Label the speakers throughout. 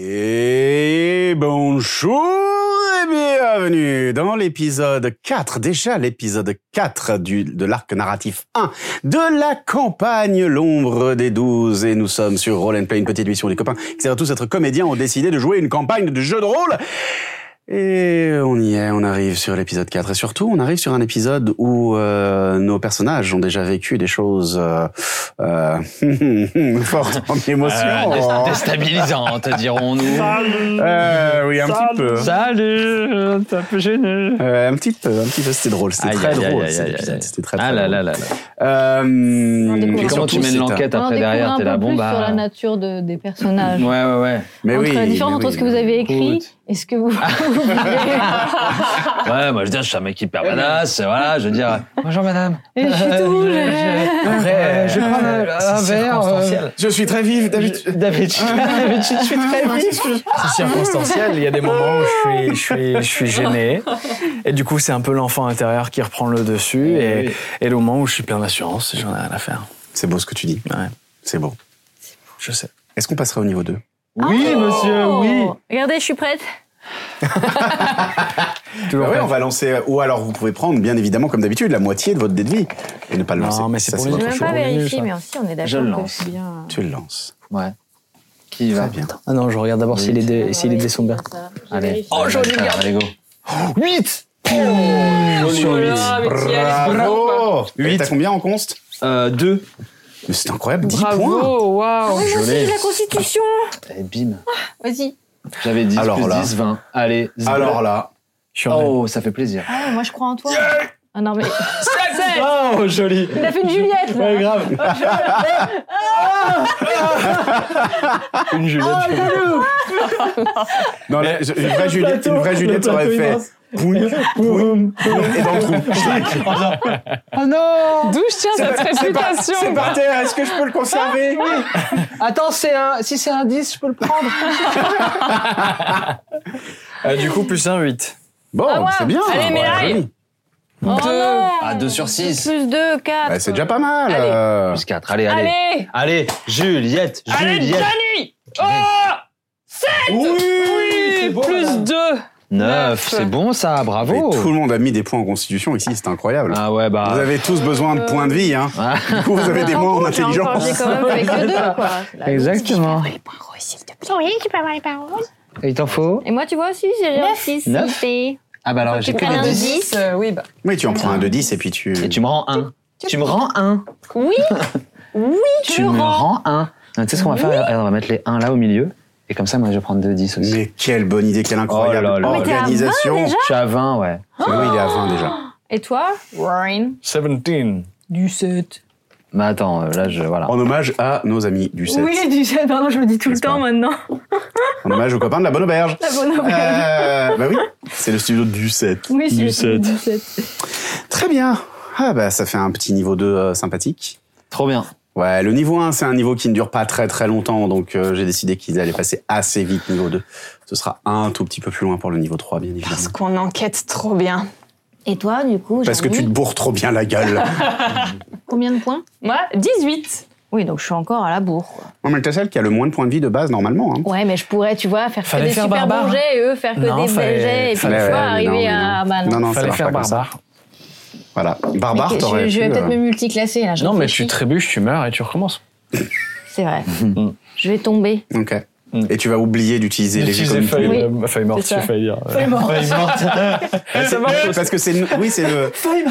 Speaker 1: Et bonjour et bienvenue dans l'épisode 4, déjà l'épisode 4 du, de l'arc narratif 1 de la campagne L'ombre des 12. Et nous sommes sur Roll and Play, une petite émission où les copains qui savent tous être comédiens ont décidé de jouer une campagne de jeu de rôle. Et on y est, on arrive sur l'épisode 4. Et surtout, on arrive sur un épisode où euh, nos personnages ont déjà vécu des choses euh, euh, fortes en émotion.
Speaker 2: Euh, dé- déstabilisante, dirons-nous.
Speaker 3: Salut
Speaker 1: Euh, oui, un petit peu.
Speaker 3: Salut C'est un peu gêné
Speaker 1: Euh, un petit peu, un petit peu, c'était drôle, c'était
Speaker 2: Aïe,
Speaker 1: très
Speaker 2: aïe, aïe,
Speaker 1: drôle.
Speaker 2: aïe,
Speaker 1: cet
Speaker 2: aïe,
Speaker 1: épisode,
Speaker 2: aïe.
Speaker 1: C'était très, très
Speaker 2: Ah là là là là.
Speaker 1: drôle. Euh,
Speaker 4: Et
Speaker 1: mais
Speaker 2: Et comment tu
Speaker 1: surtout,
Speaker 2: mènes
Speaker 1: c'est un-
Speaker 2: l'enquête
Speaker 4: On en
Speaker 2: après
Speaker 4: découvre
Speaker 2: derrière
Speaker 4: un
Speaker 2: T'es
Speaker 4: peu
Speaker 2: là, bon
Speaker 4: plus sur la
Speaker 2: bah.
Speaker 4: nature de, des
Speaker 2: Ouais,
Speaker 4: personnages.
Speaker 2: ouais, ouais.
Speaker 1: Mais
Speaker 4: Entre
Speaker 1: oui,
Speaker 4: la différence
Speaker 1: mais
Speaker 4: entre
Speaker 1: oui,
Speaker 4: ce que vous avez écrit
Speaker 2: Écoute.
Speaker 4: et ce que vous. vous voulez.
Speaker 2: Ouais, moi je veux dire, je suis un mec hyper badass, voilà, je veux dire. Eh Bonjour madame.
Speaker 4: Et je suis tout rouge.
Speaker 2: Après, je prends un verre. euh,
Speaker 1: Je suis très vive,
Speaker 2: David, David, je suis très vif.
Speaker 5: C'est circonstanciel. Il y a des moments où je suis, je suis, je suis gêné. Et du coup, c'est un peu l'enfant intérieur qui reprend le dessus. Et, et le moment où je suis plein d'assurance, j'en ai rien à faire.
Speaker 1: C'est beau ce que tu dis,
Speaker 5: Ouais,
Speaker 1: c'est beau.
Speaker 5: je sais.
Speaker 1: Est-ce qu'on passerait au niveau 2
Speaker 2: Oui,
Speaker 4: Oh
Speaker 2: monsieur, oui.
Speaker 4: Regardez, je suis prête.
Speaker 5: Toujours
Speaker 1: Oui,
Speaker 5: pas.
Speaker 1: on va lancer, ou alors vous pouvez prendre, bien évidemment, comme d'habitude, la moitié de votre dé de vie et ne pas le
Speaker 5: Non,
Speaker 1: lancer.
Speaker 5: mais c'est
Speaker 1: Ça,
Speaker 5: pour
Speaker 1: c'est
Speaker 5: les
Speaker 4: Je
Speaker 1: votre
Speaker 4: vais
Speaker 5: autres.
Speaker 1: choix.
Speaker 4: même pas
Speaker 5: chaud, nul,
Speaker 4: vérifier,
Speaker 5: ça.
Speaker 4: mais aussi, on est
Speaker 2: Je
Speaker 4: d'accord
Speaker 2: le
Speaker 4: que je
Speaker 2: lance.
Speaker 4: suis bien.
Speaker 1: Tu le lances.
Speaker 2: Ouais. Qui va
Speaker 1: Très bien.
Speaker 5: Ah non, je regarde d'abord si les dés, si les dés sont bien.
Speaker 2: Allez. Oh, joli Allez, go.
Speaker 5: 8
Speaker 2: Sur
Speaker 6: Oh,
Speaker 2: huit.
Speaker 1: Bravo Et T'as combien en conste
Speaker 2: Euh, Deux.
Speaker 1: Mais c'est incroyable, 10 points
Speaker 3: Bravo
Speaker 2: Oh,
Speaker 3: Waouh
Speaker 4: Moi aussi, j'ai la constitution.
Speaker 2: Et Eh, bim.
Speaker 4: Vas-y.
Speaker 2: J'avais 10
Speaker 1: Alors
Speaker 2: plus
Speaker 1: là.
Speaker 2: 10, 20. Allez. zip.
Speaker 1: Alors là,
Speaker 5: Je suis en
Speaker 2: Oh, ça fait plaisir.
Speaker 4: Ah, moi, je crois en toi. Ah non, mais.
Speaker 2: Oh, joli.
Speaker 4: Il a fait une Juliette là.
Speaker 2: grave.
Speaker 5: une Juliette.
Speaker 1: non, là, je- une vraie Juliette, une vraie Juliette aurait fait pougne, pougne, pougne, et dans le trou. Schlack.
Speaker 3: Oh non D'où je tiens cette
Speaker 1: C'est par-
Speaker 3: réputation
Speaker 1: c'est par terre, est-ce que je peux le conserver
Speaker 4: Ah
Speaker 3: Attends, c'est un... si c'est un 10, je peux le prendre
Speaker 5: Euh, du coup, plus un 8.
Speaker 1: Bon,
Speaker 4: Ah ouais.
Speaker 1: c'est bien.
Speaker 4: Allez, mais là,
Speaker 1: joli.
Speaker 4: Oh non
Speaker 2: Ah, deux sur six.
Speaker 4: Plus 2, 4.
Speaker 1: Bah, c'est déjà pas mal.
Speaker 4: Allez.
Speaker 1: euh.
Speaker 2: Plus 4. Allez, allez.
Speaker 4: Allez
Speaker 2: Allez, Juliette, Juliette.
Speaker 6: Oh,
Speaker 1: Oui,
Speaker 3: Plus 2
Speaker 2: 9, c'est bon ça,
Speaker 1: Mais
Speaker 2: bravo.
Speaker 1: Tout le monde a mis des points en constitution ici, c'est incroyable.
Speaker 2: Ah ouais, bah.
Speaker 1: Vous avez tous besoin de points de vie, hein.
Speaker 2: Ah.
Speaker 1: Du coup, vous avez des moins en intelligence.
Speaker 4: J'ai quand même fait que 2, quoi. C'est la
Speaker 2: Exactement.
Speaker 7: Oui, tu peux avoir les paroles.
Speaker 2: Il t'en faut
Speaker 4: Et moi, tu vois aussi, j'ai rien 6.
Speaker 2: Neuf. Ah bah alors, j'ai que
Speaker 4: prends
Speaker 2: des
Speaker 4: un
Speaker 2: 10.
Speaker 4: dix.
Speaker 6: euh,
Speaker 3: Oui, bah...
Speaker 1: Oui, tu en prends un de 10 et puis tu.
Speaker 2: Et tu me rends 1. Tu me rends 1.
Speaker 4: Oui Oui,
Speaker 2: Tu me rends 1. Tu sais ce qu'on va faire Alors, On va mettre les 1 là au milieu. Et comme ça, moi, je vais prendre 2, 10 aussi.
Speaker 1: Mais quelle bonne idée, quelle incroyable
Speaker 2: Oh là là. Mais
Speaker 4: t'es à
Speaker 1: organisation.
Speaker 2: Je suis à 20, ouais.
Speaker 1: Oui, il est à 20 déjà.
Speaker 4: Et toi Ryan
Speaker 5: 17.
Speaker 3: Du 7.
Speaker 2: Mais attends, euh, là, je. Voilà.
Speaker 1: En hommage à nos amis du 7.
Speaker 4: du 7, pardon, je me dis tout
Speaker 1: N'est-ce pas
Speaker 4: maintenant.
Speaker 1: En hommage aux copains de la bonne auberge.
Speaker 4: La bonne
Speaker 1: Euh, bah oui, c'est le studio du 7.
Speaker 4: Oui,
Speaker 2: Du
Speaker 4: c'est
Speaker 2: sept.
Speaker 4: du 7.
Speaker 1: Très bien. Ah bah ça fait un petit niveau 2 euh, sympathique.
Speaker 2: Trop bien.
Speaker 1: Ouais, le niveau 1, c'est un niveau qui ne dure pas très très longtemps, donc euh, j'ai décidé qu'ils allaient passer assez vite niveau 2. Ce sera un tout petit peu plus loin pour le niveau 3, bien évidemment.
Speaker 6: Parce qu'on enquête trop bien.
Speaker 4: Et toi, du coup,
Speaker 1: Parce que tu te bourres trop bien la gueule.
Speaker 4: Combien de points
Speaker 6: Moi, 18.
Speaker 4: Oui, donc je suis encore à la bourre. quoi.
Speaker 1: non, mais t'es celle qui a le moins de points de vie de base, normalement. Hein.
Speaker 4: Ouais, mais je pourrais, tu vois, faire
Speaker 5: Fallait
Speaker 4: que des
Speaker 5: faire
Speaker 4: super
Speaker 5: barbare.
Speaker 4: bons jets et eux faire que
Speaker 5: Non,
Speaker 4: des
Speaker 5: fallait-
Speaker 4: bons jets. Et puis, tu
Speaker 1: Ouais, ouais,
Speaker 4: vois,
Speaker 1: mais non,
Speaker 4: arriver
Speaker 1: mais
Speaker 4: à... Bah non.
Speaker 1: Non, non, ça
Speaker 5: Fallait
Speaker 1: marche
Speaker 5: faire
Speaker 1: pas comme ça.
Speaker 5: barbare.
Speaker 1: Voilà. Barbare,
Speaker 4: Ok,
Speaker 1: t'aurais
Speaker 4: je, je vais
Speaker 1: pu,
Speaker 4: peut-être
Speaker 1: euh,
Speaker 4: me multiclasser, là. je
Speaker 5: Non, mais
Speaker 4: réfléchis.
Speaker 5: tu trébuches, tu meurs et tu recommences.
Speaker 4: C'est vrai.
Speaker 1: Mm.
Speaker 4: je vais tomber.
Speaker 1: Ok.
Speaker 5: Mm.
Speaker 1: Et tu vas oublier d'utiliser les jets comme tu veux.
Speaker 4: Oui.
Speaker 5: feuille, feuille morte,
Speaker 6: C'est ça.
Speaker 5: j'ai failli dire. Bah,
Speaker 1: Ouais, c'est- Parce que c'est le... Oui, c'est le... Mais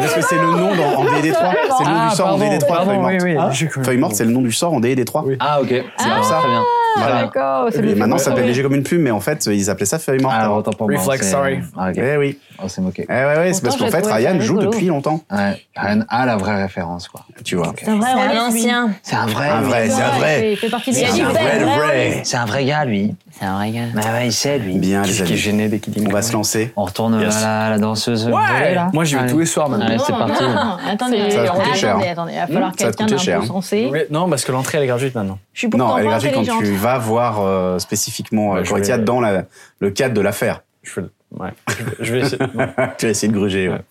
Speaker 1: Parce que c'est le nom dans- en DD3. C'est le nom
Speaker 5: Ah,
Speaker 1: du sort
Speaker 5: pardon,
Speaker 1: en DD3, feuille
Speaker 5: pardon,
Speaker 1: morte.
Speaker 5: oui, oui.
Speaker 1: Hein
Speaker 5: J'ai cru-
Speaker 1: Feuille morte, c'est le nom du sort en DD3.
Speaker 5: Oui.
Speaker 2: Ah, ok. C'est
Speaker 1: Ah.
Speaker 2: ça. Très bien.
Speaker 1: Voilà.
Speaker 4: D'accord,
Speaker 1: Et
Speaker 4: bon.
Speaker 1: maintenant, ça s'appelle léger comme une plume, mais en fait, ils appelaient ça feuille morte.
Speaker 2: Alors, autant pour moi.
Speaker 5: Reflex,
Speaker 2: Ah, c'est-
Speaker 5: sorry.
Speaker 2: Ah, ok.
Speaker 1: Eh oui.
Speaker 2: On s'est moqué.
Speaker 1: Eh ouais, ouais, c'est
Speaker 4: Pourtant,
Speaker 1: parce qu'en
Speaker 4: j'ai
Speaker 1: fait,
Speaker 4: trouvé
Speaker 1: Ryan
Speaker 4: ça
Speaker 1: joue
Speaker 4: rigolo.
Speaker 1: depuis longtemps,
Speaker 2: Ouais. Ryan a la vraie référence, quoi.
Speaker 1: tu vois.
Speaker 2: Ok.
Speaker 4: C'est un vrai,
Speaker 6: C'est
Speaker 4: on
Speaker 6: un
Speaker 4: laisse lui.
Speaker 6: ancien.
Speaker 2: C'est un vrai.
Speaker 1: Un
Speaker 2: lui.
Speaker 1: vrai, c'est un vrai.
Speaker 4: Ah, Il fait partie des
Speaker 2: C'est un
Speaker 4: Gilbert,
Speaker 1: vrai, le
Speaker 4: vraiment.
Speaker 1: vrai.
Speaker 2: C'est un vrai gars, lui. C'est un vrai gars. Bah ouais, il sait, lui.
Speaker 1: Bien, les
Speaker 5: Qui est
Speaker 1: amis.
Speaker 5: gêné dès qu'il dit
Speaker 1: On va se lancer.
Speaker 2: On retourne
Speaker 5: Yes.
Speaker 2: à la, la danseuse.
Speaker 5: Ouais Moi, j'y vais
Speaker 2: Allez.
Speaker 5: tous les soirs maintenant.
Speaker 2: Allez, c'est
Speaker 4: Non,
Speaker 2: parti.
Speaker 4: non, non, Attendez,
Speaker 1: Ça va coûter cher,
Speaker 4: attendez,
Speaker 1: hein.
Speaker 4: attendez, il va falloir
Speaker 1: Ça va
Speaker 4: quelqu'un
Speaker 1: coûter
Speaker 4: d'un
Speaker 1: cher,
Speaker 4: peu
Speaker 1: hein.
Speaker 4: sensé.
Speaker 5: Oui, non, parce que l'entrée, elle est gratuite maintenant.
Speaker 4: Je suis pourtant
Speaker 1: Non, elle est
Speaker 4: pas
Speaker 1: gratuite quand
Speaker 4: intelligente.
Speaker 1: tu vas voir euh, spécifiquement euh,
Speaker 5: Bah, je
Speaker 1: Croatia
Speaker 5: vais-
Speaker 1: dans la- le cadre de l'affaire.
Speaker 5: Je fais le- ouais. Je vais- je vais essayer. ouais.
Speaker 1: tu vas essayer de gruger, ouais.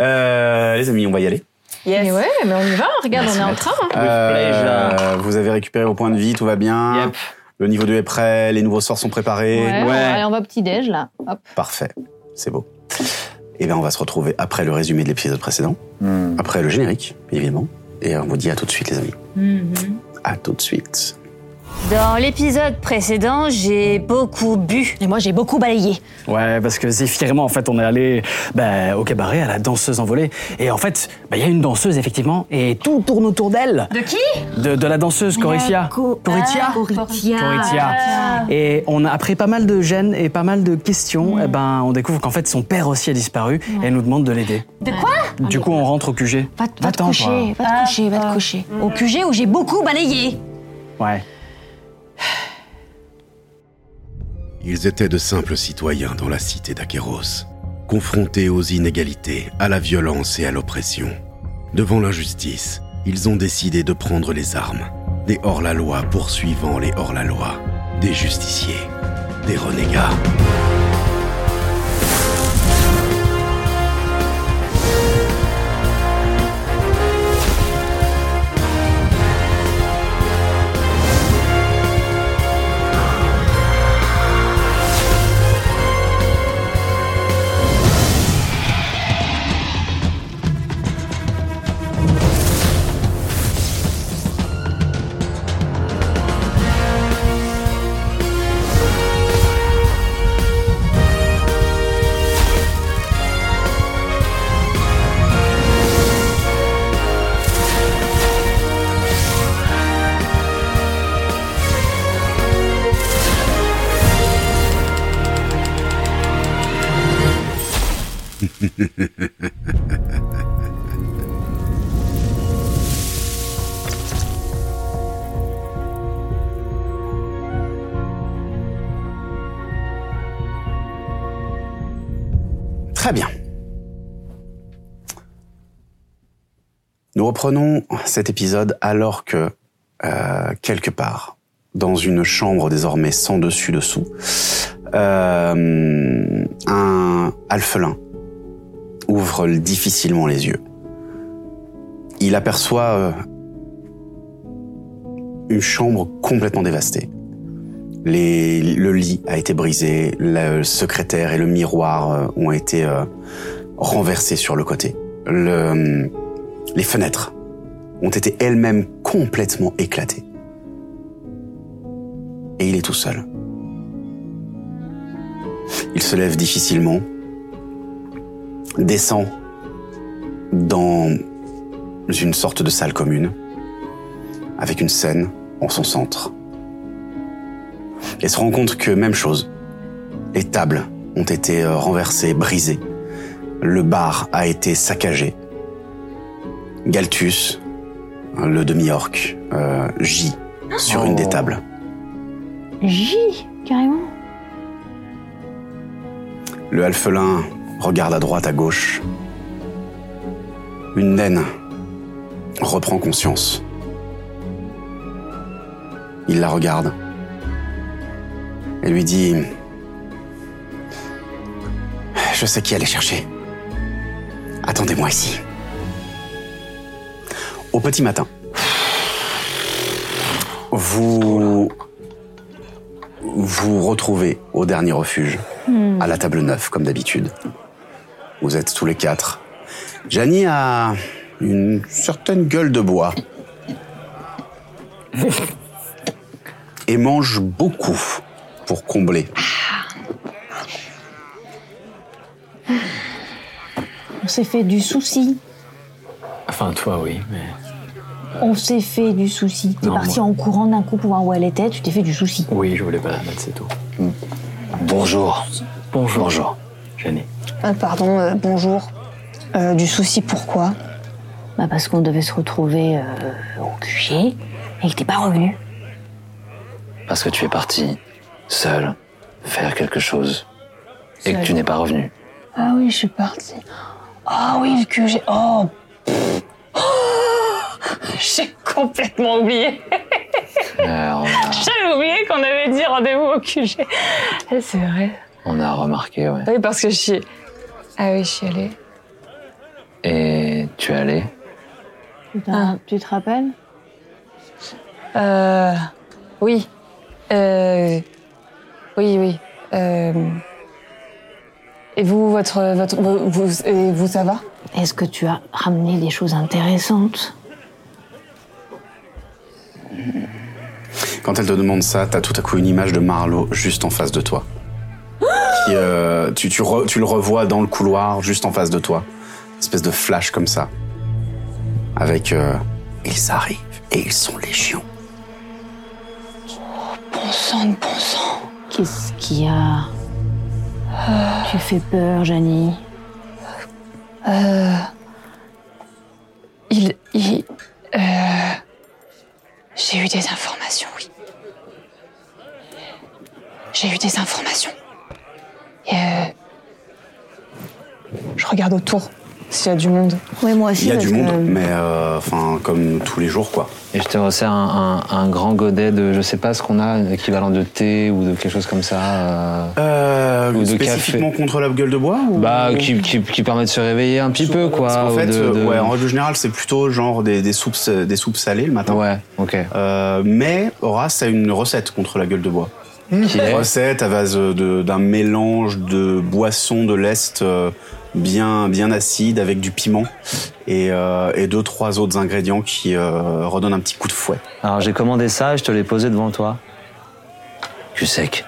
Speaker 1: Euh, les amis, on va y aller.
Speaker 4: Mais
Speaker 6: Yes.
Speaker 4: ouais, mais on y va, regarde, on est en train. hein.
Speaker 1: Euh, vous avez récupéré vos points de vie, tout va bien.
Speaker 2: Yep.
Speaker 1: Le niveau 2 est prêt, les nouveaux sorts sont préparés.
Speaker 8: Ouais, on va- Allez, on va au petit-déj, là. Hop.
Speaker 1: Parfait, c'est beau. Et bien, on va se retrouver après le résumé de l'épisode précédent,
Speaker 2: Hmm.
Speaker 1: après le générique, évidemment. Et on vous dit à tout de suite, les amis. À tout de suite.
Speaker 9: Dans l'épisode précédent, j'ai beaucoup bu. Et moi, j'ai beaucoup balayé.
Speaker 5: Ouais, parce que Zéphirément, en fait, on est allé bah, au cabaret à la danseuse envolée. Et en fait, bah, il y a une danseuse, effectivement, et tout tourne autour d'elle.
Speaker 9: De qui
Speaker 5: De, de la danseuse Corifia. Coritia
Speaker 9: Ah, Coritia.
Speaker 5: Coritia. Et on a, après pas mal de gênes et pas mal de questions,
Speaker 9: Mm.
Speaker 5: eh ben, on découvre qu'en fait, son père aussi a disparu et elle nous demande de l'aider.
Speaker 9: De quoi
Speaker 5: Du coup, on rentre au QG.
Speaker 8: Va, va te
Speaker 5: Va-t'en,
Speaker 8: coucher, va te coucher, va te coucher.
Speaker 9: Au QG où j'ai beaucoup balayé.
Speaker 5: quoi. Ouais.
Speaker 10: Ils étaient de simples citoyens dans la cité d'Aqueros, confrontés aux inégalités, à la violence et à l'oppression. Devant l'injustice, ils ont décidé de prendre les armes, des hors-la-loi poursuivant les hors-la-loi, des justiciers, des renégats.
Speaker 1: Très bien. Nous reprenons cet épisode alors que, euh, quelque part, dans une chambre désormais sans dessus-dessous, euh, un alphelin ouvre difficilement les yeux. Il aperçoit euh, une chambre complètement dévastée. Les- le lit a été brisé, le secrétaire et le miroir euh, ont été euh, renversés sur le côté. Le- euh, les fenêtres ont été elles-mêmes complètement éclatées. Et il est tout seul. Il se lève difficilement, descend dans une sorte de salle commune, avec une scène en son centre et se rend compte que même chose. Les tables ont été euh, renversées, brisées. Le bar a été saccagé. Galtus, le demi-orc, euh, gît sur une des tables.
Speaker 8: J, carrément.
Speaker 1: Le alphelin regarde à droite, à gauche. Une naine reprend conscience. Il la regarde et lui dit Je sais qui aller chercher. Attendez-moi ici. Au petit matin, vous vous retrouvez au dernier refuge à la table neuve, comme d'habitude. Vous êtes tous les quatre. Janie a une certaine gueule de bois. Et mange beaucoup pour combler.
Speaker 8: On s'est fait du souci.
Speaker 5: Enfin, toi, oui. Mais...
Speaker 8: On s'est fait du souci. T'es
Speaker 5: Non,
Speaker 8: parti
Speaker 5: moi-
Speaker 8: en courant d'un coup pour voir où elle était, tu t'es fait du souci.
Speaker 5: Oui, je voulais pas la mettre, c'est tout.
Speaker 2: Bonjour.
Speaker 5: Bonjour. Bonjour. Jenny.
Speaker 6: Ah, pardon, euh, bonjour. Euh, du souci, pourquoi
Speaker 8: Bah parce qu'on devait se retrouver euh, au QG et que t'es pas revenu.
Speaker 2: Parce que tu es parti seul faire quelque chose et que
Speaker 6: Seul.
Speaker 2: tu n'es pas revenu.
Speaker 6: Ah oui, je suis partie. Ah oui, que j'ai. Oh, pff. Oh, J'ai complètement oublié.
Speaker 2: Euh, on, a,
Speaker 6: J'avais oublié qu'on avait dit rendez-vous au QG. Ah, C'est vrai.
Speaker 2: on a remarqué, ouais.
Speaker 6: Oui, parce que je suis. Ah oui, je suis allée.
Speaker 2: Et tu es allé
Speaker 8: Ah. Tu te rappelles
Speaker 6: Euh. Oui. Euh, oui, oui. euh, et vous, votre, votre, vous, vous- et vous, ça va
Speaker 8: Est-ce que tu as ramené des choses intéressantes
Speaker 1: Quand elle te demande ça, t'as tout à coup une image de Marlowe juste en face de toi. Qui, euh, tu, tu, re- tu le revois dans le couloir, juste en face de toi. Une espèce de flash comme ça. Avec... euh, ils arrivent et ils sont légion.
Speaker 6: Bon sang, de bon sang.
Speaker 8: Qu'est-ce qu'il y a Ah. Tu fais peur, Janie.
Speaker 6: Euh, il, il, euh, j'ai eu des informations, oui. J'ai eu des informations. Et, euh, je regarde autour s'il y a du monde.
Speaker 8: Oui, moi aussi.
Speaker 1: Il y a
Speaker 8: parce
Speaker 1: du
Speaker 8: que-
Speaker 1: monde, mais euh, enfin comme tous les jours quoi.
Speaker 2: Et je te resserre un, un- un grand godet de, je sais pas ce qu'on a, équivalent de thé ou de quelque chose comme ça. euh,
Speaker 1: Euh,
Speaker 2: Ou de
Speaker 1: spécifiquement contre la gueule de bois ou...
Speaker 2: bah, qui, qui, qui permet de se réveiller un petit peu, quoi.
Speaker 1: Parce qu'en
Speaker 2: ou
Speaker 1: fait,
Speaker 2: de-
Speaker 1: euh,
Speaker 2: de-
Speaker 1: ouais, en règle générale, c'est plutôt genre des, des soupes, des soupes salées le matin.
Speaker 2: Ouais, ok.
Speaker 1: Euh, mais Horace a une recette contre la gueule de bois.
Speaker 2: Qui est-
Speaker 1: Une recette à base euh, de- d'un mélange de boissons de l'Est euh, bien, bien acide avec du piment et, euh, et deux, trois autres ingrédients qui euh, redonnent un petit coup de fouet.
Speaker 2: Alors j'ai commandé ça et je te l'ai posé devant toi. Tu sec.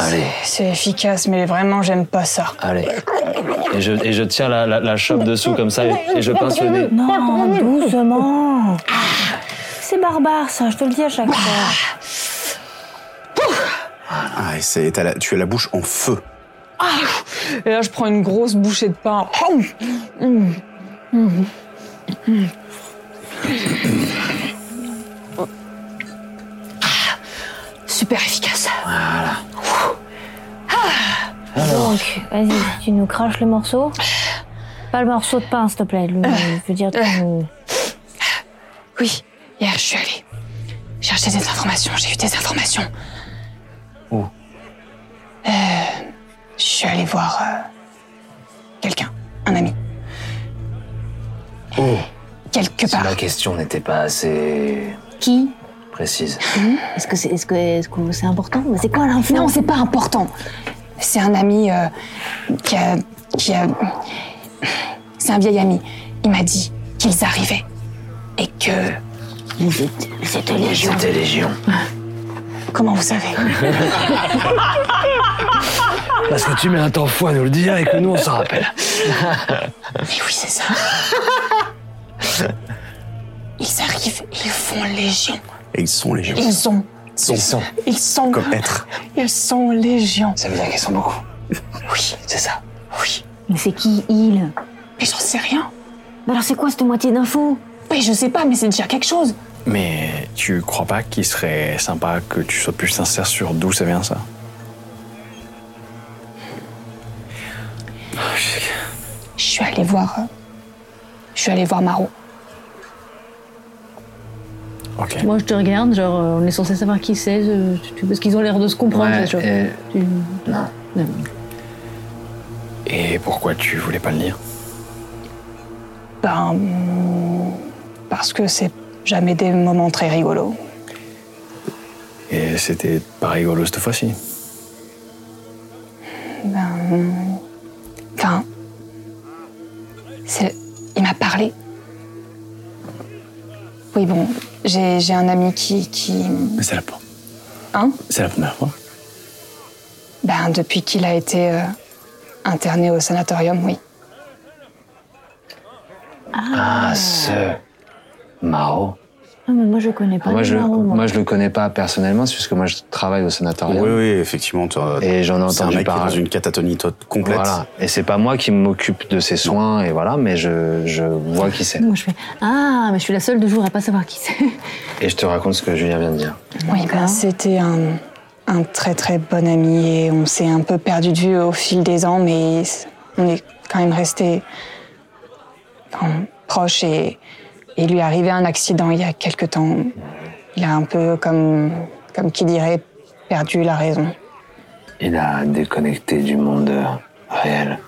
Speaker 2: Allez,
Speaker 6: C'est efficace, mais vraiment, j'aime pas ça.
Speaker 2: allez. Et je, et je tire la, la, la chope dessous comme ça et, et je pince le nez.
Speaker 4: Non, doucement. C'est barbare, ça, je te le dis à chaque fois.
Speaker 1: Ah, et c'est- t'as la- tu as la bouche en feu.
Speaker 6: Et là, je prends une grosse bouchée de pain. Oh Mmh. Mmh. Mmh. Ah, Super efficace.
Speaker 4: Donc, vas-y, tu nous craches le morceau. Pas le morceau de pain, s'il te plaît.
Speaker 8: Euh,
Speaker 4: le- je veux dire, tu nous-
Speaker 6: Oui, hier, je suis allée chercher des informations. J'ai eu des informations.
Speaker 2: Où
Speaker 6: Euh, Je suis allée voir euh, quelqu'un, un ami,
Speaker 2: Oh,
Speaker 6: quelque
Speaker 2: si
Speaker 6: part.
Speaker 2: la question n'était pas assez
Speaker 8: Qui
Speaker 2: précise.
Speaker 8: Est-ce que c'est est -ce que, est -ce que c'est important Mais c'est quoi l'info
Speaker 6: Non, c'est pas important. C'est un ami euh, qui a. qui a. C'est un vieil ami. Il m'a dit qu'ils arrivaient. Et que.
Speaker 8: Ils étaient- ils étaient légion.
Speaker 2: C'était Légion.
Speaker 6: Comment vous savez
Speaker 2: Parce que tu mets un temps fou à nous le dire et que nous on s'en rappelle.
Speaker 6: Mais oui, c'est ça. Ils arrivent, ils font légion.
Speaker 1: Et ils sont légion.
Speaker 6: Ils ont.
Speaker 1: Sont,
Speaker 6: Ils sont.
Speaker 1: comme être.
Speaker 6: Ils sont légion.
Speaker 2: Ça veut dire qu'ils sont beaucoup.
Speaker 6: Oui, c'est ça. Oui.
Speaker 8: Mais c'est qui, il
Speaker 6: Mais j'en sais rien.
Speaker 8: Mais alors, c'est quoi cette moitié d'info
Speaker 6: Mais je sais pas, mais c'est déjà quelque chose.
Speaker 5: Mais tu crois pas qu'il serait sympa que tu sois plus sincère sur d'où ça vient ça
Speaker 6: Je suis allée voir. euh, Je suis allée voir Maro.
Speaker 5: Ok.
Speaker 4: Moi, je te regarde, genre, euh, on est censé savoir qui c'est, euh, tu- tu- parce qu'ils ont l'air de se comprendre,
Speaker 2: Ouais,
Speaker 4: tu vois.
Speaker 2: et-
Speaker 4: Tu-
Speaker 5: Et pourquoi tu voulais pas le lire
Speaker 6: Ben. hum, Parce que c'est jamais des moments très rigolos.
Speaker 5: Et c'était pas rigolo cette fois-ci.
Speaker 6: Ben. hum, Enfin. C'est. Il m'a parlé. Oui, bon, j'ai j'ai un ami qui. qui
Speaker 5: Mais c'est la, pre-
Speaker 6: hein
Speaker 5: c'est la première fois.
Speaker 6: Ben, depuis qu'il a été euh, interné au sanatorium, oui.
Speaker 2: Ah, ce. Maro.
Speaker 4: Ah, mais moi, je connais pas
Speaker 2: Moi
Speaker 4: le
Speaker 2: je,
Speaker 4: marron, moi.
Speaker 2: moi je le connais pas personnellement, c'est juste que moi je travaille au
Speaker 1: Oui,
Speaker 2: sanatorium.
Speaker 1: oui, effectivement. t'as-
Speaker 2: Et j'en ai
Speaker 1: C'est un
Speaker 2: entendu
Speaker 1: mec qui est dans
Speaker 2: parler.
Speaker 1: une catatonie to- complète.
Speaker 2: Voilà. Et c'est pas moi qui m'occupe de ses soins, et voilà, mais je, je vois qui c'est.
Speaker 4: Moi, je fais Ah, mais je suis la seule de jour à pas savoir qui c'est.
Speaker 2: Et je te raconte ce que Julien vient de dire.
Speaker 6: Oui, ben, c'était un, un très très bon ami et on s'est un peu perdu de vue au fil des ans, mais on est quand même resté proche et, et lui est arrivé un accident il y a quelque temps. Il a un peu, comme, comme qui dirait, perdu la raison.
Speaker 2: Il a déconnecté du monde euh, réel,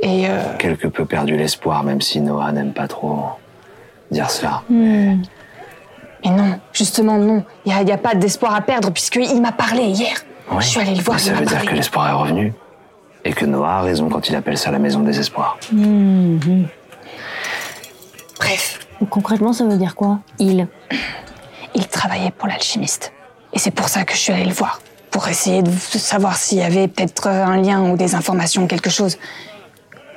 Speaker 6: Et euh,
Speaker 2: quelque peu Mm. perdu l'espoir, même si Noah n'aime pas trop dire cela.
Speaker 6: Mais non, justement non. Il n'y a, pas d'espoir à perdre puisqu'il m'a parlé hier.
Speaker 2: Oui,
Speaker 6: Je suis allée le voir.
Speaker 2: mais
Speaker 6: il
Speaker 2: ça
Speaker 6: m'a
Speaker 2: veut dire
Speaker 6: parlé.
Speaker 2: que l'espoir est revenu. Et que Noah a raison quand il appelle ça la maison des espoirs.
Speaker 6: Bref,
Speaker 4: Donc, Concrètement, ça veut dire quoi Il.
Speaker 6: il travaillait pour l'alchimiste. Et c'est pour ça que je suis allée le voir. Pour essayer de savoir s'il y avait peut-être un lien ou des informations, quelque chose.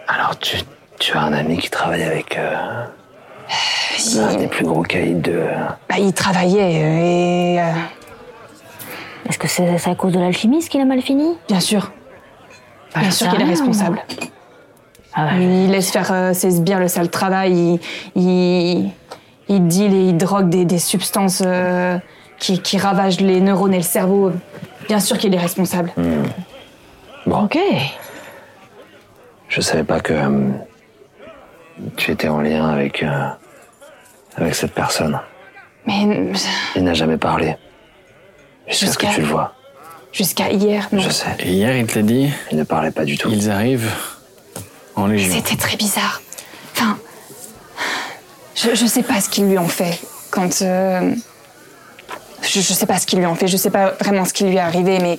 Speaker 2: Alors tu, tu as un ami qui travaille avec euh, l'un des plus gros caïds de...
Speaker 6: Bah, il travaillait euh, et... euh,
Speaker 4: Est-ce que c'est c'est à cause de l'alchimiste qu'il a mal fini
Speaker 6: bien sûr. Bien
Speaker 4: j'en
Speaker 6: sûr
Speaker 4: sais
Speaker 6: qu'il est
Speaker 4: rien,
Speaker 6: responsable. Ah Il laisse faire euh, ses sbires le sale travail. Il, il, il deal et il drogue des, des substances euh, qui, qui ravagent les neurones et le cerveau. Bien sûr qu'il est responsable.
Speaker 2: Mm.
Speaker 8: Ok.
Speaker 2: Je savais pas que euh, tu étais en lien avec, euh, avec cette personne.
Speaker 6: Mais euh,
Speaker 2: Il n'a jamais parlé. Jusqu'à ce que
Speaker 6: Jusqu'à-
Speaker 2: tu le vois.
Speaker 6: jusqu'à hier, non.
Speaker 2: Je sais.
Speaker 5: Et hier, il te l'a dit,
Speaker 2: Il ne parlait pas du tout.
Speaker 5: ils arrivent en légion.
Speaker 6: C'était très bizarre. Enfin, je, je sais pas ce qu'ils lui ont fait quand. euh, je, je sais pas ce qu'ils lui ont fait, je sais pas vraiment ce qui lui est arrivé, mais.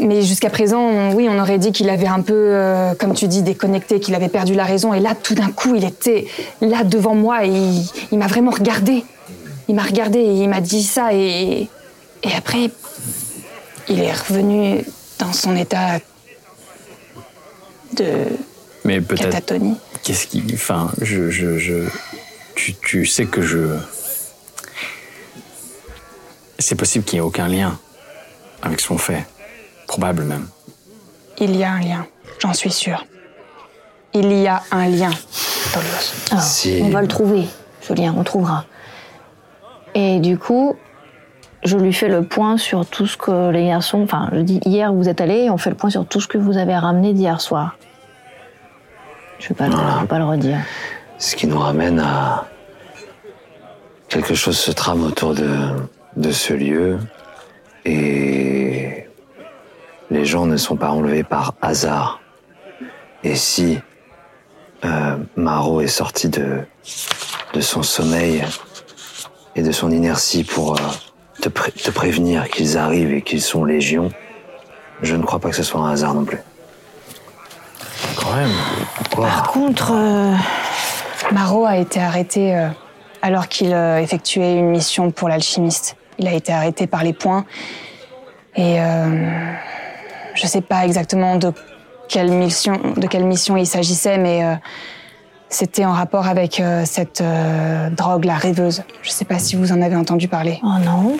Speaker 6: Mais jusqu'à présent, on- oui, on aurait dit qu'il avait un peu, euh, comme tu dis, déconnecté, qu'il avait perdu la raison. Et là, tout d'un coup, il était là devant moi et il, il m'a vraiment regardé. Il m'a regardé et il m'a dit ça. Et, et après, il est revenu dans son état de
Speaker 5: Mais peut-être
Speaker 6: catatonie.
Speaker 5: Qu'est-ce qui. Enfin, je. je, je- tu, tu sais que je. C'est possible qu'il n'y ait aucun lien avec ce qu'on fait. Probable même.
Speaker 6: Il y a un lien, j'en suis sûre. Il y a un lien, Tolios.
Speaker 4: Ah,
Speaker 2: Si.
Speaker 4: On va le trouver, Julien, on trouvera. Et du coup, je lui fais le point sur tout ce que les garçons. Enfin, je dis hier, vous êtes allés, on fait le point sur tout ce que vous avez ramené d'hier soir. Je vais pas, le- je vais pas le redire.
Speaker 2: Ce qui nous ramène à. Quelque chose se trame autour de, de ce lieu. Et. Les gens ne sont pas enlevés par hasard. Et si. euh, Maro est sorti de. de son sommeil. Et de son inertie pour. euh, te, pré- te prévenir qu'ils arrivent et qu'ils sont légion. Je ne crois pas que ce soit un hasard non plus.
Speaker 5: Quand même.
Speaker 4: Par contre, euh,
Speaker 6: Maro a été arrêté euh, alors qu'il euh, effectuait une mission pour l'alchimiste. Il a été arrêté par les poings. Et euh, je sais pas exactement de quelle mission, de quelle mission il s'agissait, mais euh, c'était en rapport avec euh, cette euh, drogue, la rêveuse. Je sais pas si vous en avez entendu parler.
Speaker 4: oh non,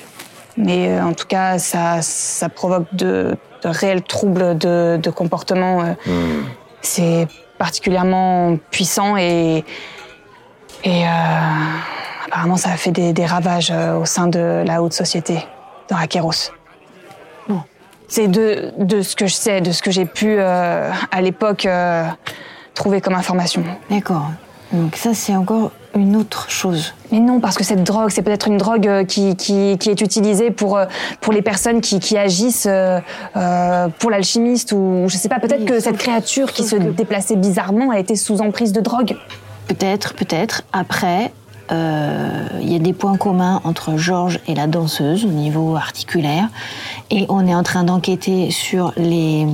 Speaker 6: Mais euh, en tout cas, ça, ça provoque de, de réels troubles de, de comportement. euh. C'est particulièrement puissant et, et euh, apparemment, ça a fait des, des ravages euh, au sein de la haute société, dans Akeros. C'est de, de ce que je sais, de ce que j'ai pu euh, à l'époque euh, trouver comme information.
Speaker 4: d'accord. Donc ça, c'est encore une autre chose.
Speaker 6: Mais non, parce que cette drogue, c'est peut-être une drogue euh, qui, qui, qui est utilisée pour, euh, pour les personnes qui, qui agissent euh, euh, pour l'alchimiste ou je sais pas, peut-être
Speaker 4: Oui,
Speaker 6: que
Speaker 4: sauf
Speaker 6: cette
Speaker 4: que-
Speaker 6: créature qui
Speaker 4: sauf
Speaker 6: se
Speaker 4: que-
Speaker 6: déplaçait bizarrement a été sous emprise de drogue.
Speaker 4: Peut-être, peut-être. Après, euh, il y a des points communs entre Georges et la danseuse au niveau articulaire. Et on est en train d'enquêter sur les,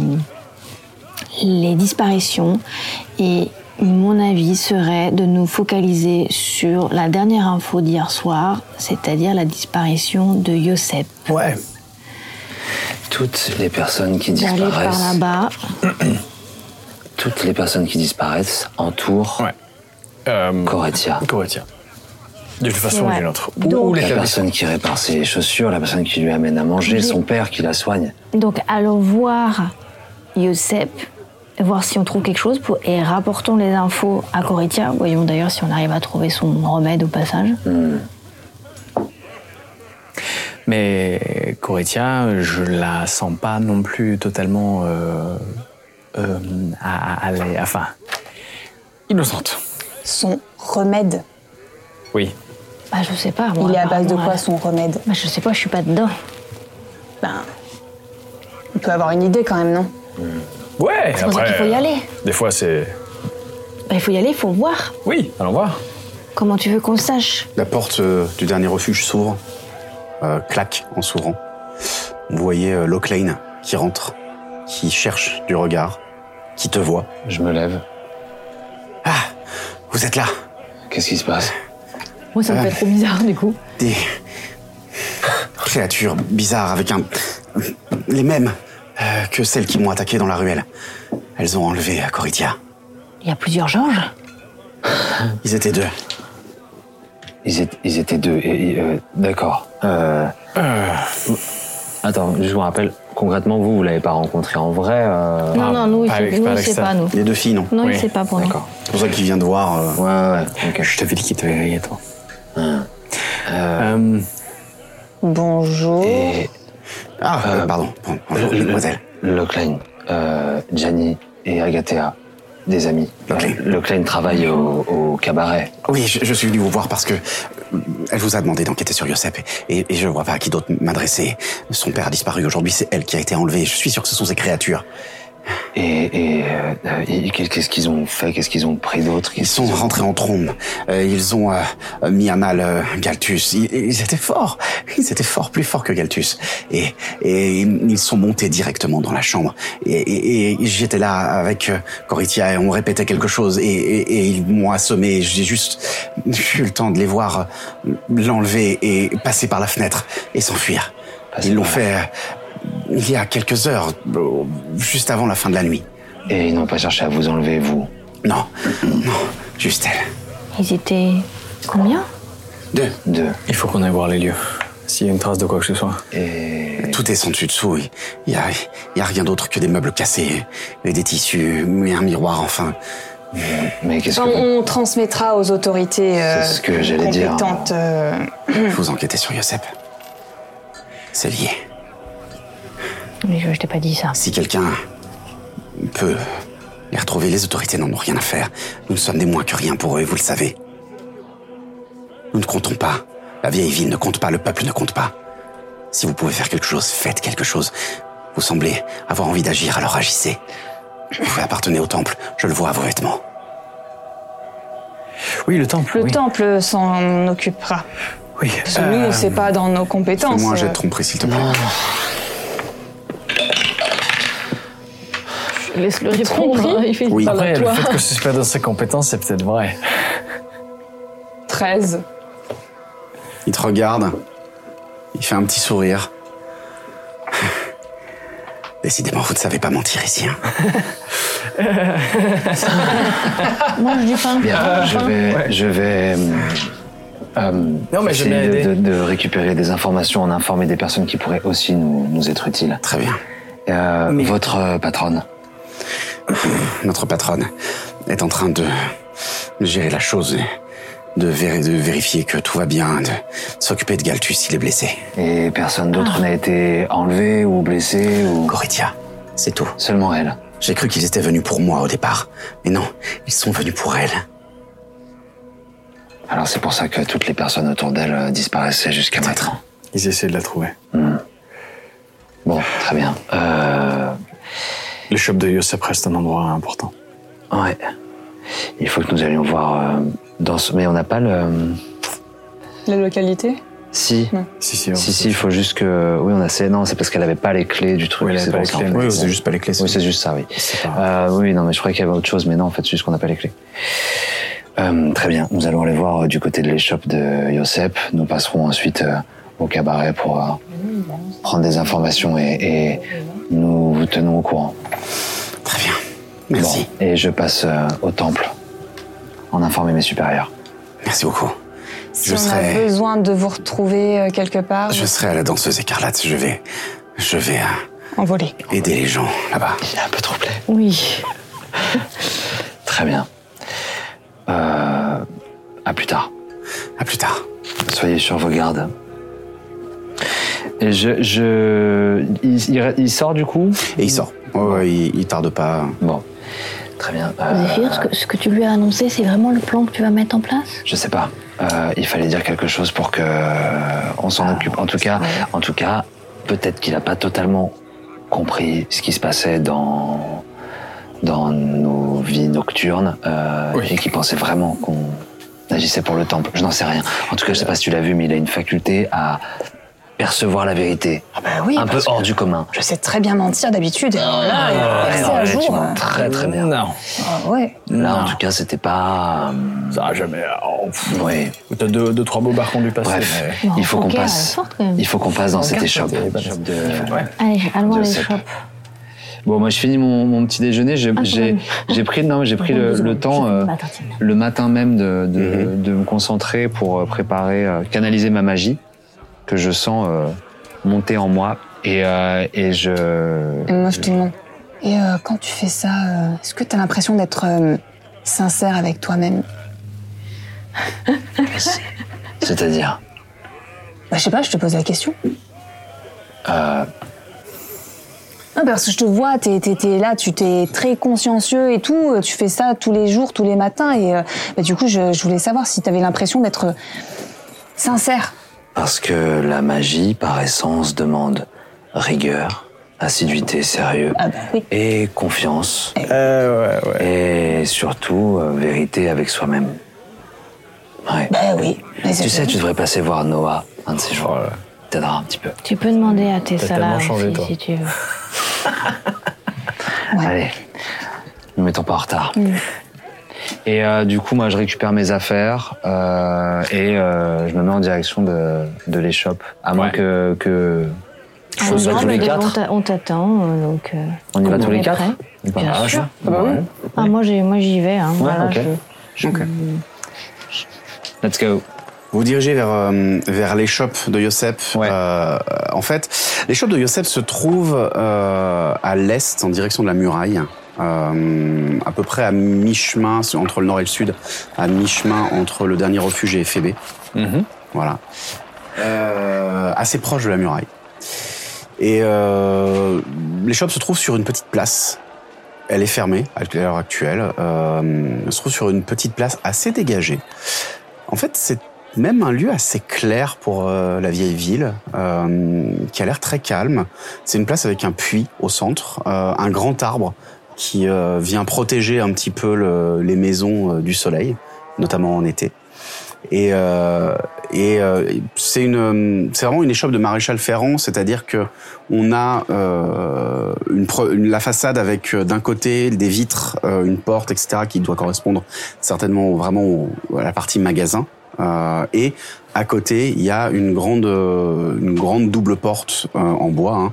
Speaker 4: les disparitions. Et mon avis serait de nous focaliser sur la dernière info d'hier soir, c'est-à-dire la disparition de Yosep.
Speaker 5: Ouais.
Speaker 2: Toutes les personnes qui
Speaker 4: D'aller
Speaker 2: disparaissent.
Speaker 4: par là-bas.
Speaker 2: Toutes les personnes qui disparaissent entourent
Speaker 5: Ouais. Euh,
Speaker 2: Coretia.
Speaker 5: Coretia. D'une façon ou
Speaker 4: Ouais.
Speaker 5: d'une autre.
Speaker 4: Donc-
Speaker 5: Ou
Speaker 2: La
Speaker 5: l'établissement.
Speaker 2: personne qui répare ses chaussures, la personne qui lui amène à manger, son père qui la soigne.
Speaker 4: Donc allons voir Yosep, voir si on trouve quelque chose pour, et rapportons les infos à Coretia. Voyons d'ailleurs si on arrive à trouver son remède au passage.
Speaker 5: Mais Coretia, je la sens pas non plus totalement. Euh, euh, à, à- à la- enfin. Innocente.
Speaker 6: Son remède.
Speaker 5: Oui.
Speaker 4: Bah je sais pas. moi,
Speaker 6: Il est à base de
Speaker 4: apparemment,
Speaker 6: quoi
Speaker 4: elle-
Speaker 6: son remède
Speaker 4: Bah je sais pas, je suis pas dedans.
Speaker 6: Ben. On peut avoir une idée quand même, non
Speaker 5: Ouais,
Speaker 2: euh,
Speaker 4: C'est pour ça qu'il faut y aller.
Speaker 5: Des fois, c'est.
Speaker 4: Bah, il faut y aller, il faut voir.
Speaker 5: Oui, allons voir.
Speaker 4: Comment tu veux qu'on le sache
Speaker 1: La porte euh, du dernier refuge s'ouvre, euh, claque en s'ouvrant. Vous voyez euh, Locklane qui rentre, qui cherche du regard, qui te voit.
Speaker 2: Je me lève.
Speaker 1: Ah, vous êtes là.
Speaker 2: Qu'est-ce qui se passe
Speaker 11: Moi, ça me
Speaker 2: Ah.
Speaker 11: fait trop bizarre du coup.
Speaker 1: Des créatures bizarres avec un... les mêmes euh, que celles qui m'ont attaqué dans la ruelle. Elles ont enlevé euh, Coritia.
Speaker 8: Il y a plusieurs Georges
Speaker 1: Ils étaient deux.
Speaker 2: Ils, étaient- ils étaient deux. et- et, euh, D'accord. Euh, Attends, je vous rappelle, concrètement, vous, vous l'avez pas rencontré en vrai euh,
Speaker 4: Non, non, nous, il- nous, c'est pas nous.
Speaker 1: Les deux filles, non
Speaker 4: Non, il sait pas pour nous.
Speaker 1: C'est pour ça qu'il vient de voir. euh,
Speaker 2: Ouais, ouais, ok.
Speaker 5: Je t'avais dit qu'il t'avait réveillé, toi. Euh,
Speaker 9: Bonjour.
Speaker 2: Et.
Speaker 1: Ah, euh, pardon. Bon, bonjour, mademoiselle.
Speaker 2: Locklane, euh, Gianni et Agathea, des amis.
Speaker 1: Locklane.
Speaker 2: Locklane travaille au, au cabaret.
Speaker 1: Oui, je, je suis venu vous voir parce que euh, elle vous a demandé d'enquêter sur Yosep et, et je vois pas à qui d'autre m'adresser. Son père a disparu aujourd'hui, c'est elle qui a été enlevée. Je suis sûr que ce sont ces créatures.
Speaker 2: Et, et, euh, et- et qu'est-ce qu'ils ont fait Qu'est-ce qu'ils ont pris d'autre
Speaker 1: Ils sont rentrés en trombe. Euh, ils ont euh, mis à mal euh, Galtus. Ils, ils étaient forts. Ils étaient forts, plus forts que Galtus. Et, et ils sont montés directement dans la chambre. Et, et- et j'étais là avec euh, Coritia et on répétait quelque chose. Et, et- et ils m'ont assommé. J'ai juste eu le temps de les voir euh, l'enlever et passer par la fenêtre et s'enfuir. Ils l'ont fait euh, il y a quelques heures, euh, juste avant la fin de la nuit.
Speaker 2: Et ils n'ont pas cherché à vous enlever, vous
Speaker 1: Non, non, juste elle.
Speaker 4: Ils étaient combien
Speaker 1: Deux.
Speaker 2: Deux.
Speaker 5: Il faut qu'on aille voir les lieux. S'il y a une trace de quoi que ce soit.
Speaker 2: Et...
Speaker 1: Tout est sans dessus dessous. Il il y a, il y a rien d'autre que des meubles cassés, et des tissus, et un miroir enfin.
Speaker 2: Mais qu'est-ce que
Speaker 6: Enfin,
Speaker 2: vous...
Speaker 6: on transmettra aux autorités euh,
Speaker 2: C'est ce que j'allais dire.
Speaker 6: compétentes. euh,
Speaker 1: Vous enquêtez sur Yosep. C'est lié.
Speaker 8: Mais je, je t'ai pas dit ça.
Speaker 1: Si quelqu'un peut les retrouver, les autorités n'en ont rien à faire. Nous ne sommes des moins que rien pour eux, et vous le savez. Nous ne comptons pas. La vieille ville ne compte pas, le peuple ne compte pas. Si vous pouvez faire quelque chose, faites quelque chose. Vous semblez avoir envie d'agir, alors agissez. Vous appartenez au temple, je le vois à vos vêtements.
Speaker 5: Oui, le temple.
Speaker 6: Le
Speaker 5: oui.
Speaker 6: temple s'en occupera.
Speaker 5: Oui.
Speaker 6: Parce que nous,
Speaker 2: Euh,
Speaker 6: c'est pas dans nos compétences.
Speaker 1: Fais-moi un jet de
Speaker 6: euh,
Speaker 1: tromperie, s'il te plaît.
Speaker 11: Laisse le répondre. hein, Il fait
Speaker 1: Oui.
Speaker 11: parle
Speaker 5: Après,
Speaker 11: à
Speaker 5: le
Speaker 11: toi.
Speaker 5: fait que ce soit pas dans ses compétences, c'est peut-être vrai.
Speaker 6: 13.
Speaker 1: Il te regarde. Il fait un petit sourire. Décidément, vous ne savez pas mentir ici. hein.
Speaker 4: Mange du pain.
Speaker 2: Bien, je vais... Je vais... euh,
Speaker 5: Non, mais je
Speaker 2: essayer
Speaker 5: vais
Speaker 2: de-
Speaker 5: aider.
Speaker 2: de, de récupérer des informations, en informer des personnes qui pourraient aussi nous, nous être utiles.
Speaker 1: Très bien.
Speaker 2: Euh, Votre euh, patronne
Speaker 1: Notre patronne est en train de gérer la chose, de, vér- de vérifier que tout va bien, de s'occuper de Galtus s'il est blessé.
Speaker 2: et personne d'autre
Speaker 5: Ah.
Speaker 2: n'a été enlevé ou blessé ou
Speaker 1: Coritia, c'est tout.
Speaker 2: seulement elle.
Speaker 1: J'ai cru qu'ils étaient venus pour moi au départ. Mais non, ils sont venus pour elle.
Speaker 2: Alors c'est pour ça que toutes les personnes autour d'elle euh, disparaissaient jusqu'à maintenant.
Speaker 5: Ils essaient de la trouver.
Speaker 2: Bon, très bien. Euh,
Speaker 5: Le shop de Yosef reste un endroit important.
Speaker 2: ouais. Il faut que nous allions voir euh, dans ce... Mais on n'a pas le...
Speaker 6: La localité
Speaker 2: Si.
Speaker 5: Si, si.
Speaker 2: Si, si, il faut juste que... Oui, on a... c'est- Non, c'est parce qu'elle avait pas les clés du truc.
Speaker 5: Oui, elle avait
Speaker 2: c'est
Speaker 5: pas
Speaker 2: pour
Speaker 5: les
Speaker 2: ça,
Speaker 5: clés,
Speaker 2: en fait.
Speaker 5: mais- Oui,
Speaker 1: c'est juste pas les clés, c'est
Speaker 2: Oui, c'est juste ça, oui.
Speaker 5: C'est pas-
Speaker 2: Euh, oui, non, mais je croyais qu'il y avait autre chose, mais non, en fait, c'est juste qu'on n'a pas les clés. Euh, très bien, nous allons aller voir euh, du côté de l'échoppe de Yosep. Nous passerons ensuite euh, au cabaret pour euh, prendre des informations et, et nous vous tenons au courant.
Speaker 1: Très bien. Merci.
Speaker 2: Bon, et je passe euh, au temple en informer mes supérieurs.
Speaker 1: Merci beaucoup.
Speaker 6: Si
Speaker 1: Je
Speaker 6: on
Speaker 1: serai-
Speaker 6: a besoin de vous retrouver euh, quelque part,
Speaker 1: Je serai à la danseuse écarlate. Je vais, je vais euh,
Speaker 6: envolé.
Speaker 1: aider les gens là-bas.
Speaker 2: Il est un peu trop troublé.
Speaker 11: Oui.
Speaker 2: Très bien. Euh, à plus tard.
Speaker 1: À plus tard.
Speaker 2: Soyez sur vos gardes. Et je, je, il, il- il sort du coup.
Speaker 1: Et il sort. Ouais, ouais, il, il tarde pas.
Speaker 2: Bon, très bien. Euh,
Speaker 4: Zéphyr, ce que, ce que tu lui as annoncé, c'est vraiment le plan que tu vas mettre en place
Speaker 2: je sais pas. Euh, il fallait dire quelque chose pour que euh, on s'en occupe. En tout cas, en tout cas, peut-être qu'il n'a pas totalement compris ce qui se passait dans dans nos vies nocturnes euh,
Speaker 5: Oui.
Speaker 2: et qu'il pensait vraiment qu'on agissait pour le temple. Je n'en sais rien. En tout cas, je sais pas si tu l'as vu, mais il a une faculté à percevoir la vérité.
Speaker 4: Ah bah
Speaker 6: oui,
Speaker 2: un peu
Speaker 6: parce
Speaker 2: hors du commun.
Speaker 6: Je sais très bien mentir d'habitude. Là,
Speaker 2: Ah,
Speaker 6: percer
Speaker 2: ouais,
Speaker 6: à
Speaker 2: tu
Speaker 6: jour.
Speaker 2: mens très très bien. Non.
Speaker 6: Ah ouais.
Speaker 2: Là, en tout cas, c'était pas. euh,
Speaker 5: Ça a jamais. hein. Oh,
Speaker 2: oui.
Speaker 5: T'as deux, deux, trois beaux barcons du passé.
Speaker 2: Bref,
Speaker 5: mais-
Speaker 2: il faut
Speaker 4: Bon,
Speaker 2: qu'on
Speaker 4: Fauquet,
Speaker 2: passe.
Speaker 4: elle est forte, quand même.
Speaker 2: Il faut qu'on passe dans
Speaker 4: Fauquet,
Speaker 2: cette échoppe.
Speaker 4: Fauquet,
Speaker 2: de-
Speaker 4: Allez, allons
Speaker 2: Je
Speaker 4: à
Speaker 2: sais.
Speaker 4: l'échoppe.
Speaker 2: Bon, moi, je finis mon, mon petit déjeuner. J'ai
Speaker 4: Ah,
Speaker 2: j'ai-
Speaker 4: pardon.
Speaker 2: j'ai pris, non, mais j'ai pris le,
Speaker 4: Pardon,
Speaker 2: le
Speaker 4: je
Speaker 2: temps
Speaker 4: finis
Speaker 2: euh,
Speaker 4: ma tartine.
Speaker 2: le matin même de, de, de me concentrer pour euh, préparer, euh, canaliser ma magie que je sens euh, monter en moi. Et, euh, et je.
Speaker 6: Et moi, je te demande. Et euh, quand tu fais ça, euh, est-ce que t'as l'impression d'être euh, sincère avec toi-même
Speaker 2: C'est-à-dire.
Speaker 6: Bah, je sais pas, je te pose la question.
Speaker 2: euh,
Speaker 6: Non, parce que je te vois, t'es t'es- t'es là, tu t'es très consciencieux et tout, euh, tu fais ça tous les jours, tous les matins, et euh, bah, du coup, je, je voulais savoir si t'avais l'impression d'être euh, sincère.
Speaker 2: Parce que la magie, par essence, demande rigueur, assiduité, sérieux et confiance. Et surtout, euh, vérité avec soi-même. Ouais.
Speaker 6: oui.
Speaker 2: Bah Tu sais, tu devrais passer voir Noah un de ces jours. T'aidera un petit peu.
Speaker 4: Tu peux demander à tes
Speaker 2: T'as
Speaker 4: salariés
Speaker 2: tellement changé,
Speaker 4: si-
Speaker 2: toi.
Speaker 4: si tu veux.
Speaker 2: Allez, ne mettons pas en retard.
Speaker 4: Mm.
Speaker 2: Et euh, du coup, moi, je récupère mes affaires euh, et euh, je me mets en direction de, de l'échoppe. À moins que, que.
Speaker 4: Ah,
Speaker 2: On y va tous les
Speaker 4: mais on
Speaker 2: quatre.
Speaker 4: t'a- On t'attend, euh, donc. euh,
Speaker 2: On y va
Speaker 4: on
Speaker 2: tous les
Speaker 4: est
Speaker 2: quatre
Speaker 4: prêt.
Speaker 2: Ou pas
Speaker 4: Bien
Speaker 2: Ah,
Speaker 4: sûr.
Speaker 2: je- ouais.
Speaker 4: Ah, moi, j'ai- moi, j'y vais. hein,
Speaker 1: Ouais,
Speaker 4: voilà,
Speaker 1: ok.
Speaker 4: je-
Speaker 1: Ok.
Speaker 4: je-
Speaker 2: Let's go.
Speaker 1: Vous dirigez vers, euh, vers l'échoppe de Yosep. Euh, en fait, l'échoppe de Yosep se trouve euh, à l'est, en direction de la muraille. euh, à peu près à mi-chemin entre le nord et le sud, à mi-chemin entre le dernier refuge et Phébé. Voilà. Euh, assez proche de la muraille. Et euh, l'échoppe se trouve sur une petite place. Elle est fermée à l'heure actuelle. Euh, elle se trouve sur une petite place assez dégagée. En fait, c'est même un lieu assez clair pour euh, la vieille ville, euh, qui a l'air très calme. C'est une place avec un puits au centre, euh, un grand arbre qui euh, vient protéger un petit peu le- les maisons euh, du soleil, notamment en été. Et, euh, et euh, c'est une, c'est vraiment une échoppe de maréchal Ferrand, c'est-à-dire que on a euh, une, pre- une- la façade avec euh, d'un côté des vitres, euh, une porte, etc., qui doit correspondre certainement vraiment au- à la partie magasin. Euh, et à côté, il y a une grande, euh, une grande double porte euh, en bois hein,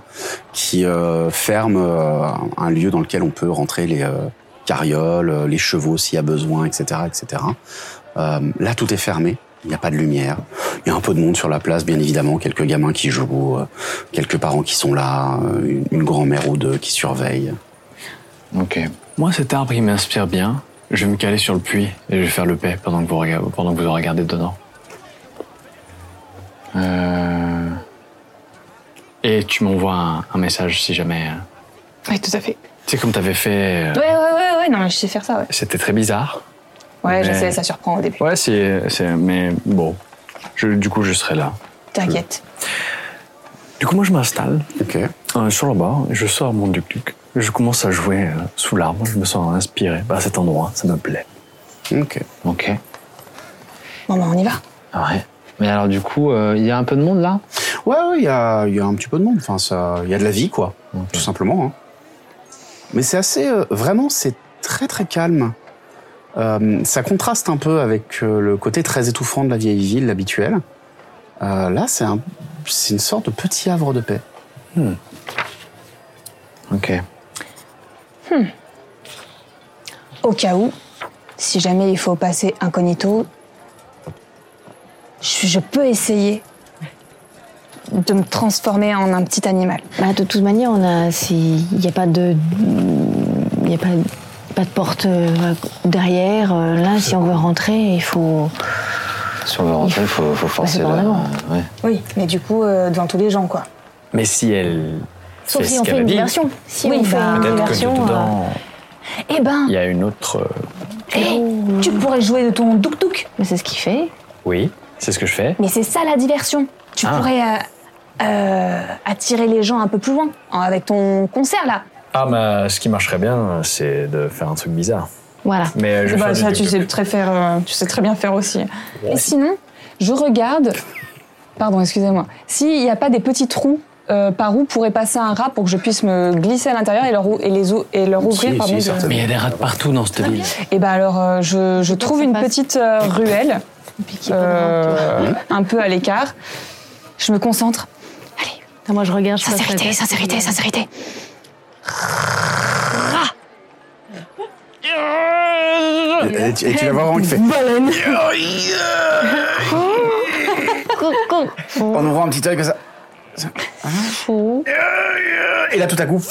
Speaker 1: qui euh, ferme euh, un lieu dans lequel on peut rentrer les euh, carrioles, euh, les chevaux s'il y a besoin, etc., etc. Euh, là, tout est fermé. Il n'y a pas de lumière. Il y a un peu de monde sur la place, bien évidemment. Quelques gamins qui jouent, euh, quelques parents qui sont là, euh, une, une grand-mère ou deux qui surveillent.
Speaker 2: Ok.
Speaker 5: Moi, cet arbre, il m'inspire bien. Je vais me caler sur le puits et je vais faire le paix pendant que vous, rega- pendant que vous en regardez dedans. Euh... Et tu m'envoies un, un message si jamais. euh,
Speaker 6: Oui, tout à fait.
Speaker 5: Tu sais, comme t'avais fait. euh,
Speaker 6: Ouais, ouais, ouais, ouais, non, mais je sais faire ça, ouais.
Speaker 5: C'était très bizarre.
Speaker 6: Ouais, je
Speaker 5: Mais-
Speaker 6: sais, ça surprend au début.
Speaker 5: Ouais, c'est. c'est- Mais bon. Je- du coup, je serai là.
Speaker 6: T'inquiète.
Speaker 5: Du coup, moi, je m'installe
Speaker 1: Ok.
Speaker 5: euh, sur le bord, et je sors mon duc-duc. Je commence à jouer euh, sous l'arbre, je me sens inspiré par cet endroit, ça me plaît.
Speaker 1: Ok.
Speaker 2: Ok.
Speaker 6: Bon, bah, on y va.
Speaker 5: Ah
Speaker 2: Ouais. Mais alors, du coup, euh, il y a un peu de monde là
Speaker 1: Ouais, ouais, il y a, il y a un petit peu de monde. Enfin, ça, il y a de la vie, quoi, tout simplement. hein. Mais c'est assez, euh, vraiment, c'est très très calme. Euh, ça contraste un peu avec euh, le côté très étouffant de la vieille ville habituelle. Euh, là, c'est un, c'est une sorte de petit havre de paix.
Speaker 2: Ok.
Speaker 6: Au cas où, si jamais il faut passer incognito, je, je peux essayer de me transformer en un petit animal.
Speaker 4: Bah, de toute manière, on a. Il n'y a pas de. Il a pas, pas de porte euh, derrière. Euh, Là, si on veut rentrer, il faut.
Speaker 2: Si on veut rentrer, il faut,
Speaker 4: Bah,
Speaker 2: faut forcer.
Speaker 6: c'est par
Speaker 2: la-
Speaker 6: l'avant.
Speaker 2: ouais.
Speaker 6: Oui, mais du coup, euh, devant tous les gens, quoi.
Speaker 5: Mais si elle.
Speaker 6: Sauf
Speaker 5: fait
Speaker 6: si
Speaker 5: ce
Speaker 6: on
Speaker 5: qu'elle
Speaker 6: fait
Speaker 5: a
Speaker 6: une
Speaker 5: dit,
Speaker 6: diversion. Si on fait une
Speaker 5: Peut-être que
Speaker 6: diversion,
Speaker 5: dedans,
Speaker 6: ben, Eh ben,
Speaker 5: il y a une autre. euh,
Speaker 6: eh, tu pourrais jouer de ton tuk-tuk.
Speaker 4: Mais c'est ce qu'il fait.
Speaker 5: Oui, c'est ce que je fais.
Speaker 6: Mais c'est ça la diversion. Tu
Speaker 5: Ah.
Speaker 6: pourrais euh, euh, attirer les gens un peu plus loin, en- avec ton concert, là.
Speaker 5: Ah, bah, ce qui marcherait bien, c'est de faire un truc bizarre.
Speaker 12: Voilà.
Speaker 5: Mais euh, je
Speaker 13: Bah,
Speaker 5: fais
Speaker 13: ça,
Speaker 5: du-
Speaker 13: tu sais, très faire, euh, tu sais très bien faire aussi. Et sinon, je regarde. Pardon, excusez-moi. S'il n'y a pas des petits trous euh, par où pourrait passer un rat pour que je puisse me glisser à l'intérieur et leur, ou- et les ou- et leur ouvrir.
Speaker 5: Si,
Speaker 13: pardon,
Speaker 5: si,
Speaker 13: de-
Speaker 5: certainement. Mais il y a des rats de partout dans cette ville.
Speaker 13: Et ben alors, euh, je, je trouve une petite euh, ruelle, euh,
Speaker 5: Mmh.
Speaker 13: un peu à l'écart. Je me concentre. Allez.
Speaker 4: Ah, Moi, je regarde.
Speaker 13: sincérité, sincérité, sincérité.
Speaker 1: Et, et tu, et tu vas voir vraiment qu'il fait.
Speaker 4: Baleine.
Speaker 1: En ouvrant un petit œil comme ça. hein Et là, tout à coup,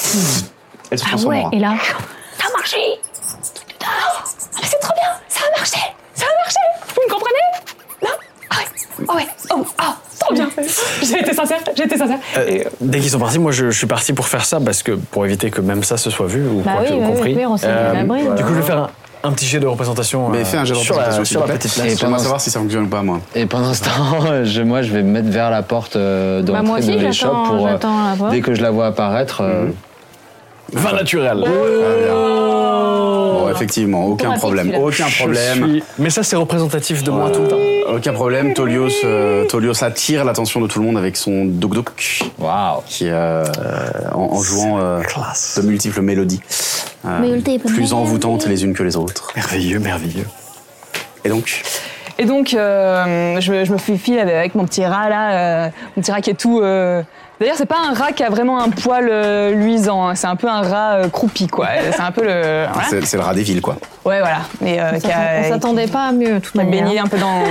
Speaker 1: elle se
Speaker 4: Ah
Speaker 1: transforme
Speaker 4: ouais,
Speaker 1: en rat.
Speaker 4: et là
Speaker 6: Ça a marché Putain. Ah, mais c'est trop bien Ça a marché Ça a marché Vous me comprenez Non Ah ouais Ah ouais Oh Ah Trop bien J'ai été sincère J'ai été sincère
Speaker 5: Euh, dès qu'ils sont partis, moi je, je suis parti pour faire ça parce que pour éviter que même ça se soit vu ou
Speaker 4: Bah
Speaker 5: quoi
Speaker 4: oui,
Speaker 5: que
Speaker 4: oui,
Speaker 5: compris. Euh,
Speaker 4: oui, on s'est mis à l'abri.
Speaker 5: du coup, je vais faire un, un petit jet de représentation.
Speaker 1: Mais
Speaker 5: euh,
Speaker 1: fais un jeu de
Speaker 5: sur la-
Speaker 1: représentation, s'il
Speaker 5: sur
Speaker 1: te
Speaker 5: la
Speaker 1: plaît.
Speaker 5: petite
Speaker 1: Et
Speaker 5: lettre.
Speaker 1: pour moi, savoir si ça fonctionne ou pas, moi.
Speaker 2: Et pendant ce temps, je- moi, je vais me mettre vers la porte euh,
Speaker 4: Bah,
Speaker 2: d'entrée
Speaker 4: moi aussi,
Speaker 2: de
Speaker 4: j'attends-
Speaker 2: l'échoppe pour. euh,
Speaker 4: j'attends la porte.
Speaker 2: dès que je la vois apparaître. euh,
Speaker 5: Vin naturel.
Speaker 1: Bon, effectivement, aucun
Speaker 4: Automatique,
Speaker 1: problème.
Speaker 4: celui-là.
Speaker 1: Aucun
Speaker 5: Je
Speaker 1: problème.
Speaker 5: suis- Mais ça, c'est représentatif de moi tout le temps.
Speaker 1: Aucun problème. Tolios, euh, Tolios attire l'attention de tout le monde avec son dok dok. Qui, euh, en, en jouant euh, de multiples mélodies. euh,
Speaker 8: Multiples
Speaker 1: plus
Speaker 8: mélodies.
Speaker 1: envoûtantes les unes que les autres.
Speaker 5: Merveilleux, merveilleux.
Speaker 1: Et donc,
Speaker 13: Et donc, euh, je, me- je me faufile avec mon petit rat là, euh, mon petit rat qui est tout. euh, D'ailleurs, c'est pas un rat qui a vraiment un poil euh, luisant, hein, c'est un peu un rat euh, croupi quoi. C'est un peu le. voilà.
Speaker 1: c'est c'est le rat des villes, quoi.
Speaker 13: Ouais, voilà. Mais euh, qui a-
Speaker 4: On s'attendait pas à mieux, tout
Speaker 13: qui
Speaker 4: à
Speaker 13: a
Speaker 4: l'heure.
Speaker 13: baigné un peu dans,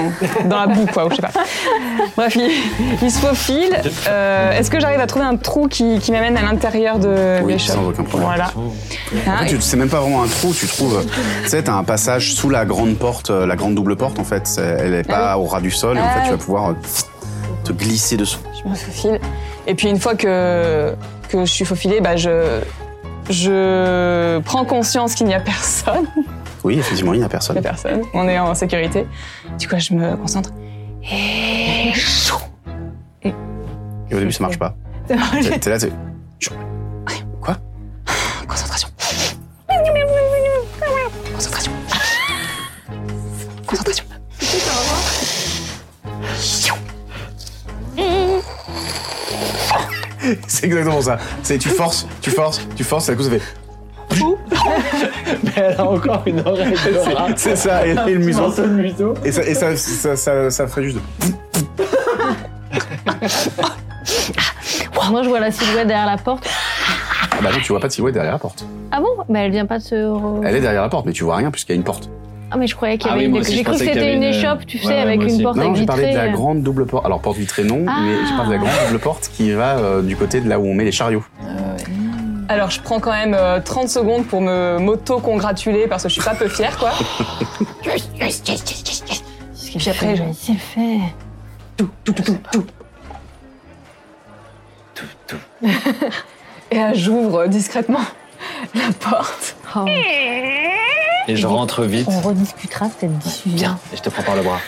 Speaker 13: dans la boue quoi, ou je sais pas. Bref, il, il se faufile. Euh, Est-ce que j'arrive à trouver un trou qui, qui m'amène à l'intérieur de
Speaker 1: Oui,
Speaker 13: l'échoppe
Speaker 1: sans aucun problème.
Speaker 13: Voilà.
Speaker 1: En
Speaker 13: Hein,
Speaker 1: fait, tu c'est même pas vraiment un trou, tu trouves. Tu sais, t'as un passage sous la grande porte, euh, la grande double porte, en fait. C'est- Elle est pas au ras du sol, et en
Speaker 13: Ah
Speaker 1: fait, tu vas
Speaker 13: oui.
Speaker 1: pouvoir euh, te glisser dessous.
Speaker 13: je me faufile. Et puis une fois que, que je suis faufilée, bah je, je prends conscience qu'il n'y a personne.
Speaker 1: Oui, effectivement, il n'y a
Speaker 13: Il n'y
Speaker 1: personne.
Speaker 13: a personne. On est en sécurité. Du coup, je me concentre. Et chou
Speaker 1: Et au début, ça marche pas. T'es t'es là, t'es. Chou. Quoi
Speaker 13: Concentration. Concentration. Concentration.
Speaker 1: C'est exactement ça. C'est tu forces, tu forces, tu forces, et à coup, ça fait.
Speaker 5: Mais elle a encore une oreille de rat.
Speaker 1: C'est ça, et, et le museau.
Speaker 5: Morceau de museau.
Speaker 1: Et ça, et ça, ça, ça, ça ferait juste. de-
Speaker 4: Moi, je vois la silhouette derrière la porte.
Speaker 1: Ah bah non, tu vois pas de silhouette derrière la porte.
Speaker 4: Ah bon Mais elle vient pas de se. re-
Speaker 1: Elle est derrière la porte, mais tu vois rien puisqu'il y a une porte.
Speaker 4: Ah, mais je croyais qu'il y
Speaker 2: Ah
Speaker 4: avait
Speaker 2: oui,
Speaker 4: une.
Speaker 2: moi aussi,
Speaker 4: J'ai
Speaker 2: je
Speaker 4: cru que
Speaker 2: pensais qu'il y
Speaker 4: c'était une
Speaker 2: avait une-
Speaker 4: échoppe, tu
Speaker 2: Ouais,
Speaker 4: sais,
Speaker 2: ouais,
Speaker 4: avec
Speaker 2: moi
Speaker 4: une
Speaker 2: aussi.
Speaker 4: porte
Speaker 1: Non,
Speaker 4: avec
Speaker 1: j'ai
Speaker 4: vitrée. euh. Ah.
Speaker 1: parlé de la grande double porte. Alors, porte vitrée, non, mais j'ai parlé de la grande double porte qui va euh, du côté de là où on met les chariots.
Speaker 13: Alors, je prends quand même euh, 30 secondes pour me m'auto-congratuler parce que je suis pas peu fière, quoi. Puis après, je-
Speaker 12: C'est fait.
Speaker 13: Et là, j'ouvre euh, discrètement la porte.
Speaker 4: Oh.
Speaker 2: Et je rentre vite
Speaker 12: On rediscutera peut-être d'ici.
Speaker 2: et je te prends par le bras.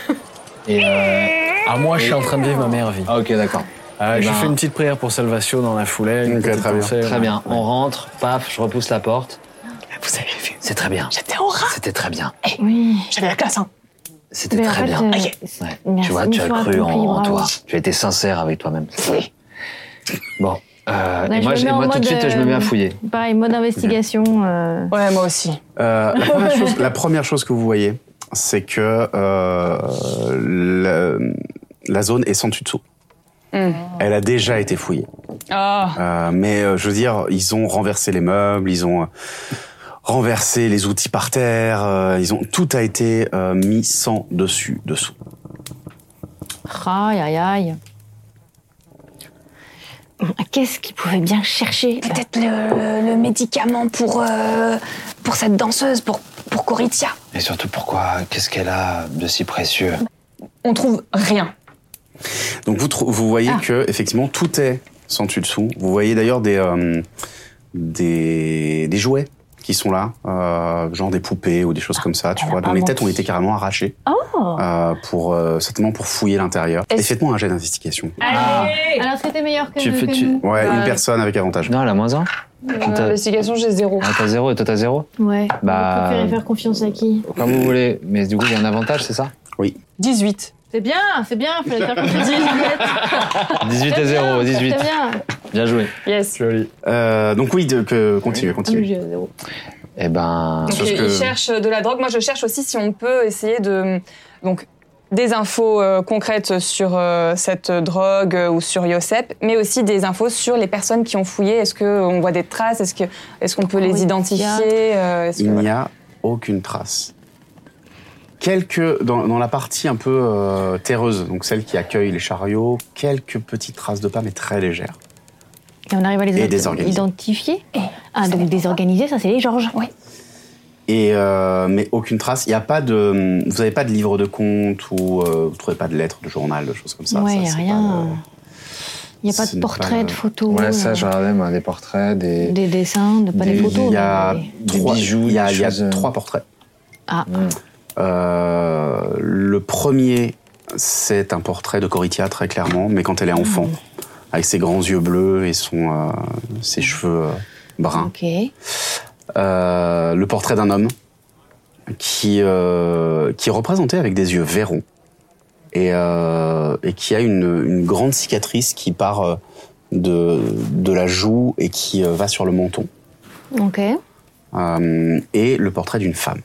Speaker 2: Et. euh,
Speaker 5: Ah, moi, je suis en train de vivre ma meilleure vie.
Speaker 2: Ah, ok, d'accord.
Speaker 5: Euh,
Speaker 2: Eh
Speaker 5: je
Speaker 2: ben-
Speaker 5: fais une petite prière pour Salvatio dans la foulée. une
Speaker 1: Ok,
Speaker 5: petite
Speaker 1: très bien.
Speaker 5: pensée,
Speaker 2: Très
Speaker 5: ouais.
Speaker 2: bien. On rentre, paf, je repousse la porte.
Speaker 13: Vous avez vu
Speaker 2: C'est très bien.
Speaker 13: J'étais en rat.
Speaker 2: C'était très bien.
Speaker 12: Oui.
Speaker 13: J'avais la classe, hein.
Speaker 2: C'était
Speaker 12: Mais en
Speaker 2: très
Speaker 12: fait,
Speaker 2: bien.
Speaker 12: euh,
Speaker 13: Aïe.
Speaker 12: c'est-
Speaker 2: Ouais.
Speaker 12: merci,
Speaker 2: Tu vois, tu as
Speaker 12: mission
Speaker 2: cru en,
Speaker 12: accomplie,
Speaker 2: en
Speaker 12: bravo.
Speaker 2: toi. Tu as été sincère avec toi-même. Bon. euh,
Speaker 4: Là,
Speaker 2: et
Speaker 4: je
Speaker 2: moi,
Speaker 4: me
Speaker 2: je-
Speaker 4: mets
Speaker 2: et
Speaker 4: en
Speaker 2: moi, tout de
Speaker 4: mode,
Speaker 2: suite, je me mets à
Speaker 4: euh,
Speaker 2: fouiller.
Speaker 4: Pareil, mode investigation. euh,
Speaker 13: Ouais, moi aussi.
Speaker 1: Euh, la, première chose, la première chose que vous voyez, c'est que euh, la, la zone est sans dessus dessous.
Speaker 13: Hmm.
Speaker 1: Elle a déjà été fouillée.
Speaker 13: Ah.
Speaker 1: Euh, mais euh, je veux dire, ils ont renversé les meubles, ils ont euh, renversé les outils par terre, euh, ils ont tout a été euh, mis sans dessus dessous.
Speaker 4: Aïe, aïe, aïe.
Speaker 12: Qu'est-ce qu'ils pouvaient bien chercher là
Speaker 6: Peut-être le, le- le médicament pour, euh, pour cette danseuse, pour, pour Coritia.
Speaker 2: Et surtout, pourquoi Qu'est-ce qu'elle a de si précieux
Speaker 13: On trouve rien.
Speaker 1: Donc vous, trou- vous voyez
Speaker 13: Ah.
Speaker 1: que effectivement tout est sans dessus dessous. Vous voyez d'ailleurs des, euh, des des jouets qui sont là, euh, genre des poupées ou des choses comme ça, tu
Speaker 12: Ah, elle
Speaker 1: vois,
Speaker 12: a
Speaker 1: dont
Speaker 12: pas
Speaker 1: les têtes ont
Speaker 12: menti. Oh.
Speaker 1: été carrément arrachées, euh, pour euh, certainement pour fouiller l'intérieur. Et
Speaker 13: Est-ce-
Speaker 1: faites-moi un
Speaker 12: Ah,
Speaker 1: jet d'investigation.
Speaker 4: Alors, c'était meilleur que,
Speaker 2: Tu
Speaker 4: nous,
Speaker 2: fais-
Speaker 4: que
Speaker 2: tu-
Speaker 4: nous.
Speaker 1: Ouais,
Speaker 13: Euh,
Speaker 1: une personne avec avantage.
Speaker 2: Non, elle a moins un. Quand t'as-
Speaker 6: Investigation, j'ai zéro.
Speaker 2: Ah, t'as zéro et toi t'as zéro
Speaker 11: Ouais.
Speaker 2: Bah.
Speaker 11: Préférez faire confiance à qui
Speaker 2: Comme vous voulez, mais du coup il y a un avantage, c'est ça
Speaker 1: Oui.
Speaker 3: 18.
Speaker 11: C'est bien, c'est bien, fallait faire confiance à Juliette.
Speaker 2: 18
Speaker 11: Très
Speaker 2: et 0,
Speaker 11: bien,
Speaker 2: 18.
Speaker 11: Très bien.
Speaker 4: Ah,
Speaker 2: Bien joué.
Speaker 6: Yes.
Speaker 2: Joli.
Speaker 1: Euh, donc oui, de, que, continue,
Speaker 12: Ah,
Speaker 1: continue.
Speaker 2: Eh ben.
Speaker 6: Donc, ils ils cherchent de la drogue. Moi, je cherche aussi si on peut essayer de. Donc, des infos euh, concrètes sur euh, cette drogue euh, ou sur Yosep, mais aussi des infos sur les personnes qui ont fouillé. Est-ce qu'on voit des traces Est-ce qu'on est qu'on peut les identifier Euh, est-ce que-
Speaker 1: Il n'y a aucune trace. Quelques, dans, dans la partie un peu euh, terreuse, donc celle qui accueille les chariots, quelques petites traces de pas, mais très légères.
Speaker 11: Et on arrive à
Speaker 1: Et
Speaker 11: les ident-
Speaker 1: désorganiser.
Speaker 11: identifier. Ah, donc désorganiser, ça c'est les Georges. Ouais.
Speaker 1: Et, euh, mais aucune trace. Il n'y a pas de, vous n'avez pas de livre de compte ou euh, vous ne trouvez pas de lettres, de journal, de choses comme ça.
Speaker 11: ouais,
Speaker 1: Ça,
Speaker 11: il n'y a
Speaker 1: c'est
Speaker 11: rien. Il n'y a pas
Speaker 1: ce
Speaker 11: de
Speaker 1: n'est pas
Speaker 11: portrait, de
Speaker 1: le-
Speaker 11: photos.
Speaker 2: Ouais, ça,
Speaker 11: euh,
Speaker 2: je regardais, moi, des portraits, des.
Speaker 11: Des dessins, de- pas des,
Speaker 1: Des-
Speaker 11: photos.
Speaker 1: Il y
Speaker 11: mais
Speaker 1: a
Speaker 11: des-
Speaker 1: trois
Speaker 2: des bijoux,
Speaker 1: Il y a,
Speaker 2: des
Speaker 1: il y a
Speaker 2: choses, euh, Mm.
Speaker 1: trois portraits.
Speaker 11: Ah,
Speaker 1: Euh, le premier, c'est un portrait de Coritia très clairement, mais quand elle est enfant,
Speaker 11: Mm.
Speaker 1: avec ses grands yeux bleus et son euh,
Speaker 11: Mm.
Speaker 1: ses cheveux euh, bruns.
Speaker 11: ok.
Speaker 1: Euh, le portrait d'un homme qui euh, qui est représenté avec des yeux verrons et euh, et qui a une, une grande cicatrice qui part euh, de de la joue et qui euh, va sur le menton.
Speaker 11: Ok.
Speaker 1: Euh, et le portrait d'une femme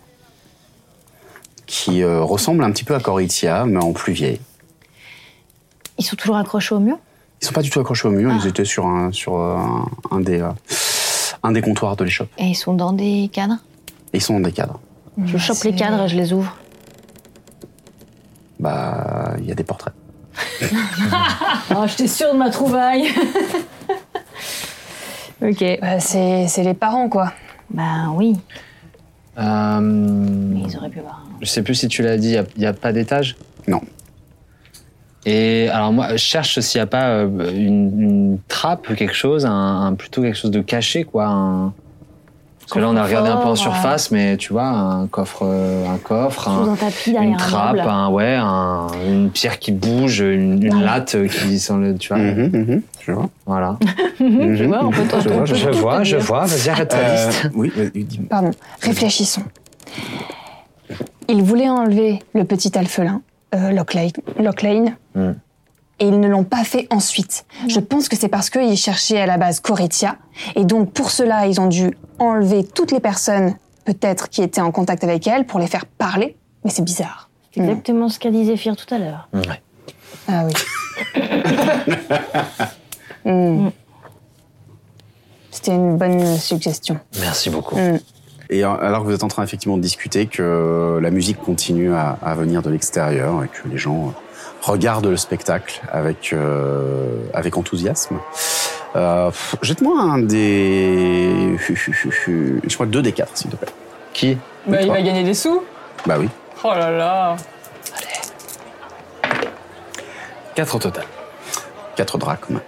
Speaker 1: qui euh, ressemble un petit peu à Coritia, mais en plus vieille.
Speaker 11: Ils sont toujours accrochés au mur
Speaker 1: Ils sont pas du tout accrochés au mur, ils étaient sur un, sur euh, un, un des, euh, un des comptoirs de l'échoppe.
Speaker 11: et ils sont dans des cadres.
Speaker 1: Et ils sont dans des cadres.
Speaker 11: Je chope les cadres et je les ouvre.
Speaker 1: Bah, il y a des portraits.
Speaker 11: Ah, j'étais sûre de ma trouvaille. ok.
Speaker 6: Bah, c'est c'est les parents, quoi.
Speaker 11: Bah oui,
Speaker 2: Euh,
Speaker 11: ils auraient pu voir.
Speaker 2: je sais plus si tu l'as dit, il n'y a, pas d'étage
Speaker 1: Non.
Speaker 2: Et alors, moi, je cherche s'il n'y a pas euh, une, une trappe ou quelque chose, un, un- plutôt quelque chose de caché, quoi. un- Parce que là, on a regardé un peu en
Speaker 11: Coffre-fort,
Speaker 2: surface, mais tu vois, un coffre, euh, un coffre,
Speaker 11: Sous
Speaker 2: un-
Speaker 11: un tapis derrière
Speaker 2: une
Speaker 11: un
Speaker 2: trappe,
Speaker 11: meuble.
Speaker 2: un- ouais, un- une pierre qui bouge, une, une latte qui s'enlève, tu vois.
Speaker 1: Mm-hmm. Je vois.
Speaker 2: Voilà.
Speaker 11: je vois, on peut
Speaker 2: Je vois, je vois, je vois. Vas-y, arrête ta
Speaker 1: Euh,
Speaker 2: liste.
Speaker 1: oui, mais dis-moi.
Speaker 6: Pardon, réfléchissons. Ils voulaient enlever le petit alphelin, euh, Lochlane, Lochlane,
Speaker 2: Hmm.
Speaker 6: et ils ne l'ont pas fait ensuite. Je pense que c'est parce qu'ils cherchaient à la base Coritia, et donc pour cela, ils ont dû enlever toutes les personnes, peut-être, qui étaient en contact avec elle, pour les faire parler, mais c'est bizarre.
Speaker 2: Mm.
Speaker 11: C'est exactement ce qu'a dit Zéphyr tout à l'heure.
Speaker 6: Ah oui. Hmm. C'était une bonne suggestion.
Speaker 2: Merci beaucoup.
Speaker 11: Euh,
Speaker 6: Hmm.
Speaker 1: Et en- alors que vous êtes en train effectivement de discuter, que euh, la musique continue à, à venir de l'extérieur et que les gens euh, regardent le spectacle avec, euh, avec enthousiasme. Euh, pff, Jette-moi un des. Je crois deux des quatre, s'il te plaît.
Speaker 2: Qui
Speaker 3: Bah, il
Speaker 1: Toi.
Speaker 3: va gagner des sous.
Speaker 1: Bah oui.
Speaker 3: Oh là là.
Speaker 5: 4 au total.
Speaker 1: 4 drachmes.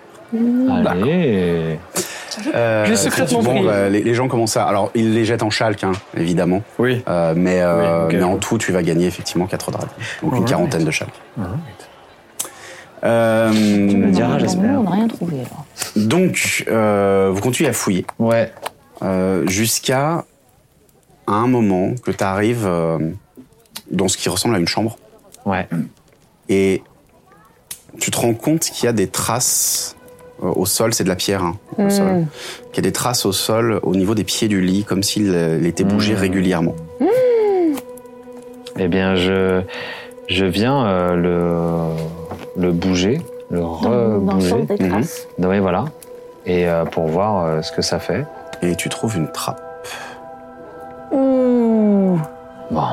Speaker 2: Allez.
Speaker 1: Bah. Euh,
Speaker 5: J'ai secrètement
Speaker 1: bon,
Speaker 5: pris.
Speaker 1: bah, les, les gens commencent à. Alors, ils les jettent en chalque, hein, évidemment.
Speaker 5: Oui.
Speaker 1: Euh, mais, euh,
Speaker 5: ok.
Speaker 1: mais en tout, tu vas gagner effectivement 4 drachmes. Donc, une
Speaker 5: Alright.
Speaker 1: quarantaine de chalques. Euh,
Speaker 2: me
Speaker 11: Dans
Speaker 2: diras,
Speaker 11: le
Speaker 2: j'espère.
Speaker 11: mur, on n'a rien trouvé alors.
Speaker 1: donc, euh, vous continuez à fouiller
Speaker 2: Ouais.
Speaker 1: euh, jusqu'à à un moment que tu arrives dans ce qui ressemble à une chambre.
Speaker 2: Ouais.
Speaker 1: Et tu te rends compte qu'il y a des traces euh, au sol, c'est de la pierre, hein, au
Speaker 6: Hmm.
Speaker 1: sol. Qu'il y a des traces au sol au niveau des pieds du lit, comme s'il euh, il était bougé
Speaker 2: Hmm.
Speaker 1: régulièrement.
Speaker 2: Eh bien, je, je viens euh, le, le bouger, le
Speaker 11: Dans, dans le
Speaker 2: rebouger.
Speaker 11: centre des
Speaker 1: Mhm.
Speaker 11: traces.
Speaker 2: Non, mais voilà. Et euh, pour voir euh, ce que ça fait.
Speaker 1: Et tu trouves une trappe.
Speaker 6: Ouh.
Speaker 2: Bon.